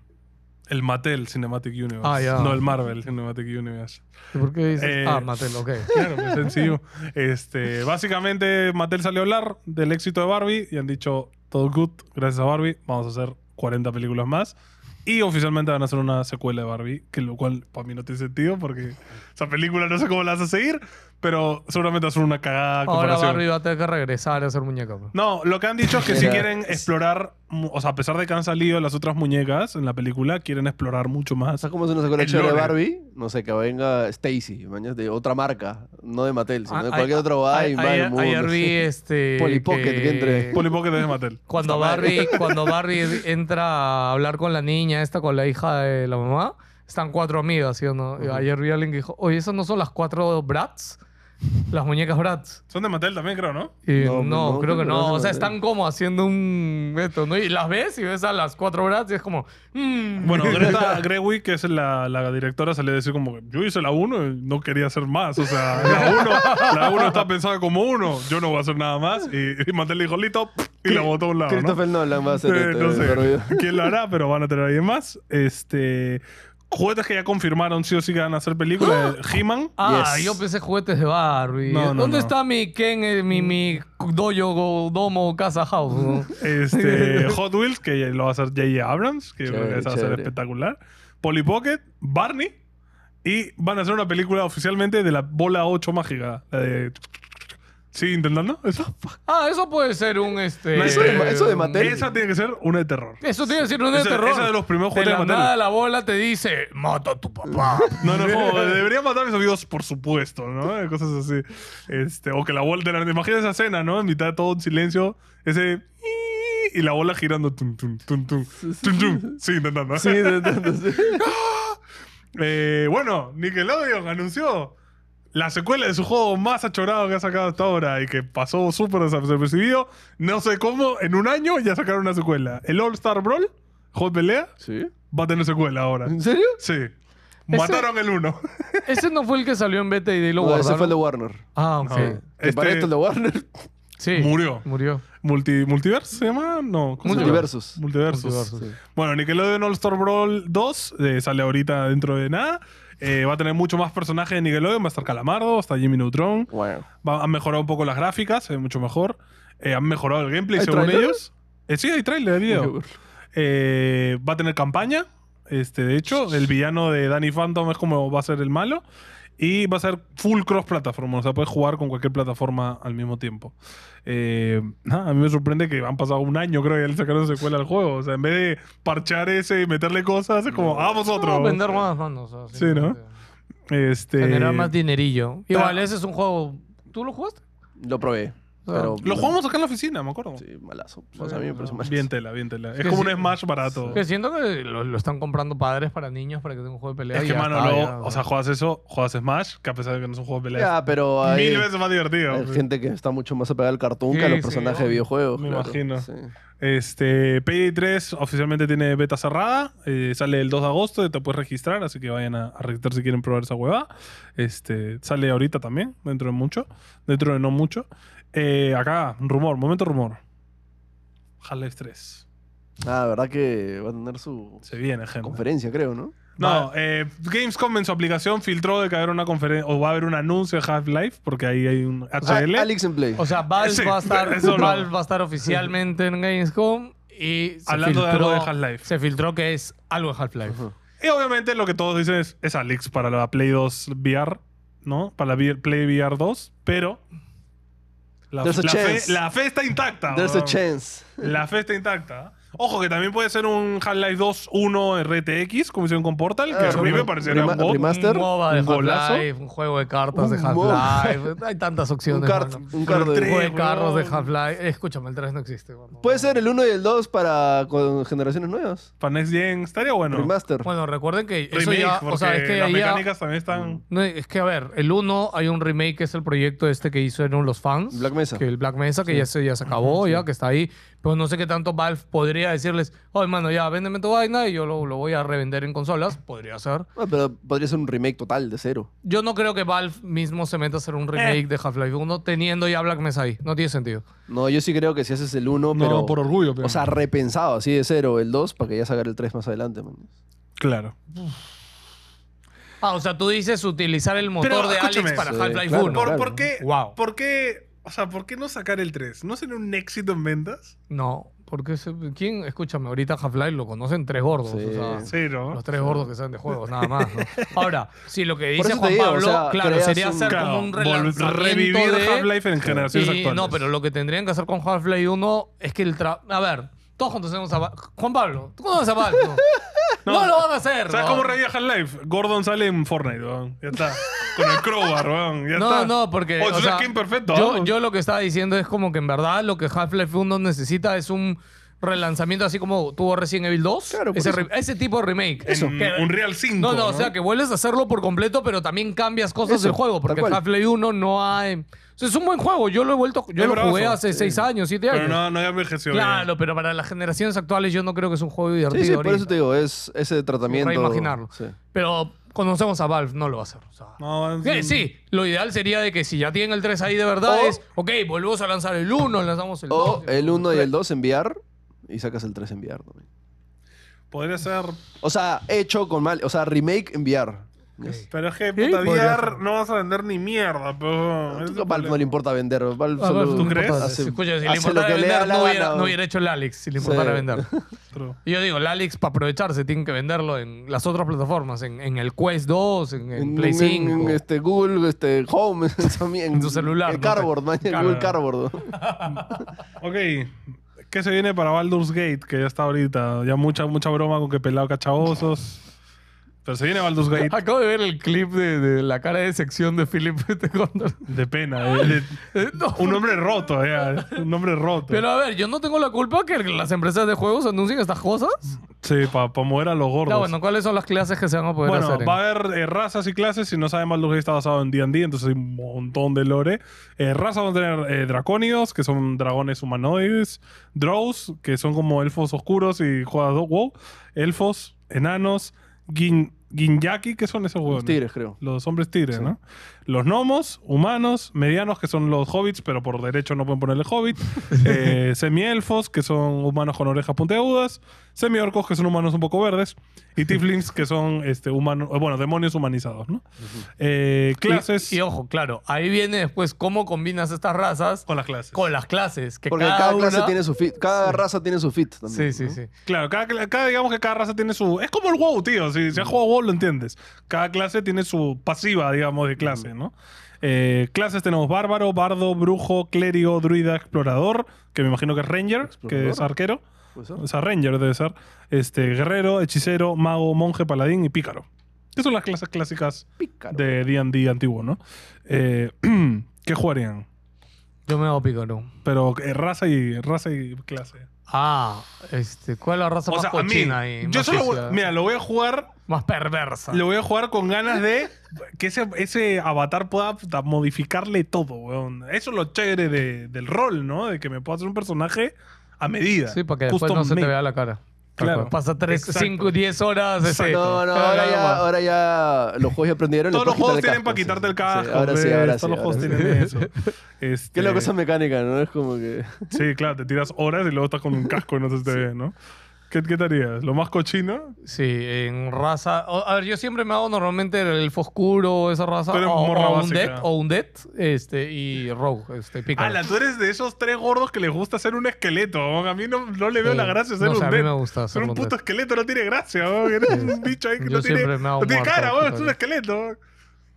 Speaker 1: El Mattel Cinematic Universe.
Speaker 3: Ah, ya.
Speaker 1: No el Marvel Cinematic Universe.
Speaker 3: ¿Y ¿Por qué dices?
Speaker 1: Eh,
Speaker 3: Ah, Mattel, ok.
Speaker 1: Claro, pues MCU. Este, básicamente, Mattel salió a hablar del éxito de Barbie y han dicho, todo good, gracias a Barbie, vamos a hacer 40 películas más. Y oficialmente van a hacer una secuela de Barbie, que lo cual para mí no tiene sentido porque esa película no sé cómo la vas a seguir, pero seguramente va a ser una cagada
Speaker 3: Ahora
Speaker 1: comparación.
Speaker 3: Barbie va a tener que regresar a ser muñeca. pues.
Speaker 1: No, lo que han dicho es que si
Speaker 2: Mira.
Speaker 1: quieren explorar, mu- o sea, a pesar de que han salido las otras muñecas en la película, quieren explorar mucho
Speaker 2: O
Speaker 1: más.
Speaker 2: sea, ¿cómo se nos acuerda
Speaker 1: El
Speaker 2: chévere de
Speaker 1: lore.
Speaker 2: Barbie? No sé, que venga Stacy, mañana de otra marca, no de Mattel, sino de
Speaker 3: Ah,
Speaker 2: cualquier
Speaker 3: a-
Speaker 2: otro guay.
Speaker 3: a- ayer, ayer vi este.
Speaker 2: Polly Pocket que entre.
Speaker 1: Polly Pocket es de Mattel.
Speaker 3: Cuando Barbie, cuando Barbie entra a hablar con la niña, esta con la hija de la mamá, están cuatro amigas, ¿sí o no? Y Ayer vi a alguien que dijo, oye, ¿esas no son las cuatro brats? Las muñecas Bratz.
Speaker 1: Son de Mattel también, creo, ¿no?
Speaker 3: Y
Speaker 2: No, pues
Speaker 3: no, creo
Speaker 2: no,
Speaker 3: que
Speaker 2: creo que no
Speaker 3: no.
Speaker 2: se
Speaker 3: O sea,
Speaker 2: me
Speaker 3: están como haciendo un. Esto, ¿no? Y las ves y ves a las cuatro Bratz y es como. mm.
Speaker 1: Bueno, Greta Gerwig, que es la, la directora, salió a decir como que yo hice la 1 y no quería hacer más. O sea, la 1 la uno está pensada como uno. Yo no voy a hacer nada más. Y, y Mattel dijo, listo, y la botó a un lado, ¿no?
Speaker 2: Christopher Nolan va a hacer
Speaker 1: Eh,
Speaker 2: este
Speaker 1: no sé
Speaker 2: perdido.
Speaker 1: quién lo hará, pero van a tener alguien más. Este, juguetes que ya confirmaron sí o sí que van a hacer películas. He-Man.
Speaker 3: Ah,
Speaker 2: Yes.
Speaker 3: yo pensé juguetes de Barbie.
Speaker 1: No, no,
Speaker 3: ¿Dónde
Speaker 1: no.
Speaker 3: está mi Ken, eh, mi, mi dojo, go- domo, casa, house? no?
Speaker 1: Este, Hot Wheels, que lo va a hacer J.J. Abrams, que yo creo que
Speaker 2: Chévere,
Speaker 1: esa va a ser
Speaker 2: chévere.
Speaker 1: espectacular. Polly Pocket, Barney. Y van a hacer una película oficialmente de la bola 8 mágica. La de... ¿Sí intentando? ¿Eso?
Speaker 3: Ah, eso puede ser un. Este,
Speaker 1: No, Eh, eso de ma-
Speaker 2: eso de Mattel.
Speaker 1: Esa tiene que ser una de terror.
Speaker 3: Eso tiene que ser una de
Speaker 1: Esa-
Speaker 3: terror.
Speaker 1: esa de los primeros
Speaker 3: de
Speaker 1: juguetes
Speaker 3: la
Speaker 1: de Mattel.
Speaker 3: nada la bola te dice: Mata a tu papá.
Speaker 1: No, no, como, debería matar a mis amigos, por supuesto, ¿no? Cosas así. Este, o que la bola. de la- imagina esa escena, ¿no? En mitad de todo en silencio, ese. Y la bola girando. Tum, tum, tum, tum, tum, tum. Sí, intentando.
Speaker 2: Sí, de tanto, sí.
Speaker 1: Eh, bueno, Nickelodeon anunció la secuela de su juego más achorado que ha sacado hasta ahora y que pasó súper desapercibido. No sé cómo, en un año ya sacaron una secuela. El All Star Brawl, juego de pelea,
Speaker 2: ¿Sí?
Speaker 1: va a tener secuela ahora.
Speaker 2: ¿En serio?
Speaker 1: Sí. Mataron el uno.
Speaker 3: Ese no fue el que salió en beta y de ahí lo
Speaker 2: No, ese
Speaker 3: guardaron.
Speaker 2: fue el de Warner.
Speaker 3: Ah, ok.
Speaker 1: No.
Speaker 2: Que Para
Speaker 1: Este-
Speaker 2: esto el de Warner.
Speaker 3: Sí.
Speaker 1: Murió.
Speaker 3: Murió.
Speaker 1: Multi, ¿Multiverso se llama? No. ¿cómo se llama?
Speaker 2: Multiversus.
Speaker 1: Multiversos.
Speaker 3: Multiversos.
Speaker 2: Sí.
Speaker 1: Bueno, Nickelodeon All Star Brawl 2 eh, sale ahorita dentro de nada. Eh, va a tener mucho más personajes de Nickelodeon. Va a estar Calamardo, está Jimmy Neutron.
Speaker 2: Wow.
Speaker 1: Va- han mejorado un poco las gráficas, se ve mucho mejor. Eh, han mejorado el gameplay,
Speaker 2: ¿Hay
Speaker 1: según
Speaker 2: tráiler?
Speaker 1: ellos. Eh, sí, hay trailer, hay video. Eh, va a tener campaña. Este, de hecho, el villano de Danny Phantom es como va a ser el malo. Y va a ser full cross plataforma. O sea, puedes jugar con cualquier plataforma al mismo tiempo. Eh, nada, a mí me sorprende que han pasado un año, creo, y ya le sacaron secuela al juego. O sea, en vez de parchar ese y meterle cosas, es como, ah,
Speaker 3: No,
Speaker 1: vosotros.
Speaker 3: vender más manos. o sea,
Speaker 1: Sí, ¿no?
Speaker 3: simplemente.
Speaker 1: Este,
Speaker 3: Generar más dinerillo. Igual,
Speaker 1: ta-
Speaker 3: ese es un juego. ¿Tú lo jugaste?
Speaker 2: Lo probé. Pero,
Speaker 1: Lo jugamos acá en la oficina, me acuerdo.
Speaker 2: Sí, malazo. O sea, a mí me parece malazo.
Speaker 1: Bien tela, bien tela. Es
Speaker 3: que
Speaker 1: como
Speaker 3: sí.
Speaker 1: un Smash barato.
Speaker 3: Que siento que lo, lo están comprando padres para niños para que tenga un juego de pelea.
Speaker 1: Es
Speaker 3: y
Speaker 1: que,
Speaker 3: ya
Speaker 1: mano,
Speaker 3: está,
Speaker 1: luego,
Speaker 3: ya,
Speaker 1: o sea, juegas eso, juegas Smash, que a pesar de que no es un juego de pelea,
Speaker 2: Ya, pero
Speaker 1: es
Speaker 2: hay,
Speaker 1: mil veces más divertido.
Speaker 2: hay gente que está mucho más apegada al cartoon que a
Speaker 3: Sí,
Speaker 2: los
Speaker 3: sí,
Speaker 2: personajes
Speaker 3: obvio.
Speaker 2: de videojuegos.
Speaker 1: Me
Speaker 2: claro.
Speaker 1: imagino.
Speaker 2: Sí.
Speaker 1: Este, Payday 3 oficialmente tiene beta cerrada, eh, sale el 2 de agosto, te puedes registrar, así que vayan a, a registrar si quieren probar esa hueva. Este, sale ahorita también, dentro de mucho, dentro de no mucho. Eh, acá, rumor, momento rumor. Half-Life 3.
Speaker 2: Ah, verdad que va a tener su
Speaker 1: Se viene, gente.
Speaker 2: conferencia, creo, ¿no?
Speaker 1: No, eh, Gamescom en su aplicación filtró de que va a haber una conferencia o va a haber un anuncio de Half-Life porque ahí hay un HL.
Speaker 2: Ah, Alex en Play.
Speaker 3: O sea, Valve,
Speaker 1: Sí,
Speaker 3: va, a estar,
Speaker 1: eso no.
Speaker 3: Valve va a estar oficialmente en Gamescom y se
Speaker 1: Hablando de
Speaker 3: filtró,
Speaker 1: algo de Half-Life.
Speaker 3: Se filtró que es algo de Half-Life.
Speaker 2: Ajá.
Speaker 1: Y obviamente lo que todos dicen es, es Alex para la Play 2 VR, ¿no? Para la VR Play VR 2, pero la,
Speaker 2: There's a
Speaker 1: la fe,
Speaker 2: chance.
Speaker 1: la fe está intacta.
Speaker 2: There's a
Speaker 1: weón.
Speaker 2: chance.
Speaker 1: La fe está intacta. Ojo, que también puede ser un Half-Life 2 1 RTX, como hicieron con Portal, que
Speaker 2: Ah,
Speaker 1: a mí me
Speaker 2: rema-
Speaker 1: parecería
Speaker 2: rema-
Speaker 1: un go-
Speaker 2: rema- Master,
Speaker 3: un MOBA de
Speaker 1: un golazo.
Speaker 3: Half-Life, un juego de cartas de
Speaker 2: Un MOBA.
Speaker 3: Half-Life. Hay tantas
Speaker 2: Un
Speaker 3: opciones.
Speaker 2: card,
Speaker 3: mano.
Speaker 2: un card
Speaker 1: Pero
Speaker 2: de-
Speaker 3: Un juego de
Speaker 1: Sí,
Speaker 3: carros de
Speaker 1: weón.
Speaker 3: Half-Life. Escúchame, el 3 no existe. mano.
Speaker 2: Puede ser el 1 y el 2 para con generaciones nuevas.
Speaker 1: para Next Gen. Estaría bueno.
Speaker 2: Remaster.
Speaker 3: Bueno, recuerden que eso
Speaker 1: Remake,
Speaker 3: ya... O sea,
Speaker 1: porque
Speaker 3: es que
Speaker 1: las
Speaker 3: ahí ya...
Speaker 1: mecánicas también
Speaker 2: Mm.
Speaker 1: están...
Speaker 3: No, es que a ver, el 1 hay un remake que es el proyecto este que hicieron los fans.
Speaker 2: Black Mesa.
Speaker 3: Que el Black Mesa, que ya, se, ya se acabó, ya que está ahí. Pero no sé qué tanto Valve podría decirles, oye, mano, ya, véndeme tu vaina y yo lo, lo voy a revender en consolas. Podría ser.
Speaker 2: Ah, pero podría ser un remake total de cero.
Speaker 3: Yo no creo que Valve mismo se meta a hacer
Speaker 1: Eh.
Speaker 3: un remake de Half-Life 1 teniendo ya Black Mesa ahí. No tiene sentido.
Speaker 2: No, yo sí creo que si haces el 1,
Speaker 1: No,
Speaker 2: pero.
Speaker 1: por orgullo. pero-
Speaker 2: o sea, repensado así de cero el 2 para que ya sacar el 3 más adelante. man.
Speaker 1: claro.
Speaker 3: Ah, o sea, tú dices utilizar el motor
Speaker 1: Pero,
Speaker 3: de Alex
Speaker 1: escúchame.
Speaker 3: para
Speaker 2: Sí,
Speaker 3: Half-Life
Speaker 2: claro.
Speaker 3: 1.
Speaker 1: ¿Por,
Speaker 2: claro.
Speaker 1: por qué?
Speaker 3: Wow.
Speaker 1: ¿Por qué? O sea, ¿por qué no sacar el 3? ¿No sería un éxito en ventas?
Speaker 3: No, porque se- ¿quién? Escúchame, ahorita Half-Life lo conocen tres gordos.
Speaker 2: Sí.
Speaker 3: o sea,
Speaker 1: Sí, ¿no?
Speaker 3: Los tres gordos que saben de juegos, nada más. ¿no? Ahora, si lo que
Speaker 2: Por
Speaker 3: dice
Speaker 2: eso te
Speaker 3: Juan
Speaker 2: digo, o
Speaker 3: Pablo,
Speaker 2: sea,
Speaker 3: claro,
Speaker 2: creas
Speaker 3: sería
Speaker 2: un-
Speaker 3: hacer
Speaker 1: Claro,
Speaker 3: como un
Speaker 1: vol-
Speaker 3: relanzamiento
Speaker 1: revivir
Speaker 3: de...
Speaker 1: Half-Life en generaciones
Speaker 3: Y-
Speaker 1: actuales.
Speaker 3: No, pero lo que tendrían que hacer con Half-Life 1 es que el tra... A ver, todos conocemos a... Val- Juan Pablo, ¿tú conoces a Val? No,
Speaker 1: No.
Speaker 3: No lo van a hacer.
Speaker 1: ¿Sabes
Speaker 3: no.
Speaker 1: cómo revive Half-Life? Gordon sale en Fortnite, weón. Ya está. Con el crowbar, weón. Ya
Speaker 3: No,
Speaker 1: está.
Speaker 3: no, porque...
Speaker 1: Oh, es
Speaker 3: o
Speaker 1: un
Speaker 3: sea,
Speaker 1: skin perfecto.
Speaker 3: Yo,
Speaker 1: ¿no?
Speaker 3: yo lo que estaba diciendo es como que en verdad lo que Half-Life 1 necesita es un... relanzamiento así como tuvo recién Evil 2.
Speaker 2: Claro, por
Speaker 3: ese,
Speaker 2: eso.
Speaker 3: re- ese tipo de remake.
Speaker 1: En
Speaker 3: Que-
Speaker 1: un Real 5.
Speaker 3: no, no, o sea que vuelves a hacerlo por completo, pero también cambias cosas
Speaker 2: Eso,
Speaker 3: del juego, porque
Speaker 2: tal cual.
Speaker 3: Half-Life 1 no hay... o sea, es un buen juego, yo lo he vuelto, yo
Speaker 1: Es
Speaker 3: lo
Speaker 1: bravazo,
Speaker 3: jugué hace 6 años, 7 años.
Speaker 1: Pero no, eh. no había envejecido.
Speaker 3: claro, pero para las generaciones actuales yo no creo que es un juego divertido.
Speaker 2: Sí, sí, por eso
Speaker 3: ahorita.
Speaker 2: te digo, es ese tratamiento.
Speaker 3: Reimaginarlo.
Speaker 2: Sí.
Speaker 3: Pero conocemos a Valve, no lo va a hacer. o sea.
Speaker 1: No,
Speaker 3: Sí, sí, lo ideal sería de que si ya tienen el 3 ahí de verdad
Speaker 2: O-
Speaker 3: es, ok, volvemos a lanzar el 1, lanzamos el 2.
Speaker 2: O el 1 y el 2 enviar y sacas el 3 enviar también.
Speaker 1: Podría ser.
Speaker 2: O sea, hecho con mal. O sea, remake enviar. Yes.
Speaker 1: Pero es que, puta,
Speaker 3: podría
Speaker 1: VR
Speaker 3: ser.
Speaker 1: no vas a vender ni mierda, pero.
Speaker 2: A Valve no le importa vender. Valve
Speaker 3: A ver,
Speaker 2: solo
Speaker 1: ¿tú crees?
Speaker 2: hace-
Speaker 3: Escucha, si le
Speaker 2: hace
Speaker 3: importara
Speaker 2: lo que le da
Speaker 3: vender,
Speaker 2: la
Speaker 3: no
Speaker 2: gana,
Speaker 3: hubiera, no
Speaker 2: ¿no?
Speaker 3: hubiera hecho el Alex si le importara
Speaker 2: Sí.
Speaker 3: vender. Y Yo digo, el Alex para aprovecharse tienen que venderlo en las otras plataformas, en, en el Quest 2, en, en Play 5.
Speaker 2: en este Google, este Home, también.
Speaker 3: En tu celular,
Speaker 2: En
Speaker 3: no sé.
Speaker 2: Cardboard, man, en Google Cardboard.
Speaker 1: Ok. ¿Qué se viene para Baldur's Gate? Que ya está ahorita. Ya mucha, mucha broma con que pelado cachabosos. Pero se viene Baldur's Gate
Speaker 3: Acabo de ver el clip de, de la cara de sección de Philip este cuando-
Speaker 1: de pena. eh, de-
Speaker 3: Eh, no.
Speaker 1: un hombre roto, ya. Un hombre roto.
Speaker 3: Pero a ver, yo no tengo la culpa que las empresas de juegos anuncien estas cosas.
Speaker 1: Sí, para mover a los gordos.
Speaker 3: Ya, bueno, ¿cuáles son las clases que se van a poder
Speaker 1: Bueno,
Speaker 3: hacer? en-
Speaker 1: va a haber eh, razas y clases. Si no saben, Baldur's Gate está basado en D&D, entonces hay un montón de lore. Eh, razas van a tener eh, dracónidos, que son dragones humanoides. Drows, que son como elfos oscuros y juegas do- WoW. Elfos, enanos. Gin Ginyaki, ¿qué son esos
Speaker 2: Los
Speaker 1: huevos?
Speaker 2: tigres, creo.
Speaker 1: Los hombres tigres,
Speaker 2: Sí.
Speaker 1: ¿no? Los gnomos, humanos, medianos, que son los hobbits, pero por derecho no pueden ponerle hobbit. eh, semielfos, que son humanos con orejas puntiagudas. Semiorcos, que son humanos un poco verdes. Y tieflings, que son este, humanos, eh, bueno, demonios humanizados, ¿no? Eh, clases.
Speaker 3: Y, y ojo, claro, ahí viene después cómo combinas estas razas
Speaker 1: con las clases.
Speaker 3: con las clases. Que
Speaker 2: Porque cada, clase tiene su fit. Cada raza tiene su fit
Speaker 3: Sí,
Speaker 2: también.
Speaker 3: sí,
Speaker 2: ¿no?
Speaker 3: sí.
Speaker 1: Claro, cada, cla- cada- digamos que cada raza tiene su. Es como el WoW, tío. Si, si has jugado WoW, lo entiendes. Cada clase tiene su pasiva, digamos, de clase, ¿no? Eh, clases tenemos bárbaro, bardo, brujo, clérigo, druida, explorador, que me imagino que es ranger, que es
Speaker 2: ¿Explorador?
Speaker 1: arquero.
Speaker 2: ¿Puede ser?
Speaker 1: O sea, ranger debe ser. Este, guerrero, hechicero, mago, monje, paladín y pícaro. Que son las clases clásicas
Speaker 2: Pícaro.
Speaker 1: de D&D antiguo, ¿no? Eh, ¿Qué jugarían?
Speaker 3: Yo me hago pícaro.
Speaker 1: Pero eh, raza y raza y clase.
Speaker 3: Ah, este, ¿cuál es la raza
Speaker 1: O
Speaker 3: más
Speaker 1: sea, a mí,
Speaker 3: cochina y
Speaker 1: yo
Speaker 3: más
Speaker 1: solo, voy-
Speaker 3: sucia?
Speaker 1: mira, lo voy a jugar
Speaker 3: más perversa?
Speaker 1: Lo voy a jugar con ganas de que ese, ese avatar pueda puta, modificarle todo, weón. Eso es lo chévere de- del rol, ¿no? De que me pueda hacer un personaje a medida.
Speaker 3: Sí, para que después
Speaker 1: Custom
Speaker 3: no se te
Speaker 1: made.
Speaker 3: vea la cara.
Speaker 1: Claro.
Speaker 3: Pasa 3,
Speaker 1: Exacto.
Speaker 3: 5, 10 horas. este,
Speaker 2: No, no,
Speaker 3: cada
Speaker 2: ahora ya,
Speaker 3: gama.
Speaker 2: ahora ya los juegos ya aprendieron.
Speaker 1: Todos
Speaker 2: le
Speaker 1: los
Speaker 2: puedes
Speaker 1: juegos tienen
Speaker 2: quitar
Speaker 1: para quitarte el
Speaker 2: casco,
Speaker 1: casco.
Speaker 2: sí. Sí, ahora sí,
Speaker 1: ¿ves?
Speaker 2: ahora sí.
Speaker 1: Todos los
Speaker 2: ahora
Speaker 1: juegos
Speaker 2: sí.
Speaker 1: tienen eso. Este,
Speaker 2: Qué loco esa mecánica, ¿no? Es como que.
Speaker 1: Sí, claro, te tiras horas y luego estás con un casco y no se te ve, ¿no? ¿Qué, ¿Qué te harías? ¿Lo más cochino?
Speaker 3: Sí, en raza. o- a ver, yo siempre me hago normalmente el elfo oscuro, esa raza.
Speaker 1: Tú eres
Speaker 3: o,
Speaker 1: morra
Speaker 3: o un
Speaker 1: básica. Ah,
Speaker 3: dead, o un dead, este, y rogue, este, pícaro.
Speaker 1: Ala, tú eres de esos tres gordos que les gusta ser un esqueleto. weón. A mí no, no le veo
Speaker 3: Sí.
Speaker 1: la gracia ser
Speaker 3: No
Speaker 1: un
Speaker 3: sé, a mí
Speaker 1: dead.
Speaker 3: me gusta
Speaker 1: Ser
Speaker 3: hacer
Speaker 1: un
Speaker 3: un
Speaker 1: puto
Speaker 3: dead.
Speaker 1: esqueleto no tiene gracia, weón. Eres un bicho ahí que
Speaker 3: Yo
Speaker 1: no tiene,
Speaker 3: siempre me hago
Speaker 1: no tiene
Speaker 3: muerto,
Speaker 1: cara, weón. Es un
Speaker 3: pícaro.
Speaker 1: esqueleto. weón.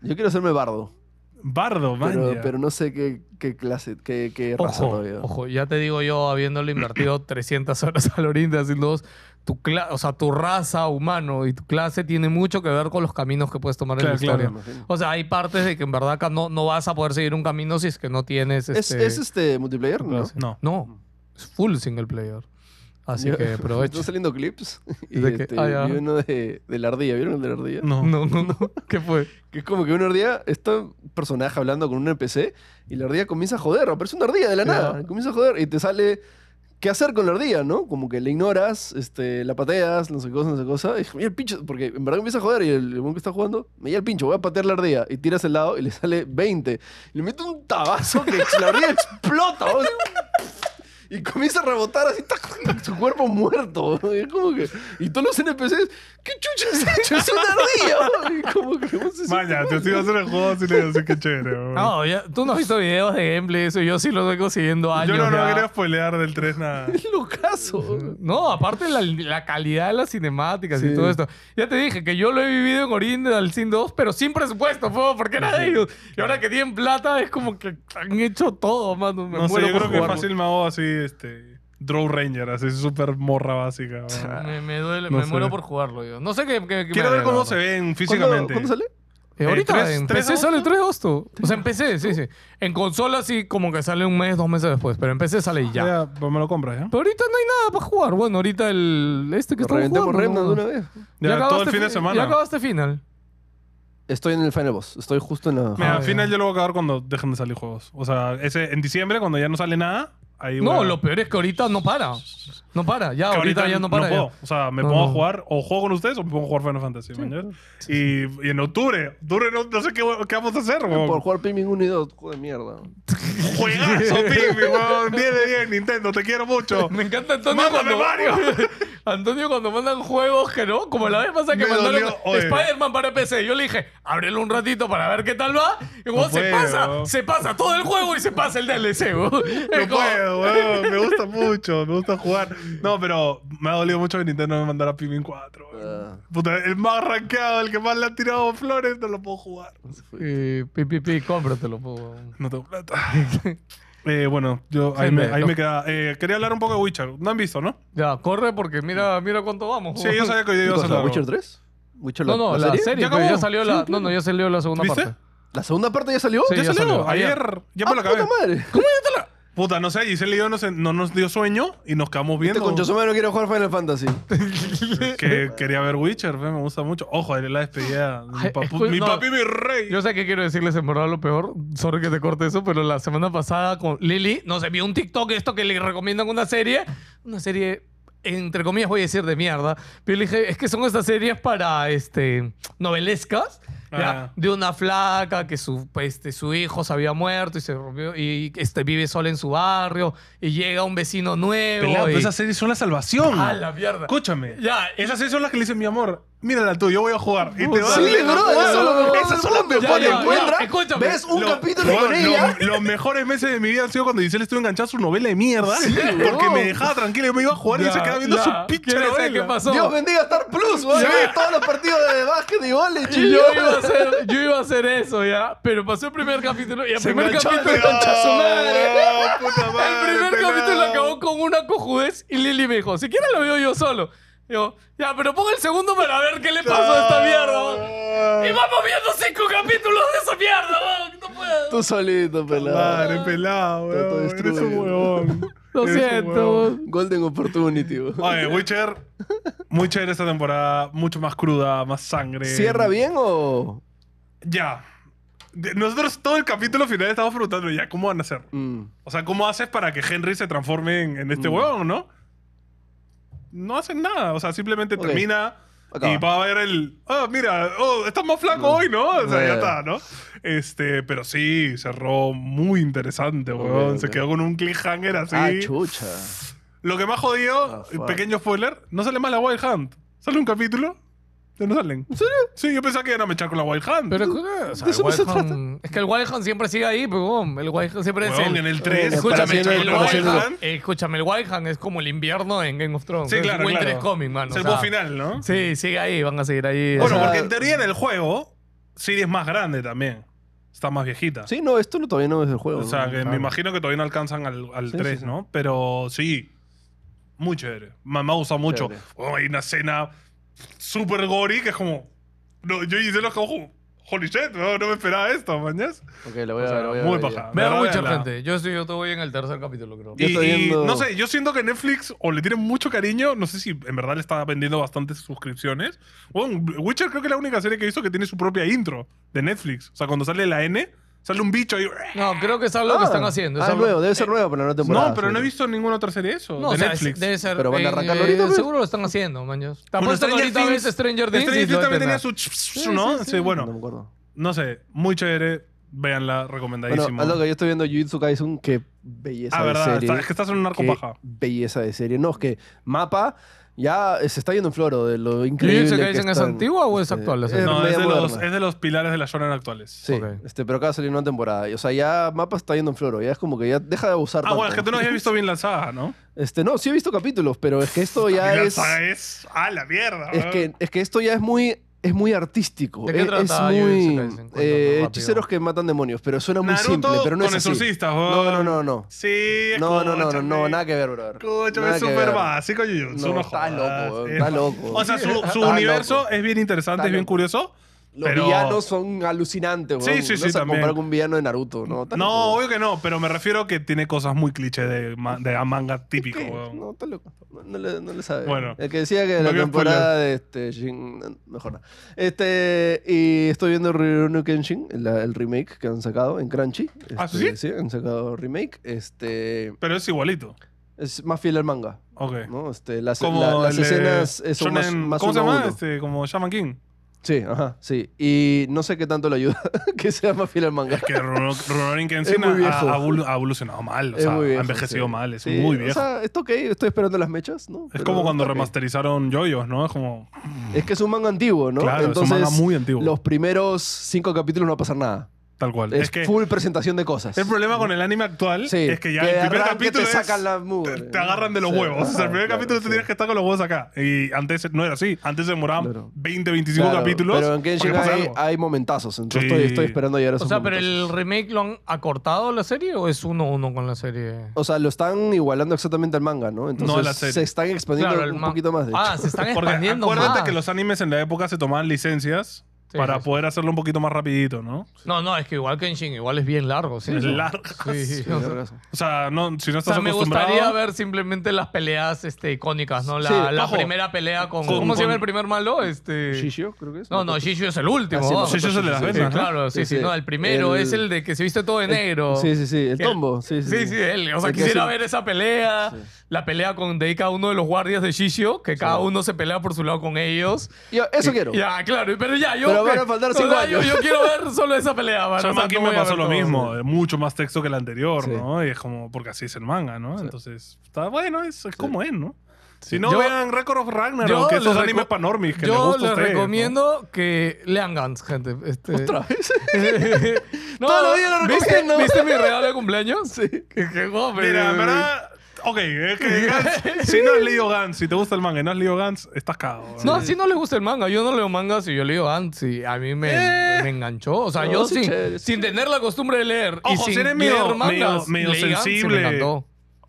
Speaker 2: Yo quiero hacerme bardo.
Speaker 1: Bardo,
Speaker 2: Pero,
Speaker 1: man.
Speaker 2: pero no sé qué, qué clase, qué, qué raza
Speaker 3: Ojo,
Speaker 2: todavía.
Speaker 3: ojo, ya te digo yo, habiéndole invertido 300 horas al Orinda haciendo dos, tu cla- o sea, tu raza humano y tu clase tiene mucho que ver con los caminos que puedes tomar en la
Speaker 1: Claro, claro.
Speaker 3: historia. O sea, hay partes de que en verdad acá no, no vas a poder seguir un camino si es que no tienes
Speaker 2: ¿Es,
Speaker 3: este,
Speaker 2: es este multiplayer? No.
Speaker 3: clase.
Speaker 1: No.
Speaker 3: No, es full single player. Así
Speaker 2: Yo-
Speaker 3: que aprovecha.
Speaker 2: Están saliendo clips. Y
Speaker 3: ¿De qué?
Speaker 2: este,
Speaker 3: Ah, ya.
Speaker 2: vi uno de, de la ardilla. ¿Vieron el de la ardilla?
Speaker 1: No.
Speaker 3: No, no, no. ¿Qué fue?
Speaker 2: Que es como que una ardilla está un personaje hablando con un NPC y la ardilla comienza a joder. Aparece una ardilla de la
Speaker 3: Claro.
Speaker 2: nada. Comienza a joder y te sale. ¿Qué hacer con la ardilla, no? Como que la ignoras, este, la pateas, no sé qué cosa, no sé qué cosa. Y dije, mira el pincho, porque en verdad empieza a joder y el, el buen que está jugando, me llega el pincho, voy a patear la ardilla. Y tiras el lado y le sale 20. Y le mete un tabazo que la ardilla explota. ¿no? Y comienza a rebotar así, tac, tac, su cuerpo muerto. ¿no? Y es como que... Y todos los NPCs, ¿qué chucha es hecho? Es una ardilla. ¿no? Y como que no se siente
Speaker 1: Vaya, te
Speaker 2: mal.
Speaker 1: estoy haciendo el juego así le digo, sí, qué chévere, weón.
Speaker 3: No, ya- tú no has visto videos de gameplay, eso yo sí lo vengo siguiendo años.
Speaker 1: Yo no, no
Speaker 3: ya.
Speaker 1: quería spoilear del 3 nada.
Speaker 2: Es locazo.
Speaker 3: No, aparte la, la calidad de las cinemáticas y
Speaker 2: Sí.
Speaker 3: todo esto. Ya te dije que yo lo he vivido en Original Sin 2, pero sin presupuesto, po, porque era de ellos. Y ahora que tienen plata, es como que han hecho todo, mano. Me
Speaker 1: No sé,
Speaker 3: muero
Speaker 1: yo
Speaker 3: por
Speaker 1: creo que
Speaker 3: jugarlo.
Speaker 1: fácil me hago así, este. Draw Ranger, así súper morra básica. weón.
Speaker 3: Me, me duele,
Speaker 1: No
Speaker 3: me
Speaker 1: sé.
Speaker 3: muero por jugarlo yo. No sé qué. qué- qué
Speaker 1: Quiero ver
Speaker 3: manera,
Speaker 1: cómo
Speaker 3: ¿no?
Speaker 1: se ven
Speaker 2: ¿Cuándo,
Speaker 1: físicamente.
Speaker 2: cuándo sale?
Speaker 3: Eh,
Speaker 1: Eh,
Speaker 3: ahorita
Speaker 1: ¿tres-
Speaker 3: en
Speaker 1: tres
Speaker 3: PC
Speaker 1: agosto?
Speaker 3: sale el 3 de agosto. O sea, en PC, sí, sí. En consola sí como que sale un mes, dos meses después, pero en PC sale ya.
Speaker 1: Ya, pues me lo compras, ¿ya?
Speaker 3: Pero ahorita no hay nada para jugar. Bueno, ahorita el este que está jugando.
Speaker 2: Reventemos Remnant
Speaker 3: ¿no?
Speaker 2: de una vez.
Speaker 1: Ya, todo el
Speaker 3: acabaste
Speaker 1: fin de
Speaker 3: fi-
Speaker 1: semana.
Speaker 3: Ya acabaste final.
Speaker 2: Estoy en el final boss. Estoy justo en la.
Speaker 1: Mira,
Speaker 3: Ah,
Speaker 1: al final
Speaker 3: ya.
Speaker 1: yo lo voy a acabar cuando dejen de salir juegos. O sea, ese en diciembre, cuando ya no sale nada, ahí voy
Speaker 3: No,
Speaker 1: a-
Speaker 3: lo peor es que ahorita no para. No para, ya,
Speaker 1: que
Speaker 3: Ah, ahorita, ya no para. ya.
Speaker 1: puedo. O sea, me
Speaker 3: No,
Speaker 1: pongo
Speaker 3: no.
Speaker 1: a jugar, o juego con ustedes, o me pongo a jugar Final Fantasy. ¿me Y, y en octubre, octubre no, no sé qué, qué vamos a hacer, weón.
Speaker 2: Por jugar Pikmin 1 y 2, juego de mierda.
Speaker 1: Juegazo, Timmy, weón. 10 de 10, Nintendo, te quiero mucho.
Speaker 3: Me encanta Antonio
Speaker 1: Mándame
Speaker 3: cuando...
Speaker 1: Mario.
Speaker 3: Antonio cuando mandan juegos que no, como la vez pasada que
Speaker 1: Me
Speaker 3: mandaron
Speaker 1: dolió, oye.
Speaker 3: Spider-Man para PC. Yo le dije, ábrelo un ratito para ver qué tal va. Y weón, se
Speaker 1: puedo.
Speaker 3: pasa, se pasa todo el juego y se pasa el DLC, weón. Es
Speaker 1: No
Speaker 3: como-
Speaker 1: puedo, weón. Me gusta mucho, me gusta jugar. No, pero me ha dolido mucho que Nintendo me mandara Pikmin 4. weón.
Speaker 2: Ah.
Speaker 1: Puta, el más rankeado, el que más le ha tirado flores, no lo puedo jugar.
Speaker 3: Eh, pi, pi, pi, cómpratelo, po, weón.
Speaker 1: No tengo plata. Eh, bueno, yo ahí
Speaker 3: Gente,
Speaker 1: me, ahí
Speaker 3: los-
Speaker 1: me queda. Eh, quería hablar un poco de Witcher. No han visto, ¿no?
Speaker 3: Ya, corre porque mira, mira cuánto vamos.
Speaker 1: Sí,
Speaker 3: weón.
Speaker 1: yo sabía que hoy día
Speaker 2: ¿Qué
Speaker 1: iba a
Speaker 2: cosa,
Speaker 1: hacer
Speaker 2: ¿Witcher 3? ¿Witcher
Speaker 3: No, no, la, serie,
Speaker 1: ¿Ya
Speaker 3: pero ya
Speaker 1: acabó?
Speaker 3: salió la. No, no, ya salió la segunda
Speaker 1: ¿Viste?
Speaker 3: parte.
Speaker 2: ¿La segunda parte ya salió?
Speaker 3: Sí,
Speaker 1: ¿Ya,
Speaker 3: ya
Speaker 1: salió?
Speaker 3: salió,
Speaker 1: Ayer.
Speaker 3: ayer.
Speaker 1: Ya
Speaker 2: ¡Ah,
Speaker 1: me lo acabé.
Speaker 2: puta madre!
Speaker 1: Puta, no sé, Giselle y yo no, se- no nos dio sueño y nos quedamos
Speaker 2: Este
Speaker 1: viendo.
Speaker 2: concha su madre no quiere jugar Final Fantasy.
Speaker 1: que quería ver Witcher, fe, me gusta mucho. Ojo, era la despedida. Mi,
Speaker 3: Ay,
Speaker 1: papu-
Speaker 3: escu-
Speaker 1: mi
Speaker 3: no.
Speaker 1: papi, mi rey.
Speaker 3: Yo sé que quiero decirles en verdad lo peor. Sorry que te corte eso, pero la semana pasada con Lili nos envió un TikTok esto que le recomiendan una serie. Una serie, entre comillas, voy a decir de mierda. Pero yo le dije, es que son estas series para este novelescas. ¿ya?
Speaker 1: Ah.
Speaker 3: De una flaca que su, este, su hijo se había muerto y se rompió y este, vive sola en su barrio y llega un vecino nuevo.
Speaker 1: Pelado,
Speaker 3: y-
Speaker 1: pero esas series son la salvación.
Speaker 3: ¡A la mierda!
Speaker 1: Escúchame.
Speaker 3: Ya,
Speaker 1: Esas series son las que le dicen, mi amor, mírala tú, yo voy a jugar. Y te vas
Speaker 2: Sí, bro, esas son las mejores. Esas son las mejores.
Speaker 3: ya, ya,
Speaker 2: Encuentras,
Speaker 3: escúchame.
Speaker 2: ves un
Speaker 1: Lo-
Speaker 2: capítulo
Speaker 1: lo-
Speaker 2: con
Speaker 1: lo-
Speaker 2: ella.
Speaker 1: los mejores meses de mi vida han sido cuando Giselle estuvo enganchada a su novela de mierda. porque
Speaker 2: bro.
Speaker 1: me dejaba tranquila y me iba a jugar y
Speaker 3: Ya,
Speaker 1: se quedaba viendo
Speaker 3: ya.
Speaker 1: su pinche
Speaker 3: ¿Quieres saber
Speaker 1: novela.
Speaker 3: qué pasó?
Speaker 2: Dios bendiga Star Plus, güey. Ves todos los partidos de básquet y vole,
Speaker 3: Y yo
Speaker 2: chillo.
Speaker 3: iba, a hacer, yo iba a hacer eso, ¿ya? Pero pasó el primer capítulo y el
Speaker 1: Se
Speaker 3: primer
Speaker 1: enganchó,
Speaker 3: capítulo...
Speaker 1: se enganchó a su madre. Oh, puta
Speaker 3: El
Speaker 1: madre,
Speaker 3: primer
Speaker 1: pelado.
Speaker 3: capítulo acabó con una cojudez y Lili me dijo, si quieres lo veo yo solo. Yo, ya, pero pongo el segundo para ver qué le pasó a esta mierda. weón". Y
Speaker 1: Ah,
Speaker 3: vamos viendo cinco capítulos de esa mierda, weón. No puedo.
Speaker 2: Tú solito, pelado.
Speaker 1: Madre, pelado,
Speaker 2: Todo
Speaker 1: weón.
Speaker 2: destruido.
Speaker 1: Eres un huevón.
Speaker 3: Lo
Speaker 1: Eres un
Speaker 3: siento.
Speaker 1: huevón.
Speaker 3: weón.
Speaker 2: Golden Opportunity, güey.
Speaker 1: Oye, Witcher. Muy chévere esta temporada. Mucho más cruda, más sangre.
Speaker 2: ¿Cierra bien o...?
Speaker 1: Ya. De- Nosotros todo el capítulo final estamos preguntando ya cómo van a hacer.
Speaker 2: Mm.
Speaker 1: O sea, ¿cómo haces para que Henry se transforme en, en este
Speaker 2: Mm.
Speaker 1: huevón, no? No hacen nada. O sea, simplemente
Speaker 2: Ok.
Speaker 1: termina
Speaker 2: Acaba.
Speaker 1: y va a ver el. Ah, mira, oh, estás más flaco hoy, ¿no? O sea, ya
Speaker 2: Eh.
Speaker 1: está, ¿no? Este, pero sí, cerró muy interesante,
Speaker 2: Ok,
Speaker 1: huevón. Se
Speaker 2: ok.
Speaker 1: quedó con un cliffhanger así.
Speaker 2: Ah, chucha.
Speaker 1: Lo que más jodido,
Speaker 2: Ah, fuck.
Speaker 1: pequeño spoiler, no sale más la Wild Hunt. Sale un capítulo, ya no salen. ¿En serio? Sí, yo pensaba que iban a mechar con la Wild Hunt.
Speaker 3: Pero, o sea,
Speaker 2: ¿De eso no
Speaker 3: el
Speaker 2: se
Speaker 3: Wild Hunt- es que el Wild Hunt siempre sigue ahí, pero weón, el Wild Hunt siempre es
Speaker 1: Huevón,
Speaker 3: el...
Speaker 1: en el 3,
Speaker 3: Escúchame,
Speaker 2: Pareciendo-
Speaker 3: Eh, el Wild
Speaker 2: pareciendo-
Speaker 3: Hunt- escúchame, el Wild Hunt es como el invierno en Game of Thrones.
Speaker 1: Sí,
Speaker 3: Es
Speaker 1: claro,
Speaker 3: Winter
Speaker 1: claro.
Speaker 3: is coming, mano.
Speaker 1: es
Speaker 3: o
Speaker 1: el
Speaker 3: sea,
Speaker 1: boss final, ¿no?
Speaker 3: Sí, sigue ahí, van a seguir ahí. o
Speaker 1: Bueno,
Speaker 3: sea,
Speaker 1: porque en teoría en el juego, Siri es más grande también. Está más viejita.
Speaker 2: Sí, no, esto no- todavía no es del juego.
Speaker 1: O sea,
Speaker 2: ¿no?
Speaker 1: que me imagino que todavía no alcanzan al, al
Speaker 2: Sí,
Speaker 1: 3,
Speaker 2: sí, sí.
Speaker 1: ¿no? Pero sí, muy chévere. Me, me ha gustado mucho.
Speaker 2: Chévere.
Speaker 1: Oh, hay una escena súper gory que es como... No, yo hice los que ojo, holy shit, no, no me esperaba esto, mañas.
Speaker 2: Ok, la voy a
Speaker 1: O sea,
Speaker 2: ver, la voy a
Speaker 1: muy
Speaker 2: ver ya.
Speaker 1: paja.
Speaker 3: Vean
Speaker 1: Verdad,
Speaker 3: mucha
Speaker 1: verdad.
Speaker 3: gente. Yo, estoy, yo te voy en el tercer capítulo, creo.
Speaker 2: Yo
Speaker 1: Y,
Speaker 2: estoy
Speaker 1: y
Speaker 2: viendo-
Speaker 1: no sé, yo siento que Netflix o le tiene mucho cariño, no sé si en verdad le está vendiendo bastantes suscripciones. Bueno, Witcher creo que es la única serie que he visto que tiene su propia intro de Netflix. O sea, cuando sale la N, sale un bicho ahí.
Speaker 3: No, creo que es algo que
Speaker 2: Ah,
Speaker 3: están haciendo.
Speaker 2: Ah,
Speaker 3: es
Speaker 2: es
Speaker 3: algo-
Speaker 2: nuevo, debe ser nuevo, pero no temporada.
Speaker 1: No, pero no he
Speaker 2: sí.
Speaker 1: visto ninguna otra serie de eso,
Speaker 3: No,
Speaker 1: de
Speaker 3: o sea,
Speaker 1: Netflix.
Speaker 3: es- debe ser.
Speaker 2: Pero van a
Speaker 3: en,
Speaker 2: arrancarlo ahorita, pues.
Speaker 3: Seguro lo están haciendo, maños. Te
Speaker 1: Bueno,
Speaker 3: apuesto que ahorita ves Stranger Things. y lo
Speaker 1: también tenía
Speaker 3: dependas.
Speaker 1: su... ¿No? Sí, bueno.
Speaker 2: No me acuerdo.
Speaker 1: No sé, muy chévere. Véanla,
Speaker 2: Bueno,
Speaker 1: recomendadísimo.
Speaker 2: algo que yo estoy viendo Jujutsu Kaisen, qué belleza
Speaker 1: ah,
Speaker 2: de
Speaker 1: verdad,
Speaker 2: serie.
Speaker 1: está- es que estás en un narco
Speaker 2: Qué
Speaker 1: paja.
Speaker 2: belleza de serie. No, es que mapa ya eh, se está yendo en floro de lo increíble
Speaker 3: ¿Jujutsu
Speaker 2: que
Speaker 3: Kaisen es
Speaker 2: están.
Speaker 3: antigua o es
Speaker 2: Sí.
Speaker 3: actual? la
Speaker 2: Es
Speaker 3: serie?
Speaker 1: No, es
Speaker 2: media
Speaker 1: de, los,
Speaker 2: moderna.
Speaker 1: es de los pilares de la shonen actuales.
Speaker 2: Sí,
Speaker 3: Ok.
Speaker 2: este, pero acaba de salir una temporada. Y, O sea, ya Mapa está yendo en floro. Ya es como que ya deja de abusar
Speaker 1: Ah,
Speaker 2: tanto.
Speaker 1: bueno, es que tú no habías visto bien la saga, ¿no?
Speaker 2: Este, no, sí he visto capítulos, pero es que esto ya
Speaker 1: Y la
Speaker 2: es...
Speaker 1: saga es a la mierda.
Speaker 2: Es
Speaker 1: weón.
Speaker 2: que, es que esto ya es muy, es muy artístico.
Speaker 3: ¿De
Speaker 2: E-,
Speaker 3: qué
Speaker 2: es,
Speaker 3: trata
Speaker 2: es
Speaker 3: Jujutsu
Speaker 2: muy...
Speaker 3: Kaisen? Cuéntame
Speaker 2: eh,
Speaker 3: rápido.
Speaker 2: hechiceros que matan demonios, pero suena muy
Speaker 1: Naruto
Speaker 2: simple, pero no
Speaker 1: con
Speaker 2: es así.
Speaker 1: exorcistas,
Speaker 2: No,
Speaker 1: weón.
Speaker 2: no, no, no.
Speaker 1: Sí,
Speaker 2: No, no, no, no,
Speaker 1: escúchame.
Speaker 2: no, nada que ver, brother.
Speaker 1: Escúchame,
Speaker 2: Nada
Speaker 1: es
Speaker 2: que
Speaker 1: súper
Speaker 2: ver.
Speaker 1: básico Jujutsu.
Speaker 2: No,
Speaker 1: No
Speaker 2: está
Speaker 1: jodas.
Speaker 2: loco, weón,
Speaker 1: Es-
Speaker 2: está loco.
Speaker 1: O sea, su, su
Speaker 2: Está
Speaker 1: universo
Speaker 2: loco.
Speaker 1: es bien interesante,
Speaker 2: Está
Speaker 1: es bien
Speaker 2: loco.
Speaker 1: curioso.
Speaker 2: Los
Speaker 1: Pero-
Speaker 2: villanos son alucinantes,
Speaker 1: Sí,
Speaker 2: weón.
Speaker 1: sí,
Speaker 2: No
Speaker 1: sí,
Speaker 2: vas a
Speaker 1: también.
Speaker 2: comparar con un villano de Naruto, ¿no? Está
Speaker 1: No,
Speaker 2: loco,
Speaker 1: obvio que no, pero me refiero que tiene cosas muy cliché de, ma- de manga típico,
Speaker 2: ¿Qué?
Speaker 1: weón.
Speaker 2: No, está loco. No, no le, no le sabe.
Speaker 1: Bueno.
Speaker 2: El que decía que
Speaker 1: No
Speaker 2: la
Speaker 1: quiero
Speaker 2: temporada de este. Shin- mejor no. Este. Y estoy viendo Rurouni Kenshin, la- el remake que han sacado en Crunchy.
Speaker 1: ¿Ah,
Speaker 2: Este,
Speaker 1: sí?
Speaker 2: han sacado remake. Este.
Speaker 1: Pero es igualito.
Speaker 2: Es más fiel al manga,
Speaker 1: Ok.
Speaker 2: ¿no? Este, las,
Speaker 1: Como
Speaker 2: la- las
Speaker 1: el, eh,
Speaker 2: escenas eh, son más,
Speaker 1: Shonen-
Speaker 2: más
Speaker 1: ¿Cómo se
Speaker 2: uno a
Speaker 1: llama?
Speaker 2: uno.
Speaker 1: Este, como Shaman King.
Speaker 2: Sí, ajá, sí. Y no sé qué tanto le ayuda que sea más fiel al manga.
Speaker 1: Que Ron- Ronin Kenshin
Speaker 2: Es muy
Speaker 1: ha,
Speaker 2: viejo.
Speaker 1: ha evolu- ha evolucionado mal, o
Speaker 2: Es
Speaker 1: sea,
Speaker 2: muy viejo,
Speaker 1: ha envejecido
Speaker 2: sí.
Speaker 1: mal, es
Speaker 2: Sí,
Speaker 1: muy viejo.
Speaker 2: O sea, está ok, estoy esperando las mechas, ¿no?
Speaker 1: es
Speaker 2: Pero
Speaker 1: como cuando
Speaker 2: está ok.
Speaker 1: remasterizaron Yoyos, ¿no? Es como.
Speaker 2: Es que es un manga antiguo, ¿no?
Speaker 1: Claro,
Speaker 2: Entonces,
Speaker 1: es un manga muy antiguo.
Speaker 2: los primeros cinco capítulos no va a pasar nada.
Speaker 1: Tal cual.
Speaker 2: Es,
Speaker 1: Es, que
Speaker 2: full presentación de cosas.
Speaker 1: el problema con el anime actual
Speaker 2: Sí,
Speaker 1: es que ya
Speaker 2: que
Speaker 1: el primer
Speaker 2: arranque
Speaker 1: capítulo
Speaker 2: te
Speaker 1: es-
Speaker 2: sacan la mugre,
Speaker 1: te, te agarran de los
Speaker 2: Sí,
Speaker 1: huevos. O sea, el
Speaker 2: ajá,
Speaker 1: primer
Speaker 2: claro,
Speaker 1: capítulo tú
Speaker 2: sí.
Speaker 1: tenías que estar con los huevos acá. Y antes no era así. Antes se demoraban
Speaker 2: Claro.
Speaker 1: 20, 25
Speaker 2: Claro,
Speaker 1: capítulos.
Speaker 2: Pero en
Speaker 1: para que
Speaker 2: Genshin
Speaker 1: pase
Speaker 2: hay,
Speaker 1: algo.
Speaker 2: hay momentazos, entonces
Speaker 1: Sí.
Speaker 2: estoy, estoy esperando llegar a esos
Speaker 3: O sea, pero
Speaker 2: momentazos.
Speaker 3: el remake lo han acortado la serie o es uno a uno con la serie.
Speaker 2: O sea, lo están igualando exactamente al manga, ¿no? Entonces
Speaker 1: la serie.
Speaker 2: se están expandiendo
Speaker 3: el
Speaker 2: un
Speaker 3: ma-
Speaker 2: poquito más, de hecho.
Speaker 3: Ah, se están
Speaker 1: Porque
Speaker 3: expandiendo
Speaker 1: acuérdate
Speaker 3: más.
Speaker 1: que los animes en la época se tomaban licencias
Speaker 3: Sí,
Speaker 1: para
Speaker 3: sí, sí.
Speaker 1: poder hacerlo un poquito más rapidito, ¿no?
Speaker 3: No, no, es que igual Kenshin, igual es bien largo. Sí,
Speaker 1: Es
Speaker 3: ¿no?
Speaker 1: largo.
Speaker 3: Sí, sí.
Speaker 2: Sí,
Speaker 3: O sea,
Speaker 2: vergazo.
Speaker 1: O sea, no, si no
Speaker 3: O
Speaker 1: estás
Speaker 3: sea, me
Speaker 1: acostumbrado.
Speaker 3: gustaría ver simplemente las peleas este, icónicas, ¿no? La,
Speaker 2: Sí,
Speaker 3: la
Speaker 1: ojo.
Speaker 3: primera pelea con,
Speaker 1: Con-
Speaker 3: ¿Cómo se llama
Speaker 1: con-
Speaker 3: el primer malo? Este...
Speaker 2: Shishio, creo que es.
Speaker 3: No, no, Shishio es el último.
Speaker 2: Ah, sí,
Speaker 3: ¿no?
Speaker 2: nosotros
Speaker 1: Shishio es el de las
Speaker 2: sí, sí,
Speaker 3: Sí,
Speaker 1: venas, ¿no?
Speaker 3: claro, sí,
Speaker 2: Sí,
Speaker 3: sí,
Speaker 2: sí.
Speaker 3: No, el primero
Speaker 2: El-
Speaker 3: es el de que se viste todo de negro.
Speaker 2: Sí, sí, sí, el tombo. Sí, sí,
Speaker 3: Sí, sí, él. O sea,
Speaker 2: El que
Speaker 3: quisiera
Speaker 2: sí.
Speaker 3: ver esa pelea. La pelea con de cada uno de los guardias de Shishio, que cada uno se pelea por su lado con ellos.
Speaker 2: Yo- eso quiero.
Speaker 3: Ya, claro, pero ya, yo.
Speaker 2: Pero van a faltar
Speaker 3: o sea,
Speaker 2: cinco
Speaker 3: Yo,
Speaker 2: años.
Speaker 3: yo quiero ver solo esa pelea, mano. O sea,
Speaker 1: Shaman King
Speaker 3: no
Speaker 1: me
Speaker 3: voy a
Speaker 1: pasó
Speaker 3: ver
Speaker 1: lo
Speaker 3: todo.
Speaker 1: mismo, eh, mucho más texto que el anterior,
Speaker 2: Sí.
Speaker 1: ¿no? Y es como, porque así es el manga, ¿no? Entonces, está bueno, es, es como es, ¿no? Si no,
Speaker 3: Yo-
Speaker 1: vean Record of Ragnarok,
Speaker 3: yo
Speaker 1: que esos
Speaker 3: les reco-
Speaker 1: animes panormis que les
Speaker 3: Yo
Speaker 1: gusta a
Speaker 3: les
Speaker 1: ustedes, ¿no?
Speaker 3: recomiendo que lean Gantz, gente. Este...
Speaker 2: Otra vez.
Speaker 3: no,
Speaker 2: Todos los días lo
Speaker 3: ¿viste,
Speaker 2: recomiendo.
Speaker 3: ¿Viste mi regalo de cumpleaños?
Speaker 2: Sí.
Speaker 3: Que- que, oh, me-
Speaker 1: Mira, en verdad. Ok, es que Gantz- si no has leído Gantz, si te gusta el manga y no has leído Gantz, estás cagado.
Speaker 3: eh, No,
Speaker 1: ¿no?
Speaker 3: así no les gusta el manga. Yo no leo mangas y yo leo Gantz y a mí me, me enganchó. O sea,
Speaker 2: Eh. No,
Speaker 3: yo
Speaker 2: sí,
Speaker 3: sin,
Speaker 2: chévere, sí.
Speaker 3: sin tener la costumbre de leer y
Speaker 1: Ojo,
Speaker 3: sin
Speaker 1: si eres
Speaker 3: leer
Speaker 1: medio-
Speaker 3: mangas,
Speaker 1: medio- medio
Speaker 3: leí Gantz y me
Speaker 1: sensible.
Speaker 3: encantó.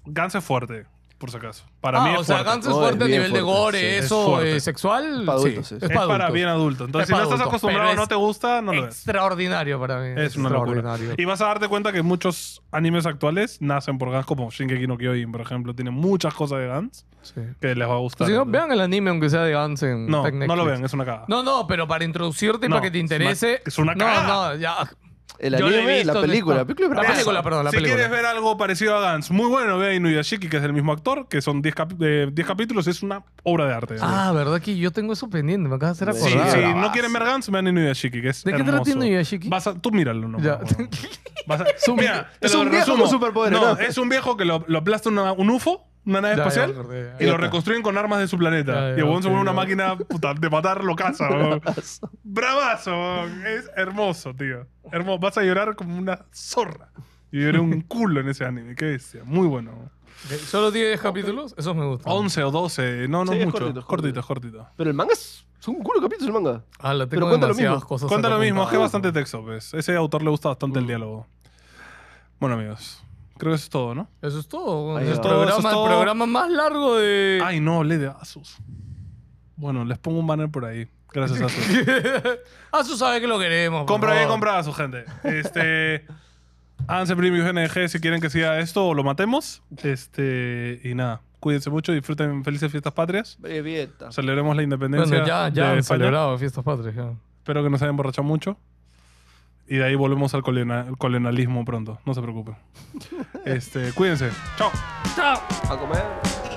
Speaker 1: Gantz es fuerte, por si acaso. Para
Speaker 3: Ah,
Speaker 1: mí es
Speaker 3: o sea,
Speaker 1: fuerte.
Speaker 3: Gantz es
Speaker 2: No, Oh, es
Speaker 3: fuerte a
Speaker 2: bien
Speaker 3: nivel de
Speaker 2: fuerte,
Speaker 3: gore,
Speaker 2: sí,
Speaker 1: es
Speaker 3: eso,
Speaker 1: fuerte.
Speaker 3: eh, sexual.
Speaker 2: Es para
Speaker 3: sí,
Speaker 2: adultos, sí.
Speaker 1: es
Speaker 3: para
Speaker 1: para
Speaker 3: adultos.
Speaker 1: bien adulto. Entonces,
Speaker 3: Es
Speaker 1: si no
Speaker 3: para
Speaker 1: estás
Speaker 3: adultos,
Speaker 1: acostumbrado,
Speaker 3: pero
Speaker 1: no
Speaker 3: es
Speaker 1: te gusta, no lo ves.
Speaker 3: Extraordinario para mí.
Speaker 1: Es una locura.
Speaker 3: extraordinario.
Speaker 1: Y vas a darte cuenta que muchos animes actuales nacen por Gans, como Shingeki no Kyojin, por ejemplo. Tiene muchas cosas de Gans
Speaker 3: Sí.
Speaker 1: que les va a gustar.
Speaker 3: Si no, vean el anime, aunque sea de Gantz en
Speaker 1: No,
Speaker 3: en
Speaker 1: no lo
Speaker 3: Netflix.
Speaker 1: vean, es una cagada.
Speaker 3: No, no, pero para introducirte y
Speaker 1: No,
Speaker 3: para que te
Speaker 1: es una-
Speaker 3: interese.
Speaker 1: es una
Speaker 3: No,
Speaker 1: cagada.
Speaker 3: no, ya.
Speaker 2: El
Speaker 3: Yo lo he
Speaker 2: anime,
Speaker 3: visto,
Speaker 2: la
Speaker 3: de
Speaker 2: película.
Speaker 3: esta-
Speaker 2: La película es
Speaker 3: La
Speaker 2: bravaza.
Speaker 3: película, perdón, la
Speaker 1: si
Speaker 3: película.
Speaker 1: quieres ver algo parecido a Gans, muy bueno, ve a Inuyashiki, que es el mismo actor, que son 10 capi- eh, 10 capítulos, es una obra de arte.
Speaker 3: Ah, verdad que yo tengo eso pendiente, me acabas de hacer
Speaker 2: Sí,
Speaker 1: si
Speaker 3: acordar.
Speaker 2: sí.
Speaker 1: no quieren ver Gans, vean Inuyashiki, que es
Speaker 3: ¿De qué
Speaker 1: hermoso.
Speaker 3: trata Inuyashiki?
Speaker 1: Vas a- tú míralo nomás,
Speaker 3: Ya.
Speaker 1: weón. Vas a-
Speaker 2: un-
Speaker 1: mira, te
Speaker 2: es
Speaker 1: lo
Speaker 2: un viejo
Speaker 1: resumo.
Speaker 2: con superpoderes,
Speaker 1: No,
Speaker 2: ¿no?
Speaker 1: es un viejo que lo, lo aplasta una- un UFO, una nave
Speaker 3: Ya, ya
Speaker 1: espacial,
Speaker 3: me acordé,
Speaker 1: y
Speaker 3: ya.
Speaker 1: lo
Speaker 2: Ya está.
Speaker 1: reconstruyen con armas de su planeta.
Speaker 3: Ya, ya,
Speaker 1: y el weón se
Speaker 3: ok,
Speaker 1: vuelve una
Speaker 3: ya.
Speaker 1: máquina puta, de matar, lo caza. weón. Bravazo, weón. es hermoso, tío. Hermoso. Vas a llorar como una zorra. Yo lloré un culo en ese anime, qué bestia. Muy bueno. weón.
Speaker 3: Solo tiene 10 capítulos, esos me gustan.
Speaker 1: 11 o 12, no, no
Speaker 2: Sí, es
Speaker 1: mucho.
Speaker 2: cortito, es
Speaker 1: cortito, es cortito.
Speaker 2: Pero el manga es, es un culo capítulo el manga.
Speaker 3: Ah, la
Speaker 2: Pero
Speaker 3: tengo
Speaker 2: cuenta lo
Speaker 3: demasiadas
Speaker 2: mismo.
Speaker 3: cosas.
Speaker 1: Cuenta lo mismo, es que
Speaker 3: apuntadas.
Speaker 1: bastante texto, pues. Ese autor le gusta bastante el diálogo. Bueno, amigos, creo que eso es todo, ¿no?
Speaker 3: Eso es todo.
Speaker 2: Ahí
Speaker 3: el,
Speaker 2: va.
Speaker 3: programa,
Speaker 1: Eso es
Speaker 3: el
Speaker 1: todo.
Speaker 3: programa más largo de.
Speaker 1: Ay, no, hablé de Asus. Bueno, les pongo un banner por ahí. Gracias, Asus.
Speaker 3: Asu Ah, sabe que lo queremos. por
Speaker 1: compra bien,
Speaker 3: favor.
Speaker 1: compra Asus, gente. Este. Háganse premium GNG si quieren que siga esto o lo matemos. Este. Y nada, cuídense mucho, disfruten felices fiestas patrias.
Speaker 2: Brevieta.
Speaker 1: Celebremos la independencia.
Speaker 3: Bueno, ya, ya
Speaker 1: de
Speaker 3: han
Speaker 1: España.
Speaker 3: celebrado fiestas patrias. ya.
Speaker 1: Espero que no se hayan emborrachado mucho. Y de ahí volvemos al colena- al colonialismo pronto. No se preocupen. Este, cuídense. Chao.
Speaker 2: A comer.